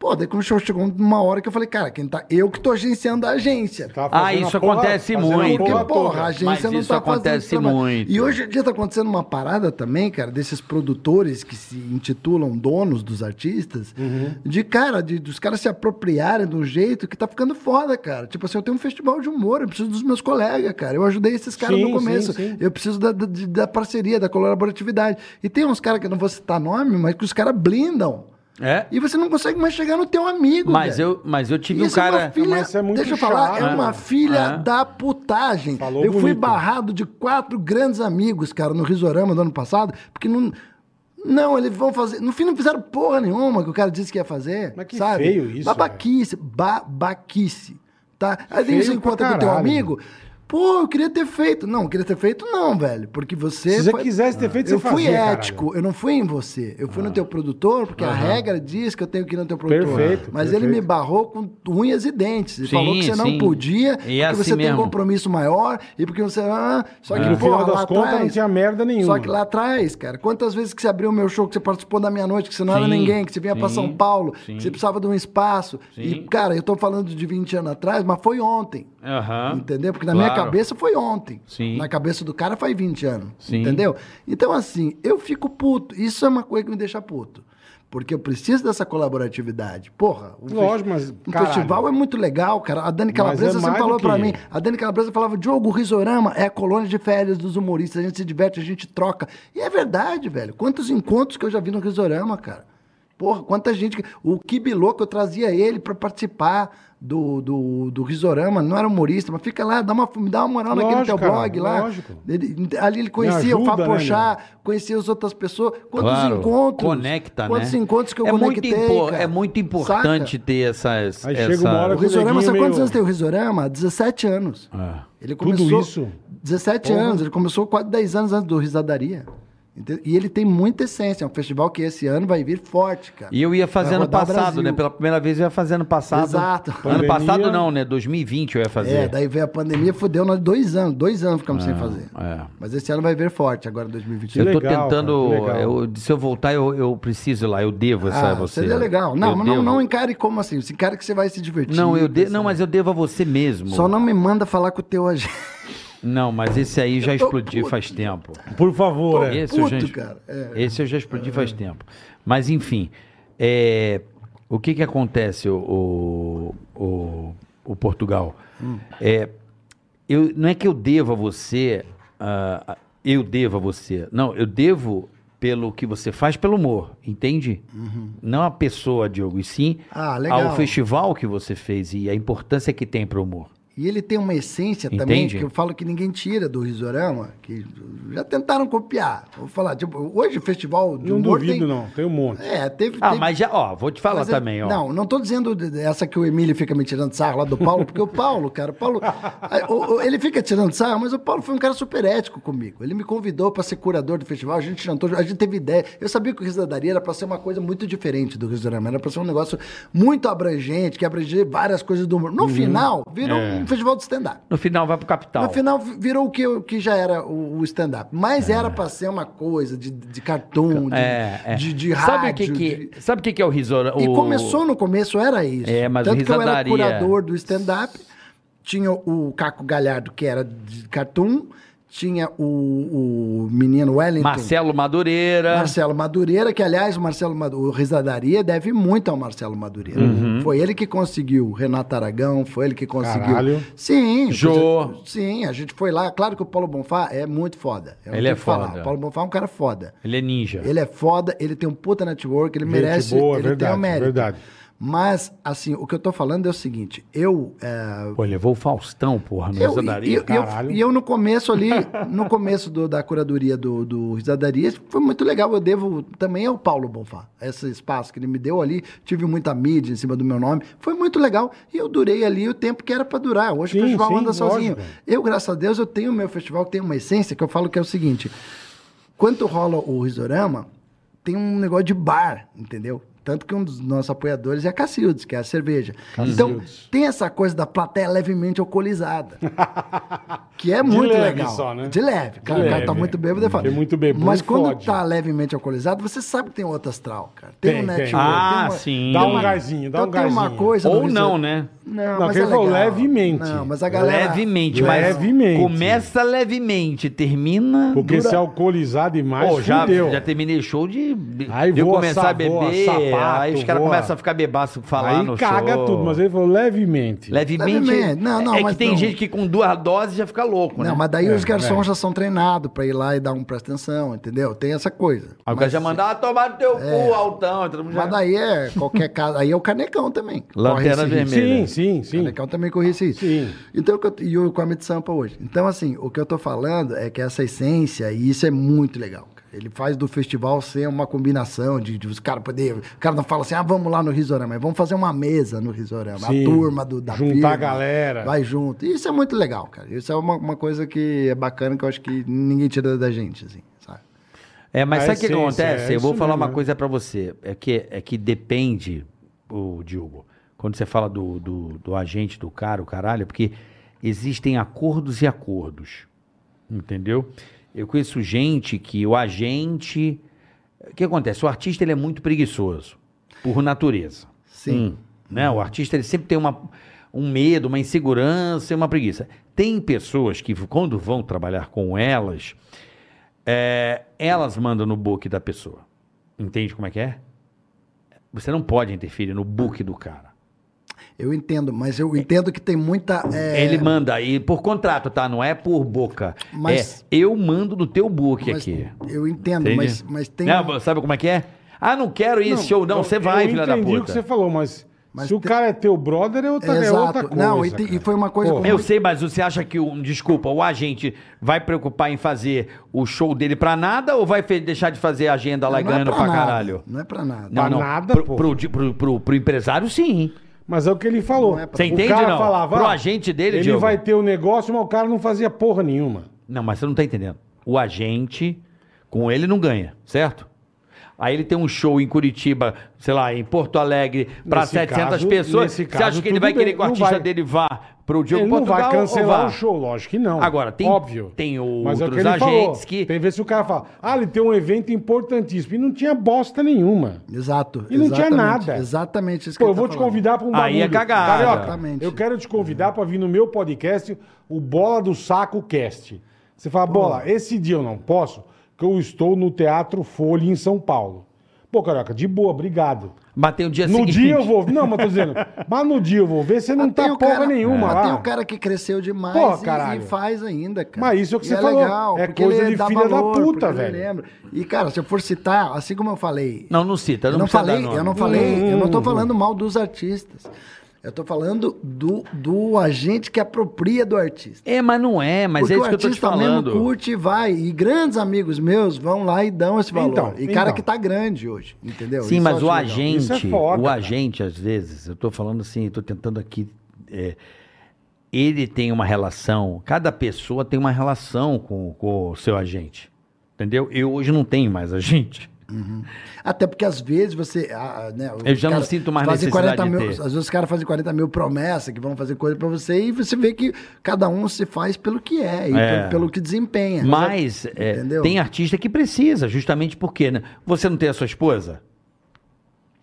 Speaker 5: Pô, daí quando o show chegou uma hora que eu falei, cara, quem tá, eu que tô agenciando a agência.
Speaker 2: Tá
Speaker 3: Ah,
Speaker 2: fazendo
Speaker 3: isso
Speaker 2: a porra-
Speaker 3: acontece
Speaker 2: fazendo a
Speaker 3: muito.
Speaker 5: Porque,
Speaker 2: porra
Speaker 5: porra,
Speaker 2: toda.
Speaker 5: a agência
Speaker 3: Mas
Speaker 5: não
Speaker 3: isso
Speaker 5: tá
Speaker 3: acontece
Speaker 5: fazendo trabalho.
Speaker 3: muito.
Speaker 5: E hoje em dia tá acontecendo uma parada também, cara, desses produtores que se intitulam donos dos artistas, de cara, de, dos caras se apropriarem de um jeito que tá ficando foda, cara. Tipo assim, eu tenho um festival de humor, eu preciso dos meus colegas, cara. Eu ajudei esses caras
Speaker 2: Sim,
Speaker 5: no começo.
Speaker 2: sim, sim.
Speaker 5: Eu preciso da, da, de- da parceria, da colaboratividade. E tem uns caras que eu não vou citar nome, mas que os caras blindam.
Speaker 3: É?
Speaker 5: E você não consegue mais chegar no teu amigo,
Speaker 3: Mas
Speaker 5: velho.
Speaker 3: eu, mas eu tive um
Speaker 5: Isso é uma
Speaker 3: cara.
Speaker 5: filha-
Speaker 2: Mas isso é muito
Speaker 5: deixa eu falar,
Speaker 2: chato,
Speaker 5: é uma
Speaker 2: né?
Speaker 5: filha
Speaker 3: É.
Speaker 5: da putagem.
Speaker 2: Falou
Speaker 5: eu fui
Speaker 2: bonito.
Speaker 5: barrado de quatro grandes amigos, cara, no Risorama do ano passado, porque não. Não, eles vão fazer. No fim, não fizeram porra nenhuma que o cara disse que ia fazer.
Speaker 2: Mas que
Speaker 5: sabe?
Speaker 2: feio isso,
Speaker 5: Babaquice, babaquice. Tá? Aí
Speaker 2: Feio
Speaker 5: daí você
Speaker 2: pra
Speaker 5: encontra com o teu
Speaker 2: caralho,
Speaker 5: amigo. Pô, eu queria ter feito. Não, eu queria ter feito, não, velho. Porque você.
Speaker 2: Se você
Speaker 5: foi-
Speaker 2: quisesse ter feito,
Speaker 5: eu
Speaker 2: você
Speaker 5: fui
Speaker 2: fazia, caralho. Ah.
Speaker 5: ético, eu não fui em você. Eu fui no teu produtor, porque a regra diz que eu tenho que ir no teu produtor.
Speaker 2: Perfeito,
Speaker 5: Mas
Speaker 2: perfeito.
Speaker 5: ele me barrou com unhas e dentes. Ele
Speaker 3: Sim,
Speaker 5: falou que você
Speaker 3: sim.
Speaker 5: não podia,
Speaker 3: E
Speaker 5: porque
Speaker 3: é assim
Speaker 5: você tem
Speaker 3: mesmo.
Speaker 5: um compromisso maior, e porque você. Ah, só que,
Speaker 2: E É. no
Speaker 5: porra,
Speaker 2: final das
Speaker 5: lá
Speaker 2: contas
Speaker 5: atrás-
Speaker 2: não tinha merda nenhuma.
Speaker 5: Só que lá atrás, cara, quantas vezes que você abriu o meu show, que você participou da minha noite, que você não era
Speaker 3: Sim,
Speaker 5: ninguém, que você vinha pra
Speaker 3: sim,
Speaker 5: São Paulo,
Speaker 3: sim.
Speaker 5: que você precisava de um espaço.
Speaker 3: Sim.
Speaker 5: E, cara, eu tô falando de 20 anos atrás, mas foi ontem.
Speaker 3: Aham.
Speaker 5: Entendeu? Porque na
Speaker 3: Claro.
Speaker 5: minha cabeça foi ontem.
Speaker 3: Sim.
Speaker 5: Na cabeça do cara faz 20 anos.
Speaker 3: Sim.
Speaker 5: Entendeu? Então, assim, eu fico puto. Isso é uma coisa que me deixa puto. Porque eu preciso dessa colaboratividade. Porra, um o
Speaker 2: Lógico, mas,
Speaker 5: o
Speaker 2: caralho.
Speaker 5: festival é muito legal, cara. A Dani
Speaker 2: Mas é
Speaker 5: Calabresa
Speaker 2: mais
Speaker 5: sempre falou
Speaker 2: do
Speaker 5: pra
Speaker 2: que-
Speaker 5: mim. A Dani Calabresa falava: Diogo, o Risorama é a colônia de férias dos humoristas. A gente se diverte, a gente troca. E é verdade, velho. Quantos encontros que eu já vi no Risorama, cara. Porra, quanta gente. que- O Kibilô, que eu trazia ele pra participar do, do, do Risorama, não era humorista, mas fica lá, dá uma, me dá uma moral naquele
Speaker 2: Lógico,
Speaker 5: teu
Speaker 2: cara,
Speaker 5: blog lá.
Speaker 2: lógico.
Speaker 5: Ele- ali ele conhecia
Speaker 2: ajuda,
Speaker 5: o Fábio
Speaker 2: né,
Speaker 5: Pochá, conhecia as outras pessoas. Quantos
Speaker 3: Claro,
Speaker 5: encontros.
Speaker 3: Conecta, né?
Speaker 5: Quantos encontros que eu
Speaker 3: é muito
Speaker 5: conectei.
Speaker 3: impo-
Speaker 5: cara.
Speaker 3: É muito importante
Speaker 5: Saca?
Speaker 3: ter essas...
Speaker 2: Aí chega uma hora
Speaker 5: O
Speaker 2: que-
Speaker 5: Risorama,
Speaker 2: Coleguinha
Speaker 5: sabe quantos
Speaker 2: meio-
Speaker 5: anos tem o Risorama? 17 anos.
Speaker 3: Ah.
Speaker 5: Ele
Speaker 2: Tudo
Speaker 5: começou
Speaker 2: isso?
Speaker 5: 17 anos, ele começou quase 10 anos antes do Risadaria. Entendeu? E ele tem muita essência, é um festival que esse ano vai vir forte, cara.
Speaker 3: E eu ia
Speaker 5: Vai
Speaker 3: fazendo
Speaker 5: rodar
Speaker 3: passado,
Speaker 5: Brasil.
Speaker 3: né? Pela primeira vez eu ia fazendo passado.
Speaker 5: Exato.
Speaker 3: Ano
Speaker 2: Pandemia.
Speaker 3: passado não, né? 2020 eu ia
Speaker 5: É,
Speaker 3: fazer.
Speaker 5: daí veio a pandemia, fudeu nós dois anos, dois anos ficamos sem fazer.
Speaker 3: é.
Speaker 5: Mas esse ano vai vir forte, agora 2021.
Speaker 3: eu tô
Speaker 2: legal,
Speaker 3: tentando.
Speaker 2: cara, que legal.
Speaker 3: eu- se eu voltar, eu, eu preciso ir lá, eu devo essa a
Speaker 5: Ah,
Speaker 3: você. é um
Speaker 5: seria legal. Não,
Speaker 3: Eu
Speaker 5: mas não,
Speaker 3: devo.
Speaker 5: não encare como assim, se encare que você vai se divertir.
Speaker 3: Não, eu de...
Speaker 5: pensar.
Speaker 3: não, mas eu devo a você mesmo.
Speaker 5: Só não me manda falar com o teu agente.
Speaker 3: Não, mas esse aí já
Speaker 5: Eu tô
Speaker 3: explodi
Speaker 5: puto.
Speaker 3: faz tempo.
Speaker 2: Por favor, é.
Speaker 3: Esse eu já,
Speaker 5: puto,
Speaker 3: es-
Speaker 5: cara, é.
Speaker 3: esse eu já explodi faz tempo. Mas enfim, é, o que que acontece, o, o, o- o Portugal?
Speaker 5: Hum.
Speaker 3: É, eu, não é que eu devo a você, ah, ah, eu devo a você. Não, eu devo pelo que você faz pelo humor, entende? Não a pessoa, Diogo, e sim
Speaker 5: Ah, Uhum. legal.
Speaker 3: ao festival que você fez e a importância que tem para o humor.
Speaker 5: E ele tem uma essência também
Speaker 3: Entende?
Speaker 5: que eu falo que ninguém tira do Risorama, que já tentaram copiar. Vou falar, tipo, hoje o festival de
Speaker 2: Não
Speaker 5: humor
Speaker 2: duvido,
Speaker 5: tem-
Speaker 2: não. Tem um monte.
Speaker 5: É, teve.
Speaker 3: Ah,
Speaker 5: teve-
Speaker 3: mas já, ó, vou te falar
Speaker 5: mas é-
Speaker 3: também, ó.
Speaker 5: Não, não tô dizendo de- de- essa que o Emílio fica me tirando sarro lá do Paulo, porque o Paulo, cara, o Paulo. aí, o- o- ele fica tirando sarro, mas o Paulo foi um cara super ético comigo. Ele me convidou para ser curador do festival, a gente jantou, a gente teve ideia. Eu sabia que o Risadaria era para ser uma coisa muito diferente do Risorama, era para ser um negócio muito abrangente, que abrangia várias coisas do humor. No
Speaker 3: Uhum.
Speaker 5: final, virou
Speaker 3: É.
Speaker 5: um festival de stand-up.
Speaker 3: No final vai pro capital.
Speaker 5: No final vi- virou o que, o que já era o, o stand-up. Mas era pra ser uma coisa de, de cartoon, de,
Speaker 3: É, é.
Speaker 5: de, de
Speaker 3: sabe o
Speaker 5: rádio.
Speaker 3: que que,
Speaker 5: de-
Speaker 3: sabe o que que é o risora?
Speaker 5: E
Speaker 3: o-
Speaker 5: começou no começo, era isso.
Speaker 3: É, mas o
Speaker 5: Tanto que eu era
Speaker 3: Risadaria-
Speaker 5: curador do stand-up. Tinha o Caco Galhardo, que era de cartoon. Tinha o, o menino Wellington.
Speaker 3: Marcelo Madureira.
Speaker 5: Marcelo Madureira, que aliás, o Marcelo Madureira, o Risadaria deve muito ao Marcelo Madureira. né?
Speaker 2: Uhum.
Speaker 5: Foi ele que conseguiu Renato Aragão, foi ele que conseguiu.
Speaker 2: Caralho.
Speaker 5: Sim.
Speaker 3: Jô.
Speaker 5: Sim, a gente foi lá. Claro que o Paulo Bonfá é muito foda. Eu não
Speaker 3: Ele
Speaker 5: tenho
Speaker 3: é
Speaker 5: o que falar.
Speaker 3: foda.
Speaker 5: O Paulo Bonfá é um cara foda.
Speaker 3: Ele é ninja.
Speaker 5: Ele é foda, ele tem um puta network, ele
Speaker 2: Gente
Speaker 5: merece,
Speaker 2: boa,
Speaker 5: ele tem
Speaker 2: verdade,
Speaker 5: o mérito.
Speaker 2: verdade.
Speaker 5: Mas, assim, o que eu tô falando é o seguinte, eu... é,
Speaker 3: Pô, levou o Faustão, porra, no
Speaker 5: eu, e,
Speaker 3: risadaria.
Speaker 5: eu- e eu,
Speaker 2: caralho.
Speaker 5: e eu no começo ali, no começo do- da curadoria do, do Risadaria, foi muito legal. Eu devo também ao Paulo Bonfá, esse espaço que ele me deu ali. Tive muita mídia em cima do meu nome. Foi muito legal. E eu durei ali o tempo que era pra durar. Hoje
Speaker 2: Sim,
Speaker 5: o festival
Speaker 2: sim,
Speaker 5: anda sozinho.
Speaker 2: lógico.
Speaker 5: Eu, graças a Deus, eu tenho o meu festival que tem uma essência que eu falo que é o seguinte: quando rola o Risorama, tem um negócio de bar, entendeu? Tanto que um dos nossos apoiadores é a Cacildes, que é a cerveja. Então, tem essa coisa da plateia levemente alcoolizada. que é
Speaker 2: De
Speaker 5: muito
Speaker 2: leve
Speaker 5: legal.
Speaker 2: só, né?
Speaker 5: De leve. Cara, o cara tá
Speaker 2: leve.
Speaker 5: muito bêbado, é foda.
Speaker 2: Porque muito bêbado
Speaker 5: Mas quando
Speaker 2: fode.
Speaker 5: tá levemente alcoolizado, você sabe que tem outro astral, cara. Tem,
Speaker 2: Tem,
Speaker 5: um
Speaker 2: tem.
Speaker 5: network.
Speaker 3: Ah,
Speaker 5: tem uma-
Speaker 3: sim.
Speaker 2: Dá
Speaker 5: tem
Speaker 2: um
Speaker 5: uma-
Speaker 2: gásinho, dá
Speaker 5: então
Speaker 2: um
Speaker 5: tem uma
Speaker 2: gásinho.
Speaker 5: coisa
Speaker 3: Ou
Speaker 5: no
Speaker 3: não,
Speaker 5: Risor-
Speaker 3: né?
Speaker 5: Não,
Speaker 2: Não,
Speaker 5: mas
Speaker 2: quem
Speaker 5: é
Speaker 2: falou
Speaker 5: legal.
Speaker 2: levemente.
Speaker 5: Não, mas a galera...
Speaker 3: levemente, mas
Speaker 2: Levemente.
Speaker 3: começa levemente, termina...
Speaker 2: Porque
Speaker 3: dura-
Speaker 2: se alcoolizar demais,
Speaker 3: Pô, já,
Speaker 2: fudeu.
Speaker 3: já terminei show de, de
Speaker 2: Aí
Speaker 3: de eu
Speaker 2: voa
Speaker 3: começar a
Speaker 2: sabor,
Speaker 3: beber,
Speaker 2: sapato,
Speaker 3: aí os caras
Speaker 2: voa.
Speaker 3: começam a ficar bebaço, falar
Speaker 2: Aí
Speaker 3: no
Speaker 2: caga
Speaker 3: show.
Speaker 2: tudo, mas ele falou levemente.
Speaker 3: Levemente,
Speaker 5: Levemente. Não, não,
Speaker 3: é
Speaker 5: mas
Speaker 3: que tem
Speaker 5: não.
Speaker 3: gente que com duas doses já fica louco, né?
Speaker 5: Não, mas daí
Speaker 2: É,
Speaker 5: os garçons
Speaker 2: é.
Speaker 5: já são treinados pra ir lá e dar um presta atenção, entendeu? Tem essa coisa.
Speaker 3: Aí o cara já manda, ah, tomar no teu
Speaker 2: É.
Speaker 3: cu, altão. todo mundo já-
Speaker 5: Mas daí é qualquer caso. Aí é o canecão também. que corre
Speaker 3: Lanterna
Speaker 5: esse risco.
Speaker 2: Sim,
Speaker 3: vermelha. né?
Speaker 2: sim,
Speaker 5: O
Speaker 2: sim.
Speaker 5: canecão também corre esse risco.
Speaker 2: Sim.
Speaker 5: Então, o que eu- e o Comet Sampa hoje. Então, assim, o que eu tô falando é que essa essência, e isso é muito legal. cara. Ele faz do festival ser uma combinação de, de os caras poder. O cara não fala assim, ah, vamos lá no Risorama, mas vamos fazer uma mesa no Risorama.
Speaker 2: Sim.
Speaker 5: A turma do, da
Speaker 2: Juntar
Speaker 5: firma
Speaker 2: a galera.
Speaker 5: Vai junto. Isso é muito legal, cara. Isso é uma, uma coisa que é bacana que eu acho que ninguém tira da gente, assim, sabe?
Speaker 3: É, mas
Speaker 2: A
Speaker 3: sabe o que
Speaker 2: essência,
Speaker 3: acontece?
Speaker 2: é
Speaker 3: eu vou
Speaker 2: isso
Speaker 3: falar
Speaker 2: mesmo,
Speaker 3: uma
Speaker 2: né?
Speaker 3: coisa pra você. É que, é que depende, o Diogo, quando você fala do, do, do agente, do cara, o caralho, é porque existem acordos e acordos. Entendeu? Eu conheço gente que o agente. O que acontece? O artista ele é muito preguiçoso, por natureza.
Speaker 5: Sim.
Speaker 3: Hum, né? O artista ele sempre tem uma, um medo, uma insegurança e uma preguiça. Tem pessoas que, quando vão trabalhar com elas, é, elas mandam no book da pessoa. Entende como é que é? Você não pode interferir no book do cara.
Speaker 5: Eu entendo, mas eu entendo que tem muita. é,
Speaker 3: Ele manda, e por contrato, tá? Não é por boca.
Speaker 5: Mas-
Speaker 3: É, eu mando no teu book
Speaker 5: mas
Speaker 3: aqui.
Speaker 5: Eu entendo,
Speaker 3: Entende?
Speaker 5: mas, mas tem.
Speaker 3: Não, sabe como é que é? Ah, não quero ir em show, não.
Speaker 2: eu-
Speaker 3: Você vai,
Speaker 2: eu
Speaker 3: filha da puta.
Speaker 2: entendi o que você falou, mas,
Speaker 5: Mas
Speaker 2: se o
Speaker 5: te-
Speaker 2: cara é teu brother, é outra, é
Speaker 5: Exato.
Speaker 2: outra coisa.
Speaker 5: Não, e te- e
Speaker 2: cara.
Speaker 5: foi uma coisa
Speaker 2: Pô,
Speaker 5: com-
Speaker 3: Eu sei, mas você acha que, o, desculpa, o agente vai preocupar em fazer o show dele pra nada ou vai fe- deixar de fazer a agenda lá e
Speaker 5: Não é
Speaker 3: ganhando pra,
Speaker 5: nada,
Speaker 3: caralho?
Speaker 5: Não é pra nada.
Speaker 3: Não,
Speaker 2: Pra
Speaker 3: não.
Speaker 2: nada,
Speaker 3: pro,
Speaker 2: pô.
Speaker 3: pro, di- pro- pro- pro empresário, sim.
Speaker 2: Mas é o que ele falou.
Speaker 5: Não é pra-
Speaker 3: Você entende,
Speaker 2: o cara
Speaker 3: não?
Speaker 2: falava,
Speaker 3: Pro
Speaker 2: "Ah,
Speaker 3: agente dele,
Speaker 2: ele
Speaker 3: Diogo."
Speaker 2: vai ter o negócio, mas o cara não fazia porra nenhuma.
Speaker 3: Não, mas você não tá entendendo. O agente, com ele, não ganha, certo? Aí ele tem um show em Curitiba, sei lá, em Porto Alegre, pra
Speaker 2: Nesse
Speaker 3: 700
Speaker 2: caso-
Speaker 3: pessoas.
Speaker 2: nesse
Speaker 3: você acha
Speaker 2: caso,
Speaker 3: que ele
Speaker 2: tudo
Speaker 3: vai querer
Speaker 2: bem,
Speaker 3: que o
Speaker 2: não
Speaker 3: artista
Speaker 2: vai.
Speaker 3: dele vá pro Diogo
Speaker 2: ele não
Speaker 3: Portugal
Speaker 2: vai cancelar
Speaker 3: ou vá?
Speaker 2: o show, lógico que não.
Speaker 3: Agora, tem-
Speaker 2: Óbvio.
Speaker 3: tem
Speaker 2: Mas é
Speaker 3: outros
Speaker 2: ele falou.
Speaker 3: agentes que-
Speaker 2: Tem vezes que o cara fala, ah, ele tem um evento importantíssimo. E não tinha bosta nenhuma.
Speaker 5: Exato.
Speaker 2: E não tinha
Speaker 5: exatamente,
Speaker 2: nada.
Speaker 5: Exatamente isso que
Speaker 2: Pô, eu
Speaker 5: ele tá
Speaker 2: vou te
Speaker 5: falando.
Speaker 2: convidar pra um bagulho.
Speaker 3: Aí é cagada.
Speaker 2: Carioca,
Speaker 5: Exatamente.
Speaker 2: eu quero te convidar pra vir no meu podcast, o Bola do Saco Cast. Você fala, Bola, esse dia eu não posso, que eu estou no Teatro Folha em São Paulo. Pô, Carioca, de boa, obrigado.
Speaker 3: Mas tem É o dia
Speaker 2: No
Speaker 3: seguinte.
Speaker 2: dia eu vou... Não, mas tô dizendo, mas no dia eu vou ver, você não
Speaker 5: Mas tem
Speaker 2: tá
Speaker 5: o
Speaker 2: porra
Speaker 5: cara-
Speaker 2: nenhuma
Speaker 5: mas
Speaker 2: lá.
Speaker 5: Tem o cara que cresceu demais
Speaker 2: Porra,
Speaker 5: e-
Speaker 2: caralho.
Speaker 5: e, faz ainda, cara.
Speaker 2: Mas isso é o que
Speaker 5: E
Speaker 2: você falou, é
Speaker 5: porque
Speaker 2: coisa
Speaker 5: ele
Speaker 2: de
Speaker 5: dá
Speaker 2: filha da
Speaker 5: valor,
Speaker 2: puta,
Speaker 5: porque ele
Speaker 2: velho.
Speaker 5: lembra. E, cara, se eu for citar, assim como eu falei...
Speaker 3: Não, não cita,
Speaker 5: eu
Speaker 3: Então não,
Speaker 5: não
Speaker 3: precisa
Speaker 5: falei,
Speaker 3: dar nome.
Speaker 5: eu não falei, eu não tô
Speaker 2: Hum.
Speaker 5: falando mal dos artistas. Eu tô falando do, do agente que apropria do artista.
Speaker 3: É, mas não é, mas
Speaker 5: Porque
Speaker 3: é
Speaker 5: o
Speaker 3: isso que eu tô te
Speaker 5: artista mesmo
Speaker 3: falando.
Speaker 5: curte e vai. E grandes amigos meus vão lá e dão esse valor.
Speaker 2: Então,
Speaker 5: e cara
Speaker 2: então.
Speaker 5: que tá grande hoje, entendeu?
Speaker 3: Sim,
Speaker 5: Isso eu
Speaker 3: mas
Speaker 5: acho
Speaker 3: o
Speaker 5: legal.
Speaker 2: Isso é
Speaker 3: agente,
Speaker 2: foda,
Speaker 3: o
Speaker 2: cara.
Speaker 3: agente, às vezes, eu tô falando assim, tô tentando aqui. é, ele tem uma relação, cada pessoa tem uma relação com, com o seu agente. Entendeu? Eu hoje não tenho mais agente.
Speaker 5: Até porque às vezes você. ah, né,
Speaker 3: Eu
Speaker 5: os
Speaker 3: já não
Speaker 5: caras
Speaker 3: sinto mais
Speaker 5: fazem
Speaker 3: necessidade de
Speaker 5: mil,
Speaker 3: ter.
Speaker 5: Às vezes os caras fazem 40 mil promessas que vão fazer coisa pra você e você vê que cada um se faz pelo que é, e
Speaker 3: É.
Speaker 5: pelo, pelo que desempenha.
Speaker 3: Mas é,
Speaker 5: Entendeu?
Speaker 3: tem artista que precisa, justamente porque né? você não tem a sua esposa?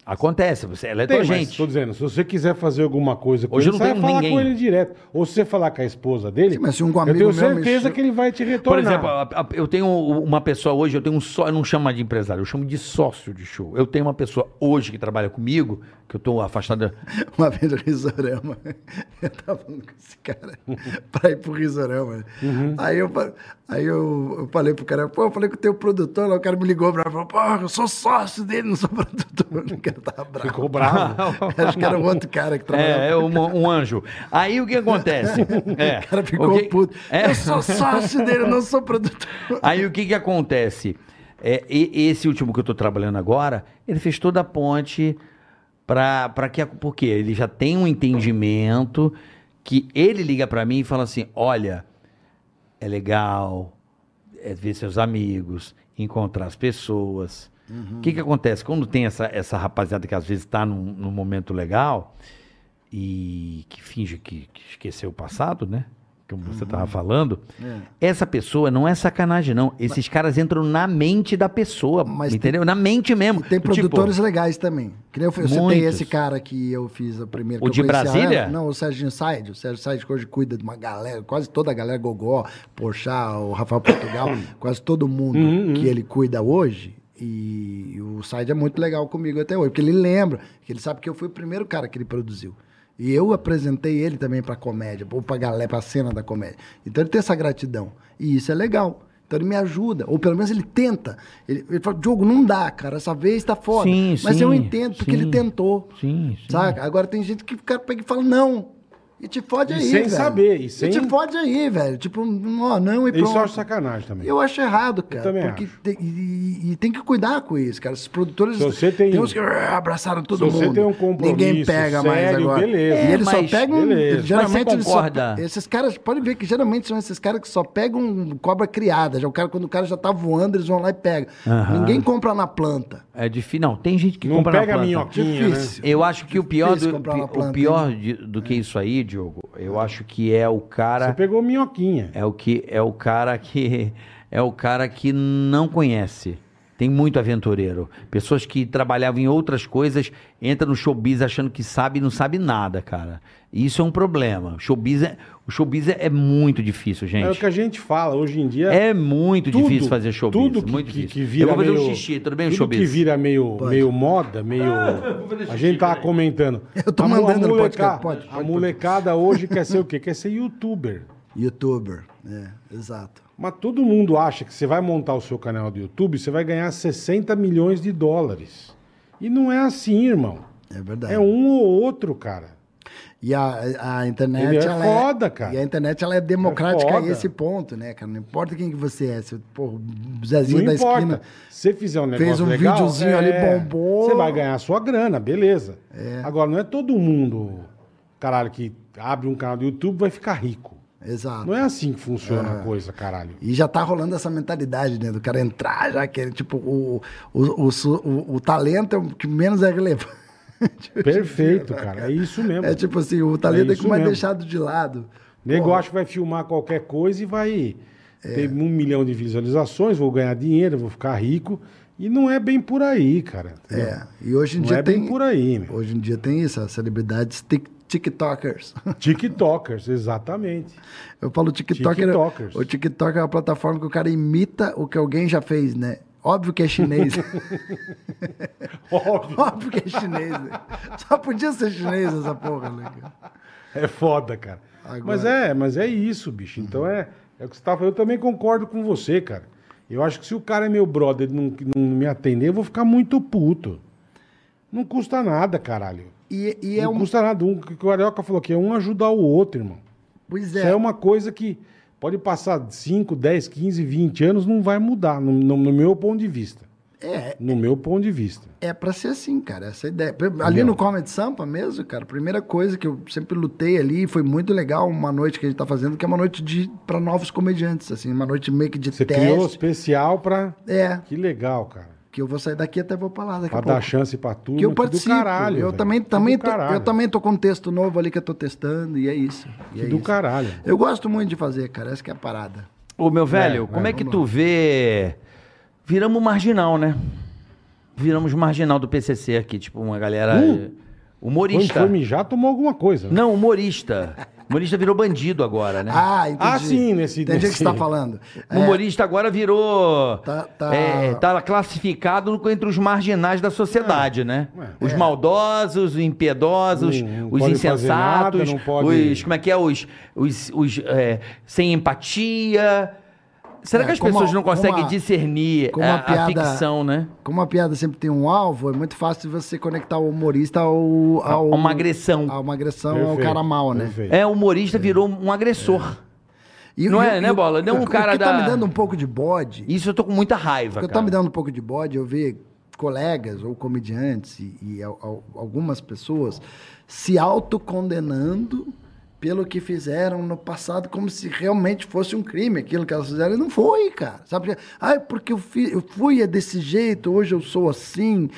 Speaker 3: Acontece, você, ela é
Speaker 2: Tem,
Speaker 3: tua
Speaker 2: mas
Speaker 3: gente.
Speaker 2: tô dizendo, se você quiser fazer alguma coisa com
Speaker 3: Hoje
Speaker 2: ele,
Speaker 3: não
Speaker 2: você vai
Speaker 3: tem
Speaker 2: falar
Speaker 3: ninguém.
Speaker 2: com ele direto. Ou se você falar com a esposa dele,
Speaker 5: Sim, mas se um amigo
Speaker 2: eu tenho
Speaker 5: meu
Speaker 2: certeza
Speaker 5: mexeu-
Speaker 2: que ele vai te
Speaker 3: Por
Speaker 2: retornar.
Speaker 3: exemplo, a- a- eu tenho uma pessoa hoje, eu tenho um só, eu não chamo de empresário, eu chamo de sócio de show. Eu tenho uma pessoa hoje que trabalha comigo, que eu tô afastado.
Speaker 5: Uma vez no Risorama, eu tava falando com esse cara pra ir pro Risorama.
Speaker 3: Uhum.
Speaker 5: Aí, eu, fa- aí eu, eu falei pro cara, pô, eu falei que o teu produtor lá, o cara me ligou pra mim e falou, pô, eu sou sócio dele, não sou produtor. O cara tava bravo.
Speaker 2: Ficou bravo.
Speaker 5: Acho que era um outro cara que trabalhava.
Speaker 3: É, é um, um anjo. Aí o que acontece? É,
Speaker 5: O cara ficou
Speaker 3: que-
Speaker 5: puto.
Speaker 3: É.
Speaker 5: Eu sou sócio dele, eu não sou produtor.
Speaker 3: Aí o que que acontece? É, e- esse último que eu tô trabalhando agora, ele fez toda a ponte pra, pra que... a- Porque ele já tem um entendimento que ele liga pra mim e fala assim, olha, é legal é ver seus amigos, encontrar as pessoas. O que que acontece? Quando tem essa, essa rapaziada que às vezes tá num, num momento legal e que finge que, que esqueceu o passado, né? Como você tava falando... Essa pessoa não é sacanagem, não. Esses caras entram na mente da pessoa,
Speaker 5: Mas
Speaker 3: entendeu? na mente mesmo.
Speaker 5: Tem
Speaker 3: Tipo,
Speaker 5: produtores legais também. Que nem eu, eu citei
Speaker 3: Muitos.
Speaker 5: esse cara que eu fiz a primeira.
Speaker 3: O
Speaker 5: que eu
Speaker 3: de
Speaker 5: conheci a
Speaker 3: Brasília?
Speaker 5: Ana. Não, o Sérgio Said. O Sérgio Said que hoje cuida de uma galera, quase toda a galera, Gogó, Porchat, o Rafael Portugal,
Speaker 3: Hum.
Speaker 5: quase todo mundo que ele cuida hoje. E o Said é muito legal comigo até hoje, porque ele lembra, que ele sabe que eu fui o primeiro cara que ele produziu. E eu apresentei ele também pra comédia, ou pra galera, pra cena da comédia. Então ele tem essa gratidão. E isso é legal. Então ele me ajuda, ou pelo menos ele tenta. Ele, ele fala, Diogo, não dá, cara, essa vez tá foda.
Speaker 3: Sim,
Speaker 5: Mas
Speaker 3: sim,
Speaker 5: eu entendo, porque
Speaker 3: sim.
Speaker 5: ele tentou.
Speaker 3: Sim, sim.
Speaker 5: Saca? Agora tem gente que o cara pega e fala, não. E te fode
Speaker 2: E
Speaker 5: aí,
Speaker 2: sem
Speaker 5: velho.
Speaker 2: saber, e sem-
Speaker 5: te fode aí, velho. Tipo, ó, não e pronto.
Speaker 2: Isso eu acho sacanagem também.
Speaker 5: Eu acho errado, cara.
Speaker 2: também
Speaker 5: porque
Speaker 2: acho.
Speaker 5: tem- e, e tem que cuidar com isso, cara. Esses produtores.
Speaker 2: Se você tem-
Speaker 5: uns que ah, abraçaram todo
Speaker 2: Se
Speaker 5: mundo.
Speaker 2: você tem um compromisso
Speaker 5: Ninguém pega mais
Speaker 2: sério,
Speaker 5: agora.
Speaker 2: beleza.
Speaker 5: E
Speaker 3: É,
Speaker 5: eles
Speaker 3: mas-
Speaker 5: só pegam.
Speaker 2: beleza.
Speaker 5: Geralmente
Speaker 3: Mas você
Speaker 5: eles só.
Speaker 3: concorda?
Speaker 5: Esses caras, pode ver que geralmente são esses caras que só pegam cobra criada. Já o cara, quando o cara já tá voando, eles vão lá e pegam.
Speaker 3: Aham.
Speaker 5: Ninguém compra na planta.
Speaker 3: É difícil. Não, tem gente que
Speaker 2: Não
Speaker 3: compra na
Speaker 2: pega
Speaker 3: planta.
Speaker 2: minhoquinha, né?
Speaker 5: Difícil.
Speaker 3: Eu acho que o pior,
Speaker 5: Difícil
Speaker 3: do,
Speaker 5: comprar uma
Speaker 3: pi- o
Speaker 5: planta, É.
Speaker 3: pior de- do que isso aí, Diogo, eu acho que é o
Speaker 2: Você
Speaker 3: cara
Speaker 2: pegou minhoquinha.
Speaker 3: é o que é o cara que é o cara que não conhece. Tem muito aventureiro. Pessoas que trabalhavam em outras coisas entram no showbiz achando que sabe e não sabe nada, cara. E Isso é um problema. O showbiz é, o showbiz é, é muito
Speaker 2: É
Speaker 3: difícil,
Speaker 2: o
Speaker 3: gente.
Speaker 2: que a gente fala. Hoje em dia.
Speaker 3: É muito
Speaker 2: tudo-
Speaker 3: difícil fazer showbiz.
Speaker 2: Tudo que,
Speaker 3: muito
Speaker 2: que-
Speaker 3: difícil.
Speaker 2: que vira
Speaker 3: Eu vou fazer
Speaker 2: meio,
Speaker 3: um xixi, tudo bem,
Speaker 2: tudo
Speaker 3: showbiz?
Speaker 2: que vira meio,
Speaker 5: Pode. Ah,
Speaker 2: meio moda, meio... a gente tava comentando.
Speaker 5: Eu tô
Speaker 2: a, mu- a
Speaker 5: mandando no
Speaker 2: moleca-
Speaker 5: podcast, pode,
Speaker 2: a
Speaker 5: pode,
Speaker 2: molecada hoje quer ser o quê? Quer ser youtuber.
Speaker 5: Youtuber, é, exato.
Speaker 2: Mas todo mundo acha que você vai montar o seu canal do YouTube, você vai ganhar 60 milhões de dólares. E não é assim, irmão.
Speaker 5: É verdade.
Speaker 2: É um ou outro, cara.
Speaker 5: E a, a internet.
Speaker 2: Ele é
Speaker 5: ela
Speaker 2: foda, cara.
Speaker 5: E a internet ela é democrática
Speaker 2: É
Speaker 5: a
Speaker 2: foda.
Speaker 5: esse ponto, né, cara? Não importa quem que você é. Se porra, o Zezinho
Speaker 2: não
Speaker 5: da
Speaker 2: importa.
Speaker 5: esquina.
Speaker 2: Se fizer um negócio
Speaker 5: Fez um
Speaker 2: legal, é,
Speaker 5: videozinho ali, bombou.
Speaker 2: Você vai ganhar a sua grana, beleza. Agora, não é todo mundo, caralho, que abre um canal do YouTube vai ficar rico.
Speaker 5: Exato.
Speaker 2: Não é assim que funciona a coisa, caralho.
Speaker 5: E já tá rolando essa mentalidade, né? Do cara entrar, já que ele, tipo, o, o, o, su- o, o talento é o que menos é relevante.
Speaker 2: Perfeito, cara. É isso mesmo.
Speaker 5: É tipo assim, o talento é,
Speaker 2: isso
Speaker 5: que mais
Speaker 2: mesmo.
Speaker 5: deixado de lado.
Speaker 2: Nego acha que vai filmar qualquer coisa e vai
Speaker 5: É.
Speaker 2: ter um milhão de visualizações, vou ganhar dinheiro, vou ficar rico. E não é bem por aí, cara. entendeu?
Speaker 5: É. E hoje em
Speaker 2: Não
Speaker 5: dia
Speaker 2: é
Speaker 5: tem.
Speaker 2: bem por aí, meu.
Speaker 5: Hoje em dia tem isso, as celebridades tik- TikTokers.
Speaker 2: TikTokers, exatamente.
Speaker 5: Eu falo TikToker.
Speaker 2: TikTokers.
Speaker 5: O TikTok é uma plataforma que o cara imita o que alguém já fez, né? Óbvio que é chinês.
Speaker 2: Óbvio,
Speaker 5: Óbvio que é chinês, né? Só podia ser chinês essa porra, né? cara?
Speaker 2: é foda, cara.
Speaker 5: Agora-
Speaker 2: Mas é, mas é isso, bicho. Então é, é o que você tá falando. Eu também concordo com você, cara. Eu acho que se o cara é meu brother e não, não me atender, eu vou ficar muito puto. Não custa nada, caralho.
Speaker 5: E, e é
Speaker 2: não
Speaker 5: um.
Speaker 2: custa nada. Um, que o Carioca falou que é um ajudar o outro, irmão.
Speaker 5: Pois
Speaker 2: Isso
Speaker 5: é.
Speaker 2: é uma coisa que pode passar 5, 10, 15, 20 anos, não vai mudar, no, no- no meu ponto de vista.
Speaker 5: É,
Speaker 2: No meu ponto de vista.
Speaker 5: é pra ser assim, cara, essa ideia. Por exemplo, Ali
Speaker 2: Entendeu?
Speaker 5: no Comedy Sampa mesmo, cara, a primeira coisa que eu sempre lutei ali, e foi muito legal uma noite que a gente tá fazendo, que é uma noite de para novos comediantes, assim, uma noite meio que de
Speaker 2: Você
Speaker 5: teste.
Speaker 2: criou especial pra.
Speaker 5: É,
Speaker 2: Que legal, cara.
Speaker 5: que eu vou sair daqui até vou pra lá daqui
Speaker 2: Pra
Speaker 5: a pouco.
Speaker 2: dar chance pra tudo.
Speaker 5: que eu participo.
Speaker 2: é do caralho.
Speaker 5: eu,
Speaker 2: velho.
Speaker 5: também,
Speaker 2: Que
Speaker 5: também
Speaker 2: do
Speaker 5: tô, eu
Speaker 2: caralho.
Speaker 5: também tô com um texto novo ali que eu tô testando, e é isso. E
Speaker 2: Que
Speaker 5: é
Speaker 2: do
Speaker 5: isso.
Speaker 2: caralho.
Speaker 5: Eu gosto muito de fazer, cara, essa que é a parada.
Speaker 3: Ô, meu velho,
Speaker 2: É,
Speaker 3: como
Speaker 2: é,
Speaker 3: é que
Speaker 5: vamos
Speaker 3: tu vê. Viramos marginal, né? Viramos marginal do PCC aqui, tipo, uma galera.
Speaker 2: Hum.
Speaker 3: eh,
Speaker 2: Quando
Speaker 3: Humorista.
Speaker 2: foi um mijar, tomou alguma coisa. né?
Speaker 3: Não, humorista. Humorista virou bandido agora, né?
Speaker 5: Ah, entendi.
Speaker 2: Ah, sim, nesse-
Speaker 5: Entendi o que
Speaker 2: nesse-
Speaker 5: você tá falando.
Speaker 3: O humorista agora virou.
Speaker 5: Tá-
Speaker 3: Tá,
Speaker 5: tá-
Speaker 3: classificado entre os marginais da sociedade, né?
Speaker 2: Ué.
Speaker 3: Os maldosos, os impiedosos,
Speaker 2: Não- não
Speaker 3: os
Speaker 2: pode fazer
Speaker 3: insensatos,
Speaker 2: nada, não pode-
Speaker 3: os. Como é que é? Os. os, os, é, sem empatia. Será
Speaker 5: É,
Speaker 3: que as
Speaker 5: como
Speaker 3: pessoas
Speaker 5: a-
Speaker 3: não conseguem
Speaker 5: como a-
Speaker 3: discernir é,
Speaker 5: como
Speaker 3: a,
Speaker 5: a piada-
Speaker 3: a ficção, né?
Speaker 5: Como a piada sempre tem um alvo, é muito fácil você conectar o humorista ao. ao
Speaker 3: A uma agressão.
Speaker 5: A uma agressão ao
Speaker 2: Perfeito,
Speaker 5: cara mal, né?
Speaker 2: perfeito.
Speaker 3: É, o humorista virou um agressor.
Speaker 5: E-
Speaker 3: Não
Speaker 5: e-
Speaker 3: é,
Speaker 5: e
Speaker 3: né,
Speaker 5: o-
Speaker 3: Bola? Não
Speaker 5: o,
Speaker 3: um
Speaker 5: o
Speaker 3: cara
Speaker 5: que tá
Speaker 3: da-
Speaker 5: me dando um pouco de bode.
Speaker 3: Isso eu tô com muita raiva,
Speaker 5: O que
Speaker 3: cara.
Speaker 5: tá me dando um pouco de bode, eu vi colegas ou comediantes e, e al- al- algumas pessoas se autocondenando pelo que fizeram no passado, como se realmente fosse um crime aquilo que elas fizeram. E não foi, cara. Sabe? Ah, porque eu, fi- eu fui é desse jeito, hoje eu sou assim.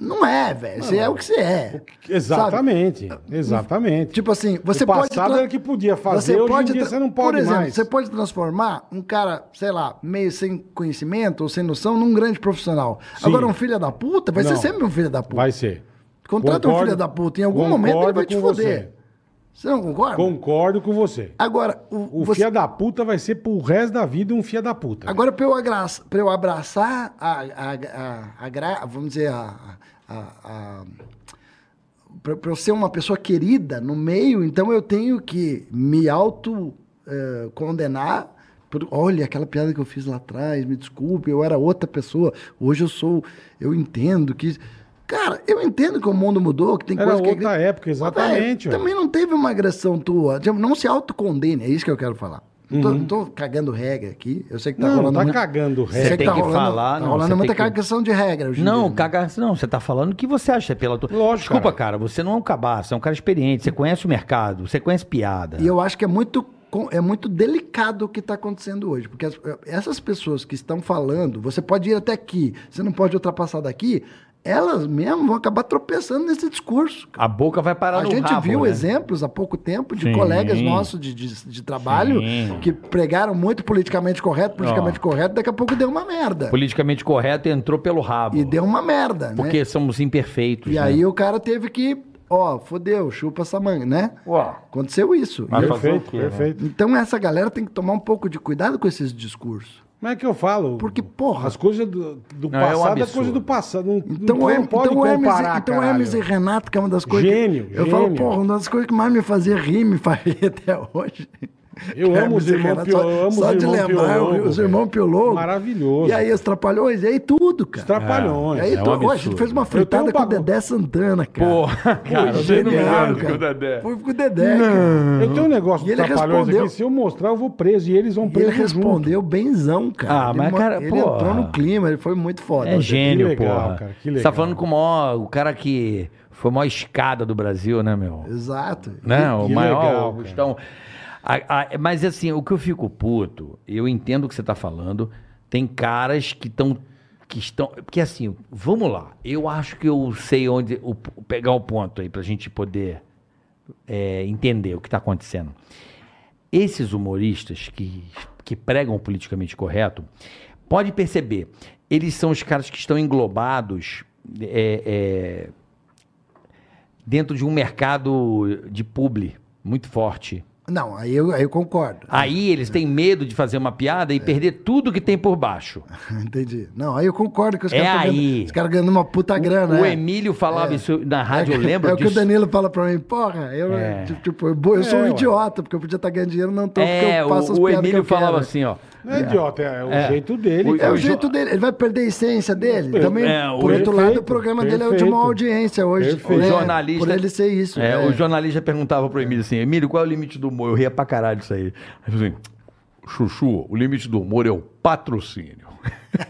Speaker 5: Não é, velho. Você é o que você é. sabe?
Speaker 2: Exatamente. Exatamente.
Speaker 5: Tipo assim, você
Speaker 2: o
Speaker 5: pode.
Speaker 2: passado
Speaker 5: tra-
Speaker 2: era que podia fazer, hoje em dia
Speaker 5: tra-
Speaker 2: você não pode
Speaker 5: Por exemplo,
Speaker 2: mais.
Speaker 5: você pode transformar um cara, sei lá, meio sem conhecimento ou sem noção num grande profissional.
Speaker 2: Sim.
Speaker 5: Agora, um filho da puta vai
Speaker 2: Não.
Speaker 5: ser sempre um filho da puta.
Speaker 2: Vai ser.
Speaker 5: Contrata um
Speaker 2: Concordo-
Speaker 5: filho da puta, em algum momento ele
Speaker 2: concordo
Speaker 5: vai te
Speaker 2: com
Speaker 5: foder. Você. não concorda?
Speaker 2: Concordo com você.
Speaker 5: Agora, o,
Speaker 2: O
Speaker 5: você-
Speaker 2: fia da puta vai ser pro resto da vida um fia da puta. né?
Speaker 5: agora pra, eu abraçar, pra eu abraçar a, a, a, a gra- vamos dizer, a... a- a- a- pra, pra eu ser uma pessoa querida no meio, então eu tenho que me auto eh, condenar por, olha aquela piada que eu fiz lá atrás, me desculpe, eu era outra pessoa. Hoje eu sou, eu entendo que Cara, eu entendo que o mundo mudou, que tem
Speaker 2: Era
Speaker 5: coisa que... é
Speaker 2: outra época,
Speaker 5: Mas,
Speaker 2: exatamente,
Speaker 5: velho,
Speaker 2: ué.
Speaker 5: É, também não teve uma agressão tua. Tipo, Não se autocondene, é isso que eu quero falar. Não, tô, não tô cagando regra aqui. Eu sei que tá
Speaker 2: Uhum. Não, não
Speaker 5: rolando
Speaker 2: tá
Speaker 5: muito-
Speaker 2: cagando
Speaker 5: Eu sei
Speaker 2: regra.
Speaker 3: Você tem
Speaker 5: tá
Speaker 3: que
Speaker 5: rolando,
Speaker 3: falar,
Speaker 5: Tá
Speaker 3: não,
Speaker 5: rolando
Speaker 3: você
Speaker 5: muita
Speaker 3: tem que-
Speaker 5: cagação de regra hoje em
Speaker 3: Não,
Speaker 5: dia, né?
Speaker 3: cagar, não, você tá falando o que você acha pela tua.
Speaker 2: Lógico,
Speaker 3: Desculpa,
Speaker 2: cara.
Speaker 3: cara. você não é um cabaço, é um cara experiente, você conhece o mercado, você conhece piada.
Speaker 5: E eu acho que é muito, com- é muito delicado o que está acontecendo hoje. Porque as- essas pessoas que estão falando, você pode ir até aqui, você não pode ultrapassar daqui, elas mesmo vão acabar tropeçando nesse discurso.
Speaker 3: A boca vai parar
Speaker 5: A
Speaker 3: no
Speaker 5: gente
Speaker 3: rabo,
Speaker 5: viu
Speaker 3: né?
Speaker 5: exemplos há pouco tempo de
Speaker 3: Sim.
Speaker 5: colegas nossos de, de, de trabalho
Speaker 3: Sim.
Speaker 5: que pregaram muito politicamente correto, politicamente correto, daqui a pouco deu uma merda.
Speaker 3: Politicamente correto entrou pelo rabo.
Speaker 5: E deu uma merda, né?
Speaker 3: Porque somos imperfeitos.
Speaker 5: E
Speaker 3: né?
Speaker 5: aí o cara teve que, ó, fodeu, chupa essa manga, né? Aconteceu isso.
Speaker 3: Mas- vai fazer o
Speaker 2: Perfeito,
Speaker 3: quê, né?
Speaker 2: perfeito.
Speaker 5: Então essa galera tem que tomar um pouco de cuidado com esses discursos.
Speaker 2: Como é que eu falo?
Speaker 5: Porque, porra-
Speaker 2: As coisas do, do
Speaker 3: Não, é um
Speaker 2: passado é,
Speaker 3: absurdo.
Speaker 2: coisa do passado. Não,
Speaker 5: Então,
Speaker 2: não,
Speaker 5: o
Speaker 2: não
Speaker 5: Herm-
Speaker 2: pode
Speaker 5: então o Hermes,
Speaker 2: comparar,
Speaker 5: então o Hermes e
Speaker 2: caralho.
Speaker 5: Renato, que é uma das coisas. que-
Speaker 2: Gênio,
Speaker 5: eu falo,
Speaker 2: gênio.
Speaker 5: porra, uma das coisas que mais me fazia rir, me faz rir até hoje.
Speaker 2: Eu amo os irmãos
Speaker 5: Cara, É, só-
Speaker 2: Piolô, eu amo
Speaker 5: Só
Speaker 2: os
Speaker 5: de
Speaker 2: irmãos
Speaker 5: lembrar,
Speaker 2: Piolô,
Speaker 5: os
Speaker 2: velho.
Speaker 5: irmãos Piolô.
Speaker 2: Maravilhoso.
Speaker 5: E aí, os Trapalhões, e aí tudo, cara.
Speaker 2: Trapalhões.
Speaker 5: Aí,
Speaker 2: é
Speaker 5: tu-
Speaker 2: um
Speaker 5: ó, a
Speaker 2: absurdo.
Speaker 5: gente fez uma
Speaker 2: Eu
Speaker 5: fritada
Speaker 2: tenho um
Speaker 5: com o
Speaker 2: bagulho-
Speaker 5: Dedé Santana, cara.
Speaker 3: Porra, cara,
Speaker 5: Foi
Speaker 3: você não me
Speaker 5: genial,
Speaker 3: lembra
Speaker 5: cara.
Speaker 3: com o Dedé.
Speaker 5: Foi com o Dedé, cara.
Speaker 2: Eu tenho um negócio dos
Speaker 5: E ele
Speaker 2: Trapalhões
Speaker 5: respondeu-
Speaker 2: aqui. Se eu mostrar, eu vou preso. E eles vão
Speaker 5: E ele
Speaker 2: preso junto.
Speaker 5: respondeu benzão, cara.
Speaker 3: Ah,
Speaker 5: ele,
Speaker 3: mas,
Speaker 5: mo-
Speaker 3: cara,
Speaker 5: ele
Speaker 3: porra.
Speaker 5: entrou no clima, ele foi muito foda.
Speaker 3: É gênio,
Speaker 2: legal,
Speaker 3: porra.
Speaker 2: cara, que
Speaker 3: Você tá
Speaker 2: legal.
Speaker 3: falando com o maior, o cara que foi a maior escada do Brasil, né, meu?
Speaker 5: Exato.
Speaker 3: né? O
Speaker 2: que
Speaker 3: maior
Speaker 2: legal,
Speaker 3: o Gustão. Então, A- a- mas assim, o que eu fico puto, eu entendo o que você está falando. Tem caras que estão. Que estão. Porque assim, vamos lá. Eu acho que eu sei onde. o- pegar o ponto aí pra gente poder é, entender o que está acontecendo. Esses humoristas que, que pregam o politicamente correto, pode perceber, eles são os caras que estão englobados é, é, dentro de um mercado de publi muito forte.
Speaker 5: Não, aí eu, aí eu concordo.
Speaker 3: Aí eles têm medo de fazer uma piada e
Speaker 5: É.
Speaker 3: perder tudo que tem por baixo.
Speaker 5: Entendi. Não, aí eu concordo que os
Speaker 3: É
Speaker 5: caras tão
Speaker 3: aí.
Speaker 5: ganhando- os caras ganhando uma puta grana.
Speaker 3: o
Speaker 5: é.
Speaker 3: Emílio falava isso na rádio, eu lembro
Speaker 5: É o que o
Speaker 3: disso.
Speaker 5: Danilo fala pra mim, porra, eu, tipo, eu, bo- eu
Speaker 2: É,
Speaker 5: sou um idiota, porque eu podia estar ganhando dinheiro, não tô,
Speaker 3: É,
Speaker 5: porque eu faço
Speaker 3: o,
Speaker 5: as
Speaker 3: o
Speaker 5: piadas que
Speaker 3: Emílio
Speaker 5: eu quero.
Speaker 3: falava assim, ó.
Speaker 2: Não é idiota, é o jeito dele.
Speaker 5: É
Speaker 2: cara.
Speaker 5: o jeito dele, ele vai perder a essência dele.
Speaker 2: É,
Speaker 5: Também,
Speaker 3: é, o-
Speaker 5: por outro lado,
Speaker 2: perfeito,
Speaker 5: o programa dele é o de
Speaker 2: perfeito.
Speaker 5: uma audiência hoje.
Speaker 2: Perfeito.
Speaker 5: né?
Speaker 3: O jornalista-
Speaker 5: Por ele ser isso.
Speaker 3: É,
Speaker 5: né?
Speaker 3: O jornalista perguntava pro Emílio assim: Emílio, qual é o limite do humor? Eu ria pra caralho disso aí. Ele falou assim: Chuchu, o limite do humor é o patrocínio.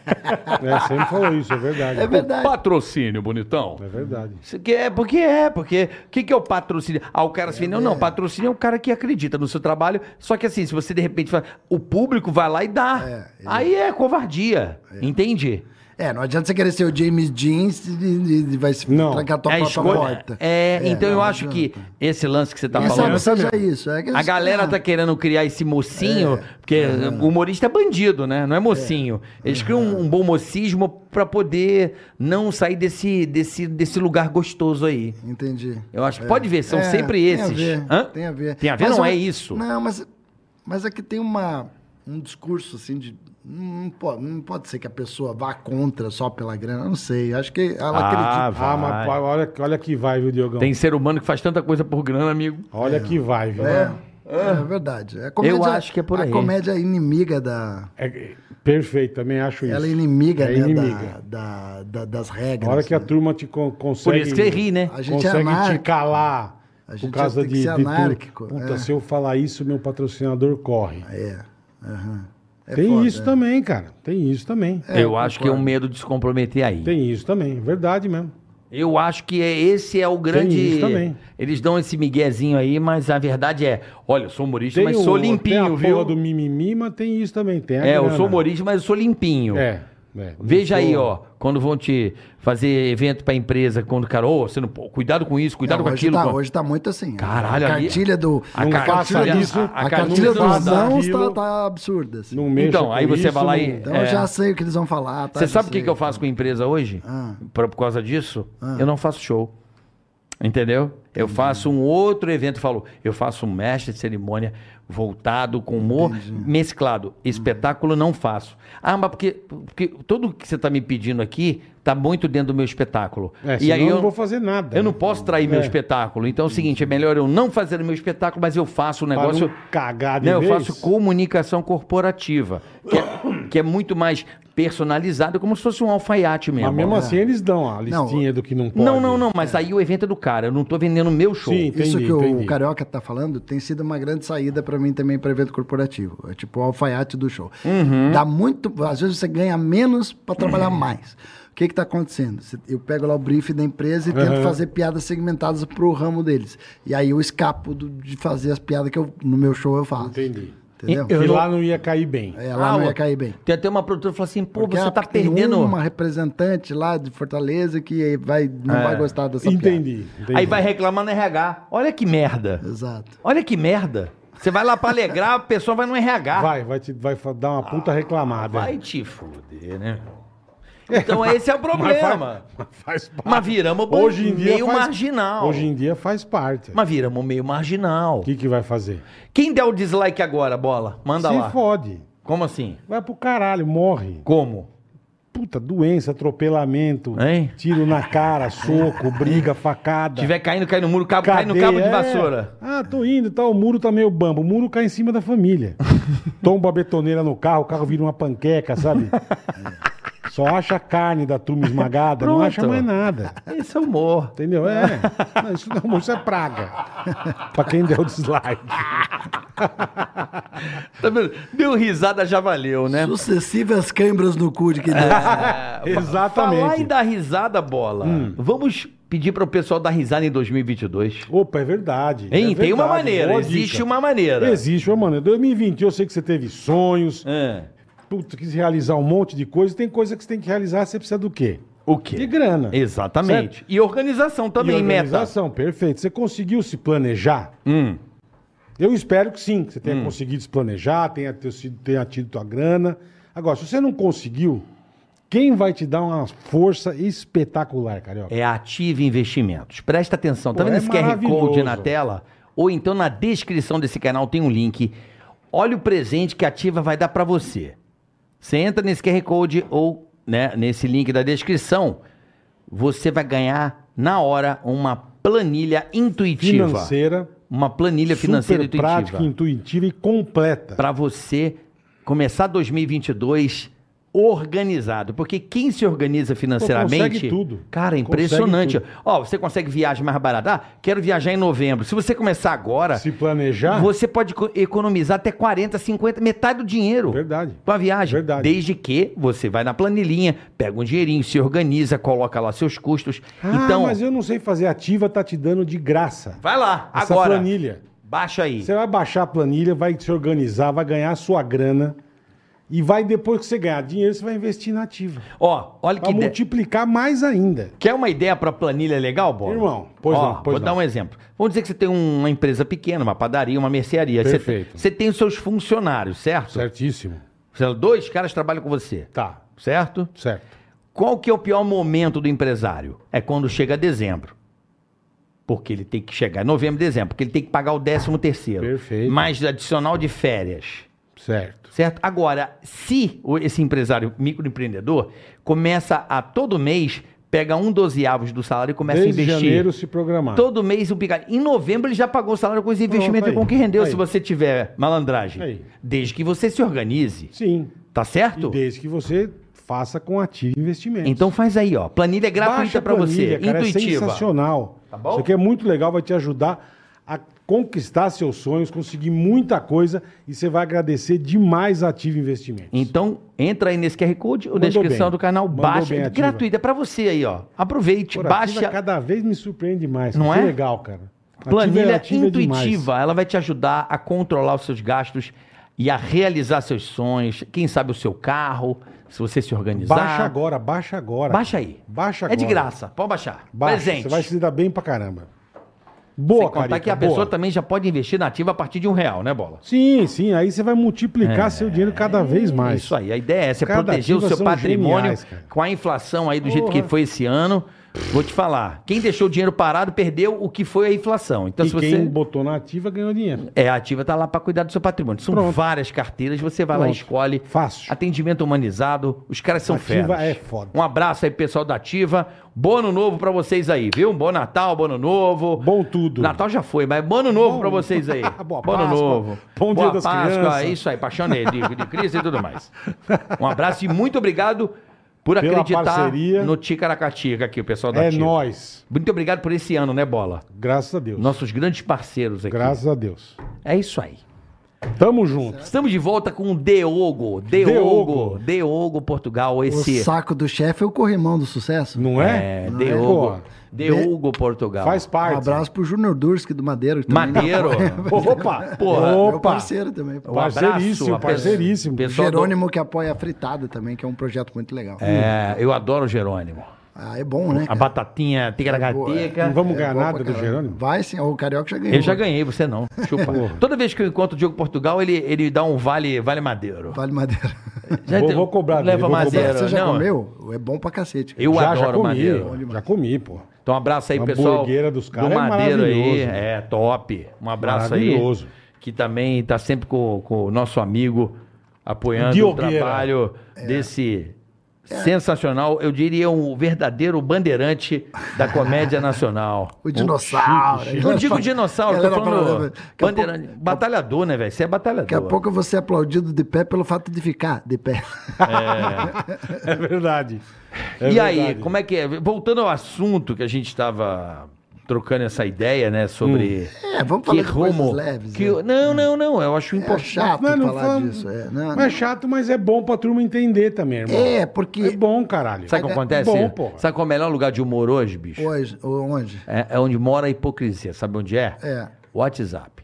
Speaker 2: É, sempre falou isso, é verdade.
Speaker 5: É verdade.
Speaker 3: Patrocínio, bonitão.
Speaker 2: É verdade.
Speaker 3: Isso que é, porque é, porque o que, que é o patrocínio? Ah, o cara assim, não, não, patrocínio é o cara que acredita no seu trabalho, só que assim, se você de repente fala, o público vai lá e dá.
Speaker 5: É, ele-
Speaker 3: Aí é covardia, entende?
Speaker 5: É, não adianta você querer ser o James Jeans e, e- e vai se
Speaker 2: Não.
Speaker 5: trancar a tua
Speaker 3: é a
Speaker 5: própria
Speaker 3: escolha.
Speaker 5: porta. É
Speaker 3: É, então
Speaker 5: não,
Speaker 3: eu
Speaker 5: não
Speaker 3: acho que
Speaker 5: adianta.
Speaker 3: esse lance que você tá
Speaker 5: Quem
Speaker 3: falando.
Speaker 5: sabe
Speaker 2: assim
Speaker 5: seja isso. É que É.
Speaker 3: A galera tá querendo criar esse mocinho, porque o humorista é bandido, né? Não é mocinho. Eles criam um, um bom mocismo pra poder não sair desse, desse, desse lugar gostoso aí.
Speaker 5: Entendi.
Speaker 3: Eu acho que pode ver, são sempre esses.
Speaker 5: É. Tem a ver.
Speaker 3: Hã?
Speaker 5: Tem a ver.
Speaker 3: Tem a ver,
Speaker 5: Mas
Speaker 3: não
Speaker 5: eu-
Speaker 3: é isso.
Speaker 5: Não, mas, mas é que tem uma, um discurso assim de. Não pode, não pode ser que a pessoa vá contra só pela grana, eu não sei. Eu Acho que ela acredita.
Speaker 2: Ah, mas pô, olha, olha que vai, viu, Diogão?
Speaker 3: Tem ser humano que faz tanta coisa por grana, amigo.
Speaker 2: Olha que né? vai, viu?
Speaker 5: É, é verdade. A comédia,
Speaker 3: Eu acho que é por aí.
Speaker 5: A comédia é inimiga da.
Speaker 2: É, perfeito, também acho isso.
Speaker 5: Ela é inimiga,
Speaker 2: É
Speaker 5: né,
Speaker 2: inimiga.
Speaker 5: Da, da- da- das regras.
Speaker 2: Na hora que a
Speaker 5: né?
Speaker 2: turma te con-
Speaker 3: Por
Speaker 2: consegue...
Speaker 3: isso que você ri, né?
Speaker 5: A gente é
Speaker 2: consegue te
Speaker 5: anárquico.
Speaker 2: calar
Speaker 5: A
Speaker 2: por
Speaker 5: gente
Speaker 2: causa
Speaker 5: tem
Speaker 2: de,
Speaker 5: que ser
Speaker 2: de tudo.
Speaker 5: anárquico,
Speaker 2: Puta,
Speaker 5: é.
Speaker 2: se eu falar isso, meu patrocinador corre.
Speaker 5: É. aham. É
Speaker 2: Tem
Speaker 5: foda,
Speaker 2: isso
Speaker 5: né?
Speaker 2: também, cara. Tem isso também.
Speaker 3: eu acho que é um medo de se comprometer aí.
Speaker 2: Tem isso também. Verdade mesmo.
Speaker 3: Eu acho que é- esse é o grande.
Speaker 2: isso também.
Speaker 3: Eles dão esse miguezinho aí, mas a verdade é: olha, eu sou humorista,
Speaker 2: Tem
Speaker 3: mas
Speaker 2: o-
Speaker 3: sou
Speaker 2: tem a
Speaker 3: limpinho,
Speaker 2: porra
Speaker 3: viu?
Speaker 2: do mimimi, mas tem isso também. Tem a
Speaker 3: É, eu
Speaker 2: grana.
Speaker 3: sou humorista, mas eu sou limpinho.
Speaker 2: É. é. Não
Speaker 3: Veja aí,
Speaker 2: sou-
Speaker 3: ó, quando vão te fazer evento pra empresa, quando o cara, ô, você não, pô, cuidado com isso, cuidado
Speaker 5: Não,
Speaker 3: com
Speaker 5: hoje,
Speaker 3: aquilo.
Speaker 5: tá,
Speaker 3: com-
Speaker 5: hoje tá muito assim.
Speaker 3: Caralho,
Speaker 5: a
Speaker 3: ali-
Speaker 5: cartilha do.
Speaker 3: a
Speaker 5: do-
Speaker 3: ca-
Speaker 5: cartilha
Speaker 3: cartilha-
Speaker 5: dos-
Speaker 3: a-
Speaker 5: a
Speaker 3: a
Speaker 5: cartilha dos
Speaker 2: cartilha
Speaker 5: nãos
Speaker 2: daquilo-
Speaker 5: tá, tá absurda. assim.
Speaker 2: Não mexa
Speaker 3: Então,
Speaker 2: com
Speaker 3: aí você
Speaker 2: isso,
Speaker 3: vai lá
Speaker 2: não-
Speaker 3: e-
Speaker 5: Então
Speaker 3: É.
Speaker 5: eu já sei o que eles vão falar. tá?
Speaker 3: Você
Speaker 5: Já
Speaker 3: sabe o que,
Speaker 5: sei.
Speaker 3: que eu faço com a empresa hoje?
Speaker 5: Ah.
Speaker 3: Por, por causa disso?
Speaker 2: Ah.
Speaker 3: Eu não faço show. Entendeu? Eu faço um outro evento, falo, eu faço um mestre de cerimônia voltado com humor
Speaker 2: Uhum.
Speaker 3: mesclado. Espetáculo não faço. Ah, mas porque, porque tudo que você está me pedindo aqui está muito dentro do meu espetáculo.
Speaker 2: É,
Speaker 3: e
Speaker 2: senão
Speaker 3: aí
Speaker 2: eu
Speaker 3: eu
Speaker 2: não vou fazer nada.
Speaker 3: Eu não posso trair meu
Speaker 2: É.
Speaker 3: espetáculo. Então é o seguinte, é melhor eu não fazer o meu espetáculo, mas eu faço um
Speaker 2: Pra
Speaker 3: negócio.
Speaker 2: não cagar de
Speaker 3: Não, eu
Speaker 2: vez.
Speaker 3: faço comunicação corporativa, que é, que é muito mais personalizado, como se fosse um alfaiate mesmo.
Speaker 2: Mas mesmo
Speaker 5: É.
Speaker 2: assim eles dão a listinha do que não pode.
Speaker 3: Não, não, não, mas aí o evento é do cara, eu não tô vendendo o meu show.
Speaker 2: Sim. Entendi,
Speaker 5: Isso que o
Speaker 2: entendi.
Speaker 5: Carioca tá falando tem sido uma grande saída pra mim também para evento corporativo. É tipo o alfaiate do show.
Speaker 3: Uhum.
Speaker 5: Dá muito. Às vezes você ganha menos pra trabalhar mais. O que que tá acontecendo? Você- Eu pego lá o brief da empresa e
Speaker 2: Uhum.
Speaker 5: tento fazer piadas segmentadas pro ramo deles. E aí eu escapo do- de fazer as piadas que eu, no meu show eu faço.
Speaker 2: Entendi.
Speaker 5: Entendeu?
Speaker 2: Que lá não ia cair bem.
Speaker 5: É, lá não
Speaker 3: Ah,
Speaker 5: ia cair bem.
Speaker 3: Tem até uma produtora que fala assim, pô,
Speaker 5: Porque
Speaker 3: você
Speaker 5: ela
Speaker 3: tá
Speaker 5: tem
Speaker 3: perdendo.
Speaker 5: uma representante lá de Fortaleza que vai, não
Speaker 3: É.
Speaker 5: vai gostar dessa piada.
Speaker 2: Entendi, entendi.
Speaker 3: Aí vai reclamar no RH. Olha que merda.
Speaker 5: Exato.
Speaker 3: Olha que merda. Você vai lá pra alegrar, a pessoa vai no RH.
Speaker 2: Vai, vai, te, vai fa- dar uma puta reclamada.
Speaker 3: Ah, Vai te fuder, né? Então esse é o
Speaker 2: Mas faz-
Speaker 3: problema.
Speaker 2: mas faz parte.
Speaker 3: Mas viramos bo-
Speaker 2: hoje em dia
Speaker 3: meio
Speaker 2: faz-
Speaker 3: marginal.
Speaker 2: Hoje em dia faz parte. O
Speaker 3: Mas viramos meio marginal.
Speaker 2: que, que vai fazer?
Speaker 3: Quem der o dislike agora, bola? Manda
Speaker 2: Se
Speaker 3: lá.
Speaker 2: fode.
Speaker 3: Como assim?
Speaker 2: Vai pro caralho, morre.
Speaker 3: Como?
Speaker 2: Puta, doença, atropelamento,
Speaker 3: Hein?
Speaker 2: tiro na cara, soco, briga, facada.
Speaker 3: Tiver caindo, cai no muro, cabo, cai no cabo de
Speaker 2: Cadeia, é.
Speaker 3: vassoura.
Speaker 2: Ah, tô indo, tá, o muro tá meio bambo. O muro cai em cima da família. Tomba a betoneira no carro, o carro vira uma panqueca, sabe? Só acha a carne da turma esmagada, não
Speaker 3: Pronto.
Speaker 2: acha mais nada.
Speaker 3: Esse é humor.
Speaker 2: Entendeu? É. Não, isso não, isso é praga. pra quem deu dislike.
Speaker 3: Tá vendo? Deu risada, já valeu, né? Ah,
Speaker 5: Sucessivas câimbras no cu de quem deu.
Speaker 2: É, Exatamente. Hum.
Speaker 3: Falar em dar risada, bola. Vamos pedir para o pessoal dar risada em 2022.
Speaker 2: Opa, é verdade.
Speaker 3: Hein?
Speaker 2: é
Speaker 3: Tem uma
Speaker 2: verdade,
Speaker 3: maneira,
Speaker 2: boa
Speaker 3: existe
Speaker 2: dica.
Speaker 3: uma maneira.
Speaker 2: Existe uma maneira. 2020, eu sei que você teve sonhos,
Speaker 3: É.
Speaker 2: puta, quis realizar um monte de coisa. Tem coisa que você tem que realizar, você precisa do quê?
Speaker 3: O quê?
Speaker 2: De grana.
Speaker 3: Exatamente. E organização também,
Speaker 2: e
Speaker 3: meta.
Speaker 2: organização, perfeito. Você conseguiu se planejar?
Speaker 3: Hum.
Speaker 2: Eu espero que sim, que você tenha conseguido se planejar, tenha, ter sido- tenha tido tua grana. Agora, se você não conseguiu, quem vai te dar uma força espetacular, Carioca?
Speaker 3: É Ative Investimentos. Presta atenção. Tá
Speaker 2: Pô,
Speaker 3: vendo
Speaker 2: é
Speaker 3: esse QR Code na
Speaker 2: maravilhoso.
Speaker 3: tela? Ou então na descrição desse canal tem um link. Olha o presente que a Ativa vai dar para você. Você entra nesse QR Code ou né, nesse link da descrição, você vai ganhar na hora uma planilha intuitiva.
Speaker 2: Financeira,
Speaker 3: Uma planilha financeira
Speaker 2: super prática, intuitiva
Speaker 3: intuitiva.
Speaker 2: e completa.
Speaker 3: Para você começar 2022 organizado. Porque quem se organiza financeiramente.
Speaker 2: consegue tudo.
Speaker 3: Cara, é
Speaker 2: Consegue
Speaker 3: impressionante.
Speaker 2: tudo.
Speaker 3: Ó, você consegue viagem mais barata? Ah, quero viajar em novembro. Se você começar agora,
Speaker 2: Se planejar,
Speaker 3: você pode co- economizar até 40, 50, metade do dinheiro.
Speaker 2: verdade.
Speaker 3: Com a viagem.
Speaker 2: Verdade.
Speaker 3: Desde que você vai na planilhinha, pega um dinheirinho, se organiza, coloca lá seus custos.
Speaker 2: Ah,
Speaker 3: então,
Speaker 2: mas eu não sei fazer. Ativa tá te dando de graça.
Speaker 3: vai lá,
Speaker 2: Essa
Speaker 3: agora.
Speaker 2: planilha.
Speaker 3: Baixa aí.
Speaker 2: Você vai baixar a planilha, vai se organizar, vai ganhar a sua grana. E vai, depois que você ganhar dinheiro, você vai investir na ativa.
Speaker 3: Ó, olha que
Speaker 2: Pra
Speaker 3: ideia.
Speaker 2: multiplicar mais ainda.
Speaker 3: Quer uma ideia para planilha legal, Bola?
Speaker 2: Irmão, pois
Speaker 3: Ó,
Speaker 2: não, pois
Speaker 3: Vou dar
Speaker 2: não.
Speaker 3: um exemplo. Vamos dizer que você tem um, uma empresa pequena, uma padaria, uma mercearia. Você-
Speaker 2: Perfeito.
Speaker 3: Você tem os seus funcionários, certo?
Speaker 2: Certíssimo.
Speaker 3: Você- é Dois caras trabalham com você,
Speaker 2: Tá,
Speaker 3: certo?
Speaker 2: certo.
Speaker 3: Qual que é o pior momento do empresário? É quando chega dezembro. Porque ele tem que chegar em novembro, dezembro, porque ele tem que pagar o décimo terceiro.
Speaker 2: Perfeito.
Speaker 3: Mais adicional de férias.
Speaker 2: Certo.
Speaker 3: Certo? Agora, se o- esse empresário microempreendedor começa a todo mês, pega um dozeavos do salário e começa
Speaker 2: Desde
Speaker 3: a investir.
Speaker 2: janeiro se programar.
Speaker 3: Todo mês um picado. Em novembro ele já pagou o salário com os investimentos
Speaker 2: aí,
Speaker 3: com que rendeu,
Speaker 2: aí.
Speaker 3: se você tiver malandragem.
Speaker 2: Aí.
Speaker 3: Desde que você se organize.
Speaker 2: Sim.
Speaker 3: Tá
Speaker 2: E
Speaker 3: certo?
Speaker 2: desde que você faça com ativo investimento.
Speaker 3: Então faz aí, ó. Planilha
Speaker 2: Baixa
Speaker 3: gratuita
Speaker 2: a
Speaker 3: pra você.
Speaker 2: planilha, cara, É
Speaker 3: intuitiva.
Speaker 2: sensacional.
Speaker 3: Tá bom?
Speaker 2: Isso aqui é muito legal, vai te ajudar a conquistar seus sonhos, conseguir muita coisa e você vai agradecer demais a Ativa Investimentos.
Speaker 3: então, entra aí nesse QR Code ou
Speaker 2: Mandou
Speaker 3: descrição
Speaker 2: bem.
Speaker 3: do canal.
Speaker 2: Mandou
Speaker 3: baixa.
Speaker 2: bem, ativa.
Speaker 3: gratuita é pra você aí, ó. Aproveite,
Speaker 2: Por
Speaker 3: baixa.
Speaker 2: Ativa cada vez me surpreende mais.
Speaker 3: Não
Speaker 2: que
Speaker 3: é?
Speaker 2: legal, cara. Ativa-
Speaker 3: Planilha
Speaker 2: Ativa é demais.
Speaker 3: intuitiva, ela vai te ajudar a controlar os seus gastos e a realizar seus sonhos. Quem sabe o seu carro, se você se organizar.
Speaker 2: Baixa agora, baixa agora.
Speaker 3: Baixa aí.
Speaker 2: Baixa
Speaker 3: É
Speaker 2: agora.
Speaker 3: de graça, pode baixar.
Speaker 2: Baixa,
Speaker 3: Presente.
Speaker 2: Você vai se dar bem pra caramba. Boa,
Speaker 3: Sem contar
Speaker 2: Carica,
Speaker 3: que a
Speaker 2: boa.
Speaker 3: pessoa tá- também já pode investir na ativa a partir de um real, né, Bola?
Speaker 2: Sim, sim. Aí você vai multiplicar seu dinheiro cada vez mais.
Speaker 3: É. Isso aí, a ideia é essa, é
Speaker 2: Cada
Speaker 3: proteger o
Speaker 2: ativa
Speaker 3: seu
Speaker 2: são
Speaker 3: patrimônio
Speaker 2: geniais, cara.
Speaker 3: com a inflação aí do jeito
Speaker 2: Porra.
Speaker 3: que foi esse ano. Vou te falar, quem deixou o dinheiro parado perdeu o que foi a inflação. Então,
Speaker 2: e
Speaker 3: se você...
Speaker 2: quem botou na ativa ganhou dinheiro.
Speaker 3: É, a Ativa tá lá para cuidar do seu patrimônio. São
Speaker 2: Pronto.
Speaker 3: várias carteiras, você vai lá
Speaker 2: Pronto.
Speaker 3: e escolhe.
Speaker 2: Fácil.
Speaker 3: Atendimento humanizado, os caras são
Speaker 2: Ativa
Speaker 3: feras.
Speaker 2: é foda.
Speaker 3: Um abraço aí, pessoal da Ativa. Bom ano novo para vocês aí, viu? Bom Natal, bom ano novo.
Speaker 2: Bom tudo.
Speaker 3: Natal já foi, mas bom ano novo
Speaker 2: Bom-
Speaker 3: para vocês aí.
Speaker 2: Boa
Speaker 3: bom ano
Speaker 2: Páscoa,
Speaker 3: novo.
Speaker 2: bom Dia
Speaker 3: Boa
Speaker 2: das
Speaker 3: Páscoa,
Speaker 2: Crianças.
Speaker 3: é isso aí, paixonei de, de crise e tudo mais. Um abraço e muito obrigado por
Speaker 2: Pela
Speaker 3: acreditar
Speaker 2: parceria.
Speaker 3: no Ticaracatica aqui, o pessoal da
Speaker 2: É
Speaker 3: Ativa.
Speaker 2: nós.
Speaker 3: Muito obrigado por esse ano, né, Bola?
Speaker 2: Graças a Deus.
Speaker 3: Nossos grandes parceiros aqui.
Speaker 2: Graças a Deus.
Speaker 3: É isso aí.
Speaker 2: Tamo junto.
Speaker 3: Estamos de volta com o Deogo. Deogo.
Speaker 2: Deogo.
Speaker 3: Deogo Portugal.
Speaker 5: O
Speaker 3: Esse.
Speaker 5: saco do chefe é o corrimão do sucesso. Um
Speaker 2: Não é?
Speaker 3: É,
Speaker 2: Não
Speaker 3: Deogo.
Speaker 2: Pô,
Speaker 3: Deogo Portugal.
Speaker 2: Faz parte.
Speaker 5: Um abraço pro Júnior Durski do Madeiro. que também
Speaker 3: Madeiro.
Speaker 2: Opa!
Speaker 3: Porra.
Speaker 5: Meu
Speaker 2: Opa!
Speaker 5: parceiro também. pô.
Speaker 3: Um abraço,
Speaker 2: Parceiríssimo,
Speaker 3: a pe-
Speaker 2: parceiríssimo.
Speaker 3: Pessoal do-
Speaker 5: Jerônimo que apoia a fritada também, que é um projeto muito legal.
Speaker 3: É, eu adoro o Jerônimo.
Speaker 5: Ah, é bom, né?
Speaker 3: A
Speaker 5: cara?
Speaker 3: batatinha
Speaker 5: boa,
Speaker 2: Não
Speaker 3: ticaracateca.
Speaker 2: vamos
Speaker 5: É
Speaker 2: ganhar
Speaker 5: bom pra
Speaker 2: nada do
Speaker 5: caralho.
Speaker 2: Jerônimo?
Speaker 5: Vai sim, o Carioca já ganhou.
Speaker 3: Eu já ganhei, você não. Chupa. Toda vez que eu encontro o Diogo Portugal, ele, ele dá um vale, vale madeiro.
Speaker 5: Vale Madeiro.
Speaker 3: Já
Speaker 2: Tá. Vou-
Speaker 3: te-
Speaker 2: vou cobrar dele,
Speaker 3: Leva
Speaker 2: vou cobrar.
Speaker 3: madeiro.
Speaker 5: Você já
Speaker 3: não,
Speaker 5: comeu? É bom pra cacete. cara.
Speaker 3: Eu
Speaker 2: já, já
Speaker 3: adoro
Speaker 2: comi,
Speaker 3: madeiro.
Speaker 2: Já comi, pô.
Speaker 3: Então, um abraço aí,
Speaker 2: A
Speaker 3: pessoal.
Speaker 2: hamburguera dos caras
Speaker 3: do
Speaker 2: é
Speaker 3: Madeiro aí.
Speaker 2: maravilhoso. né?
Speaker 3: É, top. Um abraço aí.
Speaker 2: Maravilhoso.
Speaker 3: Que também tá sempre com, com o nosso amigo apoiando
Speaker 2: Diogueira. É.
Speaker 3: o trabalho desse Sensacional, eu diria um verdadeiro bandeirante da comédia nacional.
Speaker 5: O dinossauro.
Speaker 2: chique, chique.
Speaker 5: Ela
Speaker 3: Não digo
Speaker 5: fala-
Speaker 3: dinossauro,
Speaker 5: ela
Speaker 3: tô falando
Speaker 5: falava- Daqui a pouco-
Speaker 3: bandeirante. Batalhador, né, velho? Você é
Speaker 5: Daqui a
Speaker 3: batalhador.
Speaker 5: pouco eu vou ser aplaudido de pé pelo fato de ficar de pé.
Speaker 2: É verdade. É
Speaker 3: e aí,
Speaker 2: verdade.
Speaker 3: como é que é? Voltando ao assunto que a gente estava trocando essa ideia, né, sobre
Speaker 2: Hum.
Speaker 5: É, vamos falar
Speaker 3: que
Speaker 5: de coisas
Speaker 3: rumo...
Speaker 5: leves,
Speaker 3: que-
Speaker 5: né?
Speaker 3: Não, não, não, eu acho
Speaker 5: É
Speaker 3: importante.
Speaker 5: chato
Speaker 2: Mas não
Speaker 5: falar
Speaker 2: fala-
Speaker 5: disso. É, não,
Speaker 2: Mas é chato, mas é bom pra turma entender também, irmão.
Speaker 5: é porque
Speaker 2: É bom, caralho.
Speaker 3: Sabe o que acontece?
Speaker 2: Bom, porra.
Speaker 3: Sabe qual é o melhor lugar de humor hoje, bicho?
Speaker 5: hoje, onde?
Speaker 3: É, é onde mora a hipocrisia. Sabe onde é?
Speaker 5: É.
Speaker 3: WhatsApp.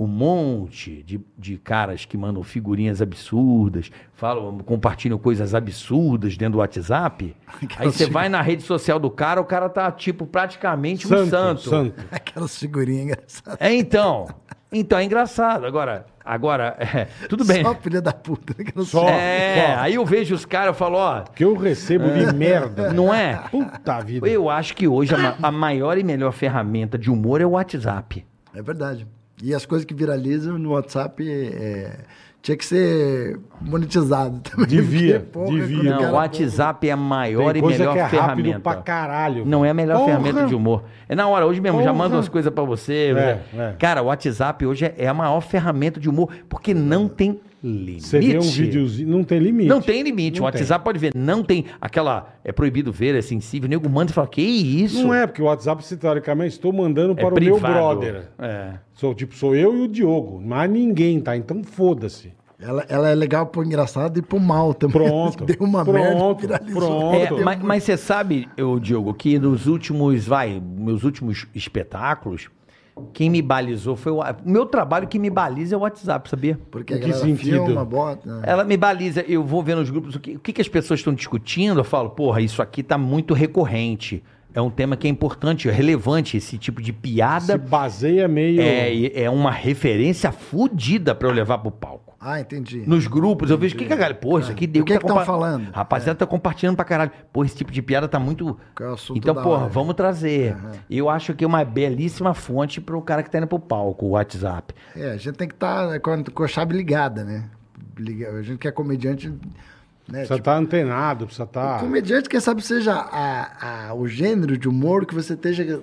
Speaker 3: Um monte de, de caras que mandam figurinhas absurdas, falam, compartilham coisas absurdas dentro do WhatsApp. Aí você vai na rede social do cara, o cara tá, tipo, praticamente um santo.
Speaker 2: santo.
Speaker 5: Aquelas figurinhas engraçadas.
Speaker 3: É, então. Então, é engraçado. Agora, agora, é, tudo bem.
Speaker 5: Só filha da puta. né? Aquelas-
Speaker 2: Só.
Speaker 3: é,
Speaker 2: só.
Speaker 3: aí eu vejo os caras e falo, ó,
Speaker 2: Que eu recebo de merda.
Speaker 3: não é?
Speaker 2: Puta vida.
Speaker 3: Eu acho que hoje a, ma- a maior e melhor ferramenta de humor é o WhatsApp.
Speaker 5: É verdade. E as coisas que viralizam no WhatsApp é, tinha que ser monetizado também.
Speaker 2: Devia,
Speaker 5: porque, porra,
Speaker 2: devia.
Speaker 5: quando o
Speaker 3: Não,
Speaker 5: cara-
Speaker 3: o WhatsApp é a maior
Speaker 2: Tem
Speaker 3: e
Speaker 2: coisa
Speaker 3: melhor
Speaker 2: que é rápido
Speaker 3: ferramenta.
Speaker 2: pra caralho.
Speaker 3: Não é a melhor
Speaker 2: Porra!
Speaker 3: ferramenta de humor. É na hora, hoje mesmo, já
Speaker 2: Porra!
Speaker 3: manda umas coisas pra
Speaker 2: É,
Speaker 3: você. já-
Speaker 2: é.
Speaker 3: Cara, o WhatsApp hoje é- é a maior ferramenta de humor, porque não tem limite.
Speaker 2: Você vê um videozinho, não tem limite.
Speaker 3: Não tem limite.
Speaker 2: Não
Speaker 3: o WhatsApp pode ver, não tem aquela. É proibido ver, é sensível. O nego manda e fala: Que isso?
Speaker 2: Não é, porque o WhatsApp, você, teoricamente, estou mandando
Speaker 3: É
Speaker 2: para o meu
Speaker 3: privado.
Speaker 2: brother.
Speaker 3: É.
Speaker 2: Sou, tipo, sou eu e o Diogo. Mas ninguém, tá? Então foda-se.
Speaker 5: Ela, ela é legal pro engraçado e pro mal também.
Speaker 2: Pronto,
Speaker 5: Deu uma
Speaker 2: pronto,
Speaker 5: merda, viralizou.
Speaker 2: pronto.
Speaker 3: É,
Speaker 2: Óbvio.
Speaker 3: mas, mas você sabe, eu, Diogo, que nos últimos, vai, meus últimos espetáculos, quem me balizou foi o. O meu trabalho que me baliza é o WhatsApp, sabia?
Speaker 5: Porque
Speaker 2: Em
Speaker 5: a
Speaker 2: que
Speaker 5: galera
Speaker 2: sentido? É.
Speaker 5: filma, bota... né?
Speaker 3: Ela me baliza, eu vou ver nos grupos o que, o que, que as pessoas estão discutindo, eu falo, porra, isso aqui tá muito recorrente. É um tema que é importante, é relevante, esse tipo de
Speaker 2: Se
Speaker 3: piada
Speaker 2: baseia meio...
Speaker 3: é, e- é uma referência fodida pra eu levar pro palco.
Speaker 5: Ah, entendi.
Speaker 3: Nos grupos, eu vejo o que, que a galera. Pô, isso aqui deu.
Speaker 5: O que é que tão falando?
Speaker 3: Rapaziada, tá compartilhando pra caralho. Pô, esse tipo de piada tá muito.
Speaker 5: Que é o assunto
Speaker 3: então,
Speaker 5: da
Speaker 3: porra,
Speaker 5: hora.
Speaker 3: vamos trazer. Eu acho que é uma belíssima fonte pro cara que tá indo pro palco, o WhatsApp.
Speaker 5: É, a gente tem que estar com, a- com a chave ligada, né? Liga- A gente que é comediante... Né?
Speaker 2: Precisa
Speaker 5: Tipo,
Speaker 2: estar tá antenado, precisa tá estar...
Speaker 5: Comediante, quem sabe, seja a- a- o gênero de humor que você esteja...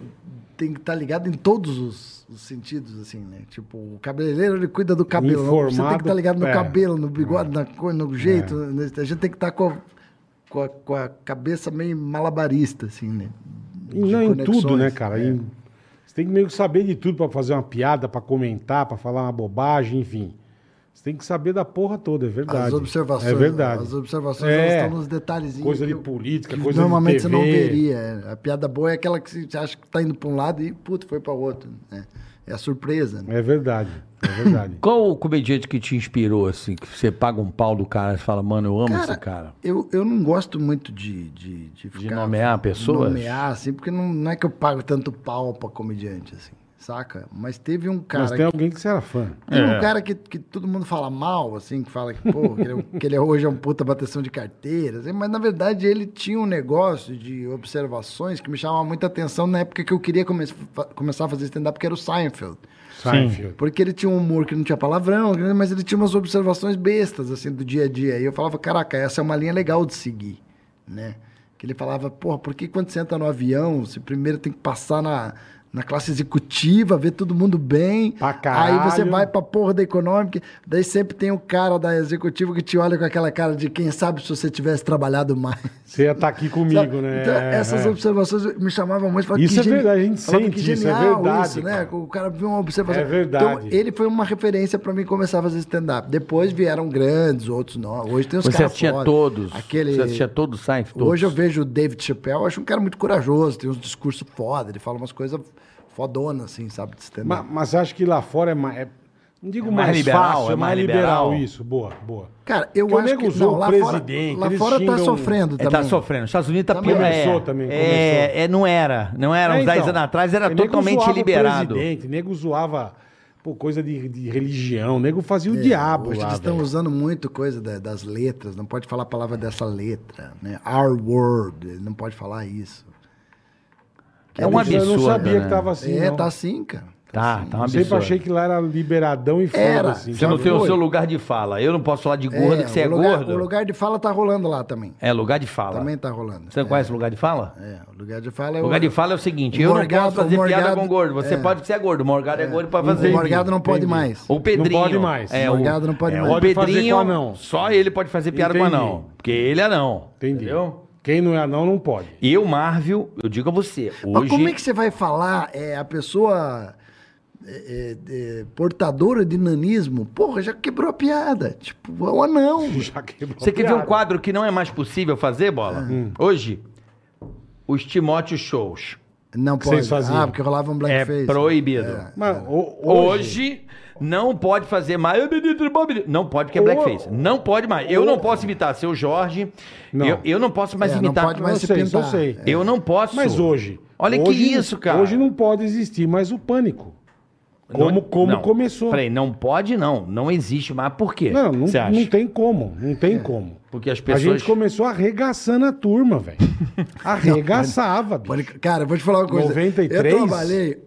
Speaker 5: Tem que estar ligado em todos os, os sentidos, assim, né? Tipo, o cabeleireiro, ele cuida do cabelo. você tem que
Speaker 2: Informado,
Speaker 5: estar ligado no
Speaker 2: é.
Speaker 5: cabelo, no bigode, na cor, no jeito. né? A gente tem que estar com a, com, a, com a cabeça meio malabarista, assim, né?
Speaker 2: E
Speaker 5: De
Speaker 2: Não, em
Speaker 5: conexões.
Speaker 2: tudo, né, cara?
Speaker 5: É.
Speaker 2: Em- Você tem que meio que saber de tudo pra fazer uma piada, pra comentar, pra falar uma bobagem, enfim. Você tem que saber da porra toda, é verdade.
Speaker 5: As observações.
Speaker 2: É verdade.
Speaker 5: As observações
Speaker 2: É.
Speaker 5: elas estão nos detalhezinhos.
Speaker 2: Coisa
Speaker 5: que
Speaker 2: de
Speaker 5: eu-
Speaker 2: política,
Speaker 5: que
Speaker 2: coisa de
Speaker 5: Normalmente você não
Speaker 2: TV.
Speaker 5: veria. é. A piada boa é aquela que você acha que tá indo pra um lado e, puto, foi pra outro. né? É a surpresa. né?
Speaker 2: É verdade, é verdade.
Speaker 3: Qual o comediante que te inspirou, assim? Que você paga um pau do cara e fala, mano, eu amo esse cara.
Speaker 5: Eu, eu não gosto muito de, de, de ficar...
Speaker 3: nomear pessoas?
Speaker 5: Nomear, assim, porque não, não é que eu pago tanto pau pra comediante, assim, saca? Mas teve um cara...
Speaker 2: Mas tem É. alguém que você era fã.
Speaker 5: Tem um cara que, que todo mundo fala mal, assim, que fala que, pô, que ele, é um- que ele é hoje é um puta bateção de carteira, assim, mas na verdade ele tinha um negócio de observações que me chamava muita atenção na época que eu queria come- fa- começar a fazer stand-up, que era o Seinfeld.
Speaker 2: Seinfeld.
Speaker 5: Porque ele tinha um humor que não tinha palavrão, mas ele tinha umas observações bestas, assim, do dia a dia. E eu falava, caraca, essa é uma linha legal de seguir, né? Que ele falava, porra, por que quando você entra no avião, você primeiro tem que passar na, na classe executiva, ver todo mundo bem.
Speaker 2: Pra caralho.
Speaker 5: aí você vai pra porra da econômica. Daí sempre tem o cara da executiva que te olha com aquela cara de quem sabe se você tivesse trabalhado mais.
Speaker 2: Você ia estar aqui
Speaker 5: Sabe?
Speaker 2: comigo, né?
Speaker 5: Então,
Speaker 2: É,
Speaker 5: essas
Speaker 2: é.
Speaker 5: observações me chamavam muito. Falava,
Speaker 2: Isso
Speaker 5: que
Speaker 2: é verdade, a gente
Speaker 5: falava,
Speaker 2: sente
Speaker 5: que
Speaker 2: isso, é
Speaker 5: genial
Speaker 2: verdade,
Speaker 5: Isso,
Speaker 2: cara.
Speaker 5: né? O cara viu uma observação.
Speaker 2: É verdade.
Speaker 5: Então, ele foi uma referência pra mim começar a fazer stand-up. Depois vieram grandes, outros não. Hoje tem os
Speaker 3: Você
Speaker 5: caras
Speaker 3: assistia
Speaker 5: foda.
Speaker 3: todos.
Speaker 5: Aquele...
Speaker 3: Você assistia todos os Seinfeld? todos?
Speaker 5: Hoje eu vejo o David Chappelle, eu acho um cara muito corajoso, tem uns discursos foda, ele fala umas coisas fodonas, assim, sabe, de stand-up.
Speaker 2: É Ma- Mas, acho que lá fora é mais... é- não digo
Speaker 3: É
Speaker 2: mais,
Speaker 3: mais liberal,
Speaker 2: fácil, é mais liberal. isso. Boa, boa.
Speaker 5: Cara, eu
Speaker 2: Porque o
Speaker 5: acho
Speaker 2: nego
Speaker 5: que
Speaker 2: zoa
Speaker 5: não,
Speaker 2: o
Speaker 5: lá
Speaker 2: presidente,
Speaker 5: fora, lá
Speaker 2: eles
Speaker 5: fora tá
Speaker 2: xingam- um.
Speaker 5: sofrendo
Speaker 3: É,
Speaker 5: também.
Speaker 3: tá sofrendo. Os Estados Unidos tá
Speaker 5: Também.
Speaker 3: pior.
Speaker 2: Começou
Speaker 3: é,
Speaker 2: também, começou.
Speaker 3: É, é, não era. Não era.
Speaker 2: É,
Speaker 3: uns 10
Speaker 2: então.
Speaker 3: anos atrás era
Speaker 2: E nego
Speaker 3: totalmente
Speaker 2: zoava o
Speaker 3: liberado.
Speaker 2: presidente, nego zoava pô, coisa de, de religião, nego fazia
Speaker 5: É,
Speaker 2: o diabo então,
Speaker 5: Hoje
Speaker 2: lá,
Speaker 5: eles estão
Speaker 2: velho.
Speaker 5: usando muito coisa da- das letras, não pode falar a palavra dessa letra, né? Our word, ele não pode falar isso.
Speaker 3: É um
Speaker 2: Eu não
Speaker 3: absurdo.
Speaker 2: sabia
Speaker 3: né?
Speaker 2: que tava assim,
Speaker 5: um é,
Speaker 2: não.
Speaker 5: tá assim, cara.
Speaker 3: Tá, tá um
Speaker 2: Eu sempre
Speaker 3: absurdo.
Speaker 2: achei que lá era liberadão e
Speaker 5: Era.
Speaker 2: foda-se. então,
Speaker 3: Você não
Speaker 2: sabe?
Speaker 3: tem o
Speaker 5: foi.
Speaker 3: seu lugar de fala. Eu não posso falar de gordo, que você é
Speaker 5: o lugar,
Speaker 3: gordo.
Speaker 5: O lugar de fala tá rolando lá também.
Speaker 3: É lugar de fala.
Speaker 5: Também tá rolando.
Speaker 3: Você
Speaker 5: é,
Speaker 3: conhece o lugar de fala?
Speaker 5: é, o lugar de fala é
Speaker 3: O lugar de fala é o seguinte,
Speaker 5: O
Speaker 3: eu não
Speaker 5: Morgado-
Speaker 3: posso fazer
Speaker 5: o
Speaker 3: piada
Speaker 5: Morgado-
Speaker 3: com gordo. Você
Speaker 5: é.
Speaker 3: pode que você é gordo. O Morgado é gordo pra fazer.
Speaker 5: O Morgado não pode
Speaker 2: entendi.
Speaker 5: mais.
Speaker 3: O Pedrinho.
Speaker 2: pode mais.
Speaker 3: É,
Speaker 5: O Morgado não pode
Speaker 3: é,
Speaker 5: mais.
Speaker 3: O
Speaker 2: Pode fazer
Speaker 3: Pedrinho,
Speaker 2: com anão.
Speaker 3: só ele pode fazer piada
Speaker 2: Entendi.
Speaker 3: com anão. Porque ele é anão.
Speaker 2: Entendi.
Speaker 3: Entendeu?
Speaker 2: Quem não é anão não pode.
Speaker 3: Eu, Marvel, eu digo a você, hoje...
Speaker 5: Mas como é que você vai falar é, a pessoa é, é, é, portadora de nanismo? Porra, já quebrou a piada. Tipo, é um anão.
Speaker 2: Já quebrou
Speaker 3: Você
Speaker 2: a
Speaker 3: quer ver um
Speaker 2: piada.
Speaker 3: quadro que não é mais possível fazer, Bola?
Speaker 5: Hum.
Speaker 3: Hoje, os Timóteo Shows.
Speaker 5: Não
Speaker 2: vocês
Speaker 5: pode.
Speaker 2: faziam?
Speaker 5: Ah, porque rolava um
Speaker 3: É
Speaker 5: blackface.
Speaker 3: proibido.
Speaker 2: Mas, ho- hoje,
Speaker 3: Hoje, não pode fazer mais. Não pode, porque é blackface. Não pode mais. Eu não posso imitar seu Jorge.
Speaker 2: Não.
Speaker 3: Eu, eu não posso mais
Speaker 5: É, não
Speaker 3: imitar.
Speaker 5: pode mais
Speaker 2: Eu
Speaker 5: se
Speaker 2: sei,
Speaker 5: pintar.
Speaker 2: eu sei.
Speaker 3: Eu não posso.
Speaker 2: mas hoje.
Speaker 3: Olha que
Speaker 2: hoje-
Speaker 3: isso, cara.
Speaker 2: Hoje não pode existir mais o pânico. Como, como
Speaker 3: não.
Speaker 2: começou.
Speaker 3: Peraí, não pode, não. Não existe mais. Por quê?
Speaker 2: Não, não,
Speaker 3: Você acha?
Speaker 2: não tem como. Não tem como.
Speaker 3: Porque as
Speaker 2: A
Speaker 3: pessoas.
Speaker 2: gente começou arregaçando a turma, velho. Arregaçava, bicho.
Speaker 5: Pode- Cara, eu vou te falar uma coisa.
Speaker 2: 93?
Speaker 5: Eu trabalhei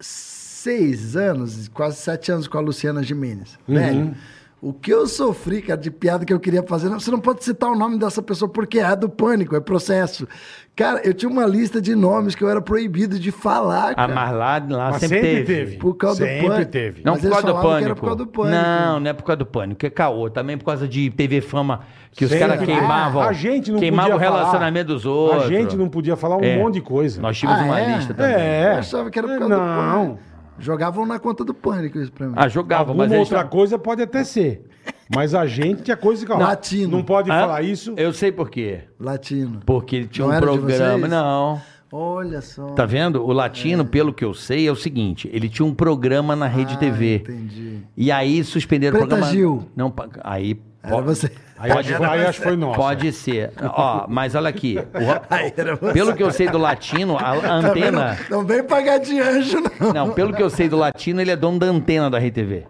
Speaker 5: seis anos, quase sete anos com a Luciana Jimenez.
Speaker 3: Uhum.
Speaker 5: Velho, o que eu sofri, cara, de piada que eu queria fazer. Não, você não pode citar o nome dessa pessoa, porque é do pânico, é processo. Cara, eu tinha uma lista de nomes que eu era proibido de falar,
Speaker 3: Ah,
Speaker 5: cara.
Speaker 3: mas lá, lá
Speaker 2: Mas
Speaker 3: sempre, teve.
Speaker 5: Por causa do
Speaker 2: sempre
Speaker 5: pânico.
Speaker 2: teve.
Speaker 3: Não
Speaker 5: Mas
Speaker 3: por
Speaker 5: eles
Speaker 3: causa do
Speaker 5: falavam
Speaker 3: pânico.
Speaker 5: que era por causa do pânico.
Speaker 3: Não, não é por causa do pânico, é caô. Também por causa de TV Fama, que os
Speaker 2: Sempre
Speaker 3: caras
Speaker 2: teve.
Speaker 3: queimavam.
Speaker 2: A gente não
Speaker 3: queimavam
Speaker 2: podia
Speaker 3: o relacionamento
Speaker 2: falar.
Speaker 3: dos outros.
Speaker 2: A gente não podia falar um
Speaker 3: É.
Speaker 2: monte de coisa.
Speaker 3: Nós tínhamos
Speaker 5: Ah,
Speaker 3: uma
Speaker 5: é?
Speaker 3: lista também.
Speaker 2: É.
Speaker 5: Eu achava que era por causa do
Speaker 2: Não.
Speaker 5: pânico. Jogavam na conta do pânico isso pra mim.
Speaker 3: Ah, jogava,
Speaker 2: Alguma
Speaker 3: mas eles
Speaker 2: outra
Speaker 3: não-
Speaker 2: coisa pode até ser. Mas a gente tinha coisa que... ó,
Speaker 5: Latino.
Speaker 2: Não pode
Speaker 3: Hã?
Speaker 2: falar isso.
Speaker 3: Eu sei por quê.
Speaker 5: Latino.
Speaker 3: Porque ele tinha
Speaker 5: Não
Speaker 3: um
Speaker 5: era de
Speaker 3: programa.
Speaker 5: vocês?
Speaker 3: Não.
Speaker 5: Olha só.
Speaker 3: Tá vendo? O latino, pelo que eu sei, é o seguinte: ele tinha um programa na Rede
Speaker 5: Ah,
Speaker 3: TV.
Speaker 5: Entendi.
Speaker 3: E aí suspenderam o
Speaker 5: Preta
Speaker 3: programa.
Speaker 5: Gil.
Speaker 3: Não, pa- aí.
Speaker 5: Era você.
Speaker 2: Aí,
Speaker 3: Pode-
Speaker 2: eu- aí acho que foi nossa.
Speaker 3: Pode ser. Ó, mas olha aqui. o-
Speaker 5: Aí era você.
Speaker 3: pelo que eu sei do latino, a a
Speaker 5: Também não-
Speaker 3: antena.
Speaker 5: Não, vem pagar de anjo, não.
Speaker 3: Não, pelo que eu sei do latino, ele é dono da antena da RTV.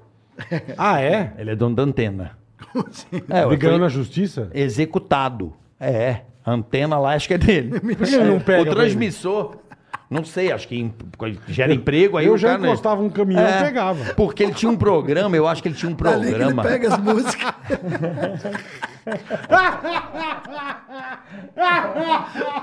Speaker 2: Ah, é?
Speaker 3: Ele é dono da antena.
Speaker 5: Como assim?
Speaker 3: É, ué,
Speaker 2: Brigando na
Speaker 3: foi
Speaker 2: justiça?
Speaker 3: executado. É, a antena lá acho que é dele. É,
Speaker 2: Por que ele não pega
Speaker 3: o transmissor, não sei, acho que em- gera emprego aí
Speaker 2: eu
Speaker 3: o
Speaker 2: já
Speaker 3: cara não-
Speaker 2: encostava um caminhão e pegava.
Speaker 3: Porque ele tinha um programa, eu acho que ele tinha um
Speaker 5: Ali que ele
Speaker 3: programa.
Speaker 5: pega as músicas.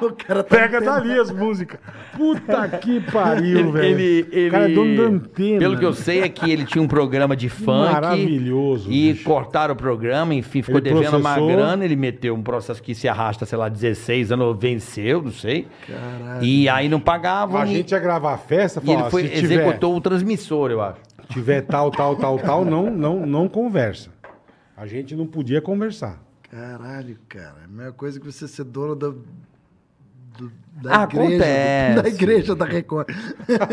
Speaker 5: o cara tá
Speaker 2: Pega dali as músicas. Puta que pariu,
Speaker 3: Ele,
Speaker 2: velho.
Speaker 3: ele,
Speaker 2: O cara é dono da antena.
Speaker 3: Pelo que eu sei é que ele tinha um programa de funk.
Speaker 2: Maravilhoso,
Speaker 3: E
Speaker 2: bicho.
Speaker 3: cortaram o programa, enfim, ficou
Speaker 2: Ele
Speaker 3: devendo
Speaker 2: processou.
Speaker 3: uma grana. Ele meteu um processo que se arrasta, sei lá, 16 anos, venceu, não sei. Caralho. E aí não pagavam.
Speaker 2: A
Speaker 3: e-
Speaker 2: gente ia gravar a festa,
Speaker 3: e ele
Speaker 2: falava,
Speaker 3: foi,
Speaker 2: se tiver,
Speaker 3: executou o transmissor, eu acho.
Speaker 2: tiver tal, tal, tal, tal, não, não, não conversa. A gente não podia conversar.
Speaker 5: Caralho, cara. É a mesma coisa que você ser dono da. do- da
Speaker 3: Ah, Acontece.
Speaker 5: igreja. Da igreja da Record.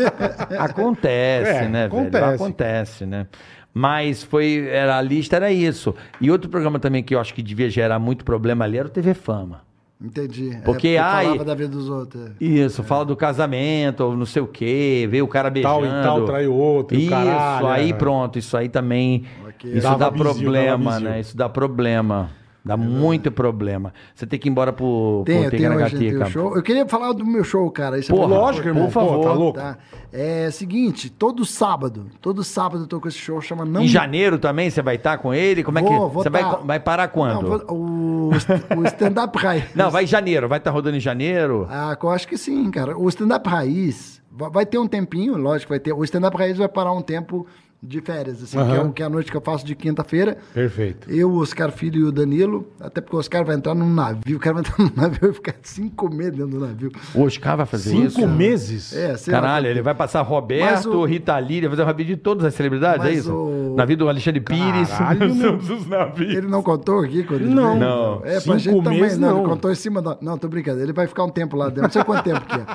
Speaker 3: Acontece,
Speaker 2: É,
Speaker 3: né, velho?
Speaker 2: acontece.
Speaker 3: Acontece, né? Mas foi, era, a lista era isso. E outro programa também que eu acho que devia gerar muito problema ali era o TV Fama.
Speaker 5: Entendi. É,
Speaker 3: Porque, ai-
Speaker 5: falava da vida dos outros. é.
Speaker 3: Isso, fala do casamento, ou não sei o quê, vê o cara beijando.
Speaker 2: Tal e tal traiu outro, e o
Speaker 3: Isso,
Speaker 2: caralho,
Speaker 3: aí
Speaker 2: né?
Speaker 3: pronto, isso aí também,
Speaker 5: Ok.
Speaker 3: isso
Speaker 2: Dava
Speaker 3: dá
Speaker 2: bizil, dava
Speaker 3: problema,
Speaker 2: bizil.
Speaker 3: né? Isso dá problema, dá muito problema. Você tem que ir embora pro,
Speaker 5: É. Tem,
Speaker 3: pro
Speaker 5: eu tenho hoje, tem
Speaker 3: Ticaracatica.
Speaker 5: o show. Eu queria falar do meu show, cara. Isso é
Speaker 3: Porra,
Speaker 5: muito
Speaker 2: Lógico, irmão.
Speaker 3: por favor,
Speaker 2: pô, tá louco?
Speaker 5: Tá. É seguinte, todo sábado, todo sábado eu tô com esse show, chama Não
Speaker 3: Em janeiro também você vai estar com ele? Como é que
Speaker 5: Vou, vou
Speaker 3: você
Speaker 5: tá.
Speaker 3: vai, vai parar quando?
Speaker 5: Não,
Speaker 3: Não,
Speaker 5: vou- o, o stand-up raiz.
Speaker 3: vai em janeiro, vai estar rodando em janeiro.
Speaker 5: Ah, eu acho que sim, cara. O stand-up raiz va- vai ter um tempinho, lógico, vai ter. O stand-up raiz vai parar um tempo de férias, assim, que, é, o- que é a noite que eu faço de quinta-feira.
Speaker 2: Perfeito.
Speaker 5: Eu, o Oscar Filho e o Danilo, até porque o Oscar vai entrar num navio, o cara vai entrar num navio e ficar cinco meses dentro do navio.
Speaker 3: O Oscar vai fazer
Speaker 2: Cinco
Speaker 3: isso?
Speaker 2: meses? tá
Speaker 5: É, sei lá,
Speaker 3: Caralho, ele vai passar Roberto,
Speaker 5: Mas o-
Speaker 3: Rita Lee, ele vai fazer o rabinho de todas as celebridades, é
Speaker 5: Mas
Speaker 3: isso?
Speaker 5: o-
Speaker 3: Navio do Alexandre Pires.
Speaker 2: Caralho, meu.
Speaker 3: os navios.
Speaker 5: Ele não contou aqui quando ele
Speaker 2: Não.
Speaker 5: veio?
Speaker 2: Não.
Speaker 5: É,
Speaker 2: Cinco
Speaker 5: pra gente
Speaker 2: meses,
Speaker 5: também não.
Speaker 2: não.
Speaker 5: Ele contou em cima da. Não, tô brincando. Ele vai ficar um tempo lá dentro. Não sei quanto tempo que é.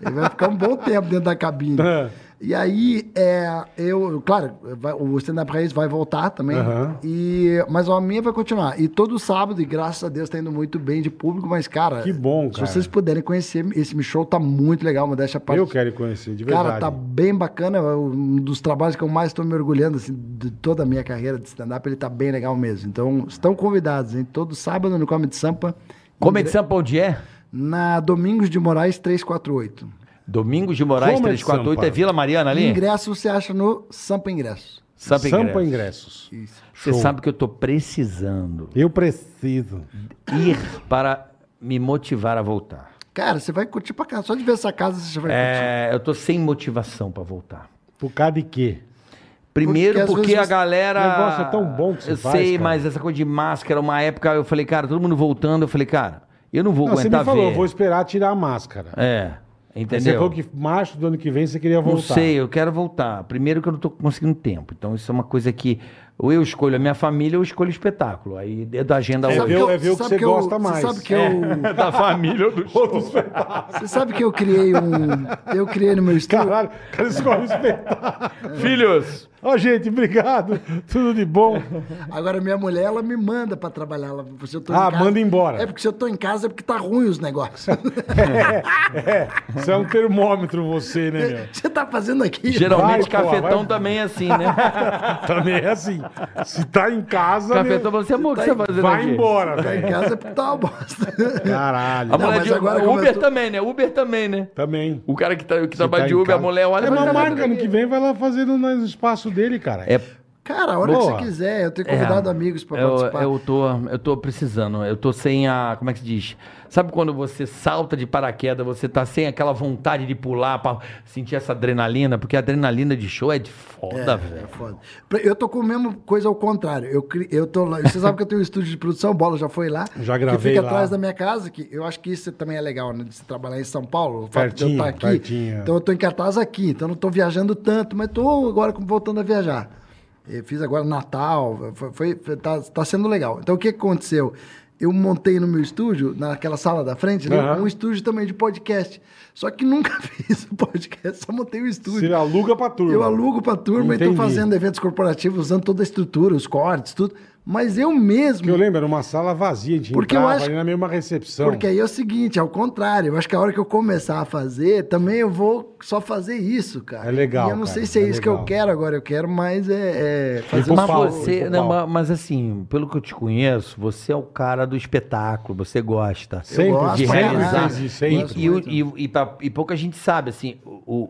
Speaker 5: Ele vai ficar um bom tempo dentro da cabine.
Speaker 2: É.
Speaker 5: E aí, é, eu. Claro, vai- o stand-up raiz vai voltar também.
Speaker 2: Aham.
Speaker 5: E, mas a minha vai continuar. E todo sábado, e graças a Deus, tá indo muito bem de público, mas, cara.
Speaker 2: Que bom, cara.
Speaker 5: Se vocês puderem conhecer, esse show tá muito legal, modéstia à parte.
Speaker 2: Eu quero conhecer, de verdade.
Speaker 5: Cara, tá bem bacana. é Um dos trabalhos que eu mais estou me orgulhando assim, de toda a minha carreira de stand-up. Ele tá bem legal mesmo. Então, estão convidados, hein? Todo sábado no Comedy Sampa,
Speaker 3: Comedy Sampa onde é?
Speaker 5: na Domingos de Moraes 348.
Speaker 3: Domingos de Moraes,
Speaker 2: Como é de
Speaker 3: 348, é
Speaker 2: Sampa?
Speaker 3: Vila Mariana ali?
Speaker 5: Ingresso você acha no Sampa Ingresso.
Speaker 3: Sampa Ingresso.
Speaker 2: Sampa Ingressos.
Speaker 5: Isso.
Speaker 3: Você
Speaker 2: Show.
Speaker 3: sabe que eu tô precisando
Speaker 2: Eu preciso.
Speaker 3: ir para me motivar a voltar.
Speaker 5: Cara, você vai curtir pra casa. Só de ver essa casa você já vai curtir.
Speaker 3: É, eu tô sem motivação pra voltar.
Speaker 2: Por causa de quê?
Speaker 3: Primeiro
Speaker 5: Porque,
Speaker 3: porque,
Speaker 5: às
Speaker 3: a
Speaker 5: vezes,
Speaker 3: galera.
Speaker 2: o negócio é tão bom que você
Speaker 3: Eu
Speaker 2: faz,
Speaker 3: sei,
Speaker 2: cara.
Speaker 3: mas essa coisa de máscara, uma época eu falei, cara, todo mundo voltando, eu falei, cara, eu não vou
Speaker 2: Não, você
Speaker 3: aguentar
Speaker 2: me falou,
Speaker 3: ver.
Speaker 2: eu vou esperar tirar a máscara.
Speaker 3: É,
Speaker 2: Aí Você
Speaker 3: entendeu?
Speaker 2: falou que março do ano que vem você queria
Speaker 3: Não
Speaker 2: voltar.
Speaker 3: sei, eu quero voltar. Primeiro que eu não tô conseguindo tempo. Então isso é uma coisa que ou eu escolho a minha família ou eu escolho o espetáculo. Aí é da agenda
Speaker 2: É
Speaker 3: outra.
Speaker 2: ver, o- é ver o que
Speaker 5: sabe
Speaker 2: você
Speaker 5: que eu-
Speaker 2: gosta
Speaker 5: você
Speaker 2: mais. É.
Speaker 5: sabe que eu-
Speaker 3: da família ou do
Speaker 2: Outros
Speaker 5: Você sabe que eu criei um. Eu criei no meu estúdio.
Speaker 2: Caralho, o cara escolhe o espetáculo.
Speaker 3: Filhos!
Speaker 2: Ó, gente, obrigado. Tudo de bom.
Speaker 5: Agora, minha mulher, ela me manda pra trabalhar. Ela, se eu tô
Speaker 2: Ah,
Speaker 5: em casa,
Speaker 2: manda embora.
Speaker 5: É porque se eu tô em casa é porque tá ruim os negócios.
Speaker 2: Você é um termômetro, você, né, meu?
Speaker 5: você tá fazendo aqui?
Speaker 3: Geralmente
Speaker 2: Vai, pô,
Speaker 3: cafetão
Speaker 2: vai.
Speaker 3: também é assim, né?
Speaker 2: Também é assim. Se tá em casa.
Speaker 3: cafetão,
Speaker 2: meu,
Speaker 3: você amor, o que você tá fazendo
Speaker 2: vai
Speaker 3: aqui?
Speaker 2: embora,
Speaker 5: Tá em
Speaker 2: velho.
Speaker 5: casa é porque tá uma bosta.
Speaker 2: Caralho.
Speaker 3: A mulher
Speaker 5: mas
Speaker 3: de
Speaker 5: agora
Speaker 3: Uber
Speaker 5: começou-
Speaker 3: também, né? Uber também, né?
Speaker 2: Também.
Speaker 3: O cara que, tá, que trabalha
Speaker 2: tá
Speaker 3: de
Speaker 2: em
Speaker 3: Uber,
Speaker 2: casa.
Speaker 3: a mulher olha...
Speaker 2: É
Speaker 3: mas
Speaker 2: uma
Speaker 3: tá
Speaker 2: marca,
Speaker 3: fazendo
Speaker 2: ano
Speaker 3: aqui.
Speaker 2: que vem vai lá fazer no no espaço dele, cara.
Speaker 3: É,
Speaker 5: Cara, a hora
Speaker 2: Boa.
Speaker 5: que você quiser. Eu tenho convidado amigos pra
Speaker 3: eu,
Speaker 5: participar.
Speaker 3: eu, é tô, eu tô precisando, eu tô sem a... Como é que se diz? Sabe quando você salta de paraquedas, você tá sem aquela vontade de pular pra sentir essa adrenalina? Porque a adrenalina de show é de foda,
Speaker 5: É
Speaker 2: Tipo
Speaker 3: velho.
Speaker 5: foda. Pra- Eu tô com a mesma coisa ao contrário. Eu, cri- eu tô lá. Você sabe que eu tenho um estúdio de produção, Bola já foi lá.
Speaker 2: Já gravei
Speaker 5: Que fica
Speaker 2: lá.
Speaker 5: atrás da minha casa, que eu acho que isso também é legal, né? De se trabalhar em São Paulo. O fato de eu
Speaker 2: Pertinho,
Speaker 5: estar aqui.
Speaker 2: pertinho.
Speaker 5: Então eu tô em cartaz aqui, então eu não tô viajando tanto, mas tô agora com- voltando a viajar. Eu fiz agora Natal, foi, foi- foi- tá, tá sendo legal. Então o que que aconteceu? Eu montei no meu estúdio, naquela sala da frente, né,
Speaker 2: Aham.
Speaker 5: um estúdio também de podcast. Só que nunca fiz o podcast, só montei o estúdio.
Speaker 2: Você aluga pra turma.
Speaker 5: Eu alugo pra turma e tô
Speaker 2: Entendi.
Speaker 5: fazendo eventos corporativos usando toda a estrutura, os cortes, tudo. Mas eu mesmo.
Speaker 2: Que eu lembro, era uma sala vazia, a gente
Speaker 5: Porque eu
Speaker 2: entrava
Speaker 5: acho-
Speaker 2: ali na mesma recepção.
Speaker 5: Porque aí é o seguinte, é o contrário. Eu acho que a hora que eu começar a fazer, também eu vou só fazer isso, cara.
Speaker 2: É legal,
Speaker 5: E eu não
Speaker 2: cara,
Speaker 5: sei se é,
Speaker 2: é
Speaker 5: isso que
Speaker 2: legal.
Speaker 5: eu quero agora. Eu quero mais é, é fazer
Speaker 2: pro
Speaker 5: um
Speaker 3: Mas
Speaker 2: pau, eu
Speaker 3: você,
Speaker 2: vou
Speaker 3: não,
Speaker 2: pau.
Speaker 3: ma- mas assim, pelo que eu te conheço, você é o cara do espetáculo, você gosta.
Speaker 2: Sempre,
Speaker 5: gosto
Speaker 3: de
Speaker 5: pra
Speaker 3: realizar.
Speaker 5: caralho.
Speaker 2: fez isso,
Speaker 3: E,
Speaker 2: sempre.
Speaker 3: e, o- e- e pra- e pouca gente sabe, assim, o, o,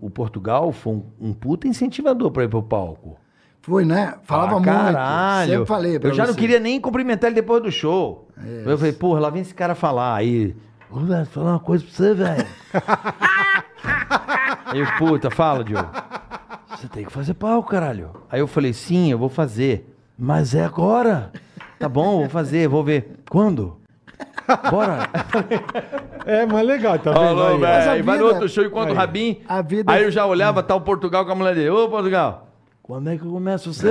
Speaker 3: o, o Portugal foi um, um puta incentivador pra ir pro palco.
Speaker 5: Foi, né? Falava
Speaker 3: Ah,
Speaker 5: muito.
Speaker 3: Caralho.
Speaker 5: Sempre falei pra
Speaker 3: Eu já não
Speaker 5: você. É
Speaker 3: queria nem cumprimentar ele depois do show. Eu falei, porra, lá vem esse cara falar. Aí, ô, velho, falar uma coisa pra você, velho. Aí eu, puta, fala, Diogo. Você tem que fazer pau, caralho. Aí eu falei, sim, eu vou fazer. Mas é agora. Tá bom, vou fazer, vou ver. Quando? Bora.
Speaker 2: É, mas legal, tá vendo?
Speaker 3: Falou,
Speaker 2: aí?
Speaker 3: velho.
Speaker 5: a
Speaker 3: Aí vai no
Speaker 5: vida-
Speaker 3: outro show e conta o
Speaker 2: aí.
Speaker 3: Rabin.
Speaker 5: A vida- é assim.
Speaker 3: Aí eu já olhava, tá o Portugal com a mulher dele. Ô, Portugal, quando é que eu começo o seu?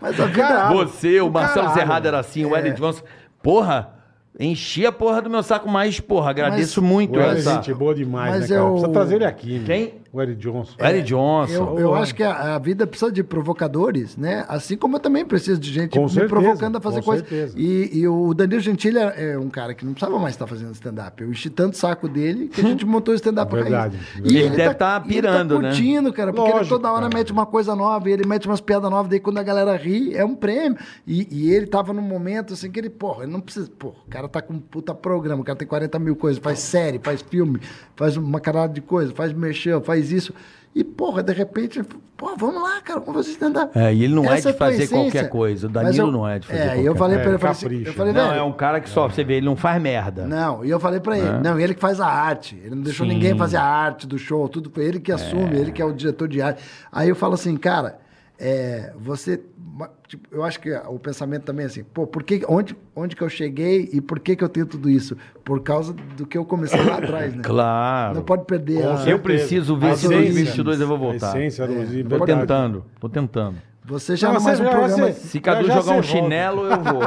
Speaker 5: Mas a vida, é
Speaker 3: Você, o Marcelo
Speaker 2: Caralho. É.
Speaker 3: Serrado era assim, o Ellen Johnson. Porra, enchi a porra do meu saco, mas, porra, agradeço
Speaker 5: Mas-
Speaker 3: muito
Speaker 2: O Eric é
Speaker 3: essa.
Speaker 2: gente boa demais,
Speaker 5: Mas
Speaker 2: né, cara?
Speaker 5: eu-
Speaker 2: Precisa trazer ele aqui, meu.
Speaker 3: Quem?
Speaker 2: O Eric Johnson.
Speaker 3: O Eric Johnson.
Speaker 5: eu, eu acho que a, a vida precisa de provocadores, né? Assim como eu também preciso de gente
Speaker 2: Com
Speaker 5: me
Speaker 2: certeza,
Speaker 5: provocando a fazer
Speaker 2: com
Speaker 5: coisas.
Speaker 2: certeza.
Speaker 5: E, e o Danilo Gentili é é um cara que não precisava mais estar fazendo stand-up. Eu enchi tanto o saco dele que a gente montou o stand-up pra
Speaker 2: Verdade,
Speaker 5: raiz.
Speaker 2: verdade.
Speaker 3: Ele deve tá
Speaker 5: e ele
Speaker 3: pirando, né?
Speaker 5: tá curtindo, cara, porque ele
Speaker 2: Lógico,
Speaker 5: toda hora
Speaker 2: cara.
Speaker 5: mete uma coisa nova, ele mete umas piadas novas, daí quando a galera ri, é um prêmio. E, e ele tava num momento assim que ele, porra, ele não precisa. Porra, o cara tá com um puta programa, o cara tem 40 mil coisas, faz série, faz filme, faz uma caralho de coisa, faz mexer, faz isso. E, porra, de repente, pô, vamos lá, cara, vamos fazer stand-up.
Speaker 3: É, e ele não é de
Speaker 5: Essa foi a
Speaker 3: fazer
Speaker 5: essência.
Speaker 3: qualquer coisa, o
Speaker 5: Mas
Speaker 3: Danilo
Speaker 5: eu-
Speaker 3: não é de fazer
Speaker 5: é,
Speaker 3: qualquer
Speaker 5: eu falei pra
Speaker 2: coisa.
Speaker 5: ele, eu
Speaker 2: É,
Speaker 5: falei, assim, eu
Speaker 2: capricho,
Speaker 5: falei,
Speaker 3: Não,
Speaker 5: velho,
Speaker 3: é um cara que só, você vê, ele não faz
Speaker 2: Tá.
Speaker 3: merda.
Speaker 5: não, e eu falei
Speaker 2: Né?
Speaker 5: pra ele, não, ele que faz a arte. Ele não deixou ninguém fazer a arte do show, tudo foi ele que assume, ele que é o diretor de arte. Aí eu falo assim, cara, é, você. ma- tipo, eu acho que o pensamento também é assim, pô, por que, onde, onde que eu cheguei e por que, que eu tenho tudo isso? Por causa do que eu comecei lá atrás, né?
Speaker 3: Claro.
Speaker 5: Não pode perder
Speaker 2: Com
Speaker 5: a.
Speaker 2: certeza.
Speaker 3: Eu preciso ver
Speaker 2: A
Speaker 3: se em 2022
Speaker 5: essência.
Speaker 3: eu vou voltar.
Speaker 2: A
Speaker 5: É.
Speaker 2: essência, a luz,
Speaker 3: Tô
Speaker 2: verdade.
Speaker 3: tentando, tô tentando.
Speaker 5: Você já
Speaker 2: Não,
Speaker 5: não,
Speaker 2: você
Speaker 5: mais um
Speaker 2: já-
Speaker 5: programa.
Speaker 2: você-
Speaker 3: Se Cadu
Speaker 2: Já, já
Speaker 3: jogar um
Speaker 2: você volta.
Speaker 3: chinelo, eu vou.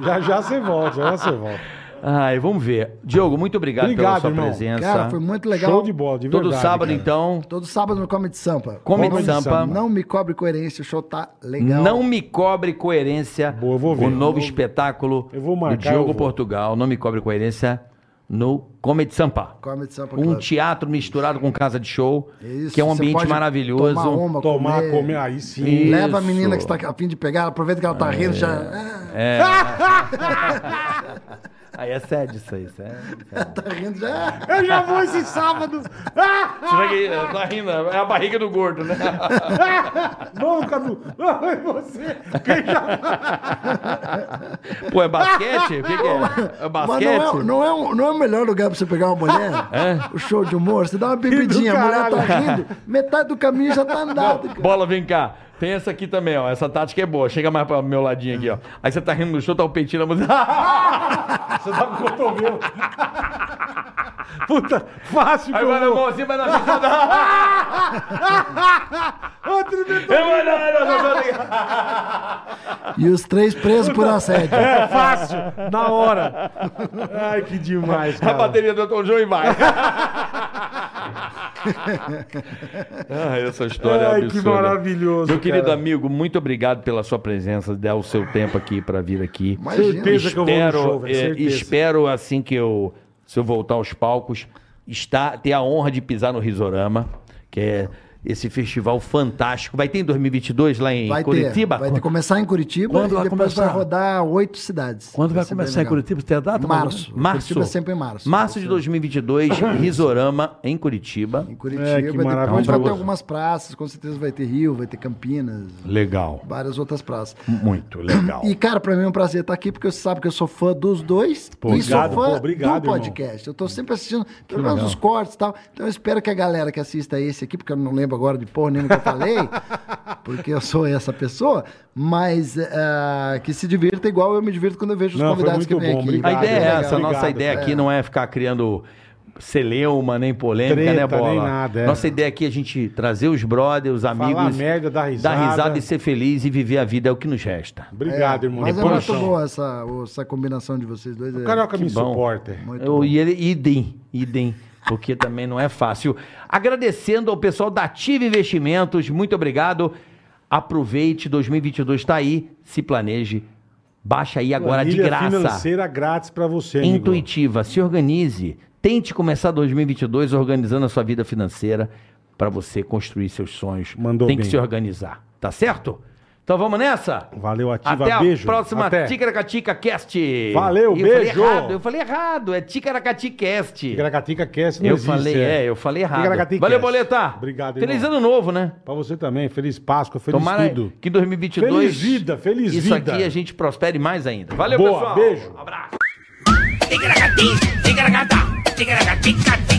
Speaker 2: Já já você volta, já já você volta.
Speaker 3: Ai, vamos ver. Diogo, muito obrigado,
Speaker 2: Obrigado,
Speaker 3: pela sua
Speaker 2: irmão.
Speaker 3: presença.
Speaker 5: Cara, foi muito legal.
Speaker 2: Show de bola, de verdade.
Speaker 3: Todo sábado,
Speaker 2: cara.
Speaker 3: então,
Speaker 5: Todo sábado no Comedy Sampa.
Speaker 3: Comedy
Speaker 2: Comedy
Speaker 3: Sampa.
Speaker 2: Sampa.
Speaker 5: Não me cobre coerência, o show tá legal.
Speaker 3: Não me cobre coerência.
Speaker 2: Boa, eu vou ver.
Speaker 3: O novo
Speaker 2: Eu vou-
Speaker 3: espetáculo
Speaker 2: eu vou marcar,
Speaker 3: do
Speaker 2: eu
Speaker 3: Diogo
Speaker 2: vou.
Speaker 3: Portugal. Não me cobre coerência no Comedy Sampa.
Speaker 5: Comedy Sampa
Speaker 3: Um
Speaker 5: Club.
Speaker 3: teatro misturado com casa de show,
Speaker 5: Isso,
Speaker 3: que é um
Speaker 5: você
Speaker 3: ambiente
Speaker 5: pode
Speaker 3: maravilhoso.
Speaker 5: Tomar um. uma,
Speaker 2: Tomar,
Speaker 5: comer.
Speaker 2: comer, aí sim.
Speaker 3: E-
Speaker 5: Leva a
Speaker 3: Isso.
Speaker 5: menina
Speaker 3: É.
Speaker 5: é, que está a fim de pegar, aproveita que ela tá rindo, já. Ah,
Speaker 3: Aí é sério isso aí, isso é-
Speaker 5: Tá rindo já.
Speaker 2: Eu já vou esse sábado. Ah,
Speaker 3: Você vê que eh, tá rindo, é a barriga do gordo, né?
Speaker 2: vamos, Cadu. Ai, você. Quem já...
Speaker 3: Pô, é basquete? O que, que é? É
Speaker 5: Mas não é,
Speaker 3: basquete? É?
Speaker 5: não, é um- não é o melhor lugar pra você pegar uma mulher? O show de humor, você dá uma bebidinha, a mulher tá
Speaker 2: caralho.
Speaker 5: rindo, metade do caminho já tá andado. cara.
Speaker 3: Bola, vem cá. Tem essa aqui também, ó. Essa tática é boa. Chega mais pro meu ladinho aqui, ó. Aí você tá rindo no show, tá o peitinho na música.
Speaker 2: Você tá com o cotovelo. Puta, fácil
Speaker 3: Aí
Speaker 2: que
Speaker 3: vai na
Speaker 2: eu vou.
Speaker 3: mãozinha, vai na mão.
Speaker 2: Outro dedo.
Speaker 5: E os três presos por assédio.
Speaker 2: É fácil, na hora. Ai, que demais,
Speaker 3: A
Speaker 2: cara.
Speaker 3: bateria do Tom João e vai. Ai, essa história é
Speaker 2: Ai, que
Speaker 3: absurda.
Speaker 2: maravilhoso,
Speaker 3: Meu querido
Speaker 2: cara.
Speaker 3: amigo, muito obrigado pela sua presença, dar o seu tempo aqui pra vir aqui.
Speaker 5: Imagina.
Speaker 2: Certeza que eu vou no
Speaker 3: espero,
Speaker 2: show, velho.
Speaker 3: eh,
Speaker 2: Certeza.
Speaker 3: espero assim que eu, se eu voltar aos palcos, estar, ter a honra de pisar no Risorama, que é esse festival fantástico. Vai ter em 2022 lá em
Speaker 5: Vai
Speaker 3: Curitiba?
Speaker 5: ter, vai ter, começar em Curitiba
Speaker 3: Quando
Speaker 5: e
Speaker 3: vai
Speaker 5: depois
Speaker 3: começar?
Speaker 5: vai rodar oito cidades.
Speaker 3: Quando vai
Speaker 5: ser bem
Speaker 3: começar em
Speaker 5: legal.
Speaker 3: Curitiba? Tem a data, mais ou menos?
Speaker 5: Março.
Speaker 3: Março.
Speaker 5: Curitiba é sempre em março.
Speaker 3: Março de 2022, Risorama em Curitiba.
Speaker 5: Em Curitiba,
Speaker 2: É, que
Speaker 5: depois vai
Speaker 2: maravilhoso.
Speaker 5: ter algumas praças, com certeza vai ter Rio, vai ter Campinas,
Speaker 3: Legal.
Speaker 5: várias outras praças.
Speaker 3: Muito legal.
Speaker 5: E, cara, pra mim é um prazer estar aqui, porque você sabe que eu sou fã dos dois e sou
Speaker 2: obrigado,
Speaker 5: fã
Speaker 2: pô, obrigado,
Speaker 5: do podcast. Eu tô sempre assistindo, pelo menos
Speaker 3: legal.
Speaker 5: os cortes e tal. Então eu espero que a galera que assista esse aqui, porque eu não lembro agora de porra nenhuma que eu falei, porque eu sou essa pessoa, mas ah, que se divirta igual eu me divirto quando eu vejo os
Speaker 2: Não, foi
Speaker 5: convidados que
Speaker 2: muito
Speaker 5: vêm
Speaker 2: bom,
Speaker 5: aqui.
Speaker 3: A
Speaker 2: obrigado.
Speaker 3: ideia é
Speaker 2: legal.
Speaker 3: essa. A nossa
Speaker 2: Obrigado,
Speaker 3: ideia
Speaker 2: cara.
Speaker 3: aqui não é ficar criando celeuma, nem polêmica,
Speaker 2: Treta,
Speaker 3: né, Bola?
Speaker 2: nem nada, é.
Speaker 3: Nossa ideia aqui é a gente trazer os brothers, os amigos.
Speaker 2: merda, dar risada.
Speaker 3: Dar risada e ser feliz e viver a vida é o que nos resta.
Speaker 2: Obrigado, irmão.
Speaker 5: Mas é
Speaker 2: Depois-
Speaker 5: muito boa essa, essa combinação de vocês dois. é-
Speaker 2: O um Carioca me
Speaker 3: bom.
Speaker 2: suporta.
Speaker 5: Muito
Speaker 3: Eu, e ele, idem, idem. Porque também não é fácil. Agradecendo ao pessoal da Ativa Investimentos, muito obrigado. Aproveite, 2022 está tá aí, se planeje. Baixa aí agora de
Speaker 2: Planilha
Speaker 3: graça.
Speaker 2: financeira grátis pra você, amigo.
Speaker 3: intuitiva, se organize. Tente começar 2022 organizando a sua vida financeira para você construir seus sonhos.
Speaker 2: Mandou
Speaker 3: Tem que
Speaker 2: bem.
Speaker 3: se organizar, tá certo? Então vamos nessa?
Speaker 2: Valeu, ativa,
Speaker 3: Até
Speaker 2: beijo.
Speaker 3: a próxima
Speaker 2: Até.
Speaker 3: Ticaracatica Cast.
Speaker 2: Valeu,
Speaker 3: eu falei
Speaker 2: beijo.
Speaker 3: errado, eu falei errado, é Ticaracatica Cast.
Speaker 2: Ticaracatica cast não
Speaker 3: Eu
Speaker 2: existe,
Speaker 3: falei, é. eu falei errado.
Speaker 2: Ticaracatica
Speaker 3: Valeu,
Speaker 2: Cast.
Speaker 3: Boleta.
Speaker 2: Obrigado, irmão.
Speaker 3: Feliz ano novo, né?
Speaker 2: Pra você também, feliz Páscoa, feliz
Speaker 3: Tomara
Speaker 2: tudo.
Speaker 3: que 2022...
Speaker 2: Feliz vida, feliz
Speaker 3: Isso
Speaker 2: vida.
Speaker 3: aqui a gente prospere mais ainda. Valeu,
Speaker 2: Boa,
Speaker 3: pessoal.
Speaker 2: beijo.
Speaker 3: Abraço.
Speaker 1: Tigra gatinho, tigra gata, tigra gatica,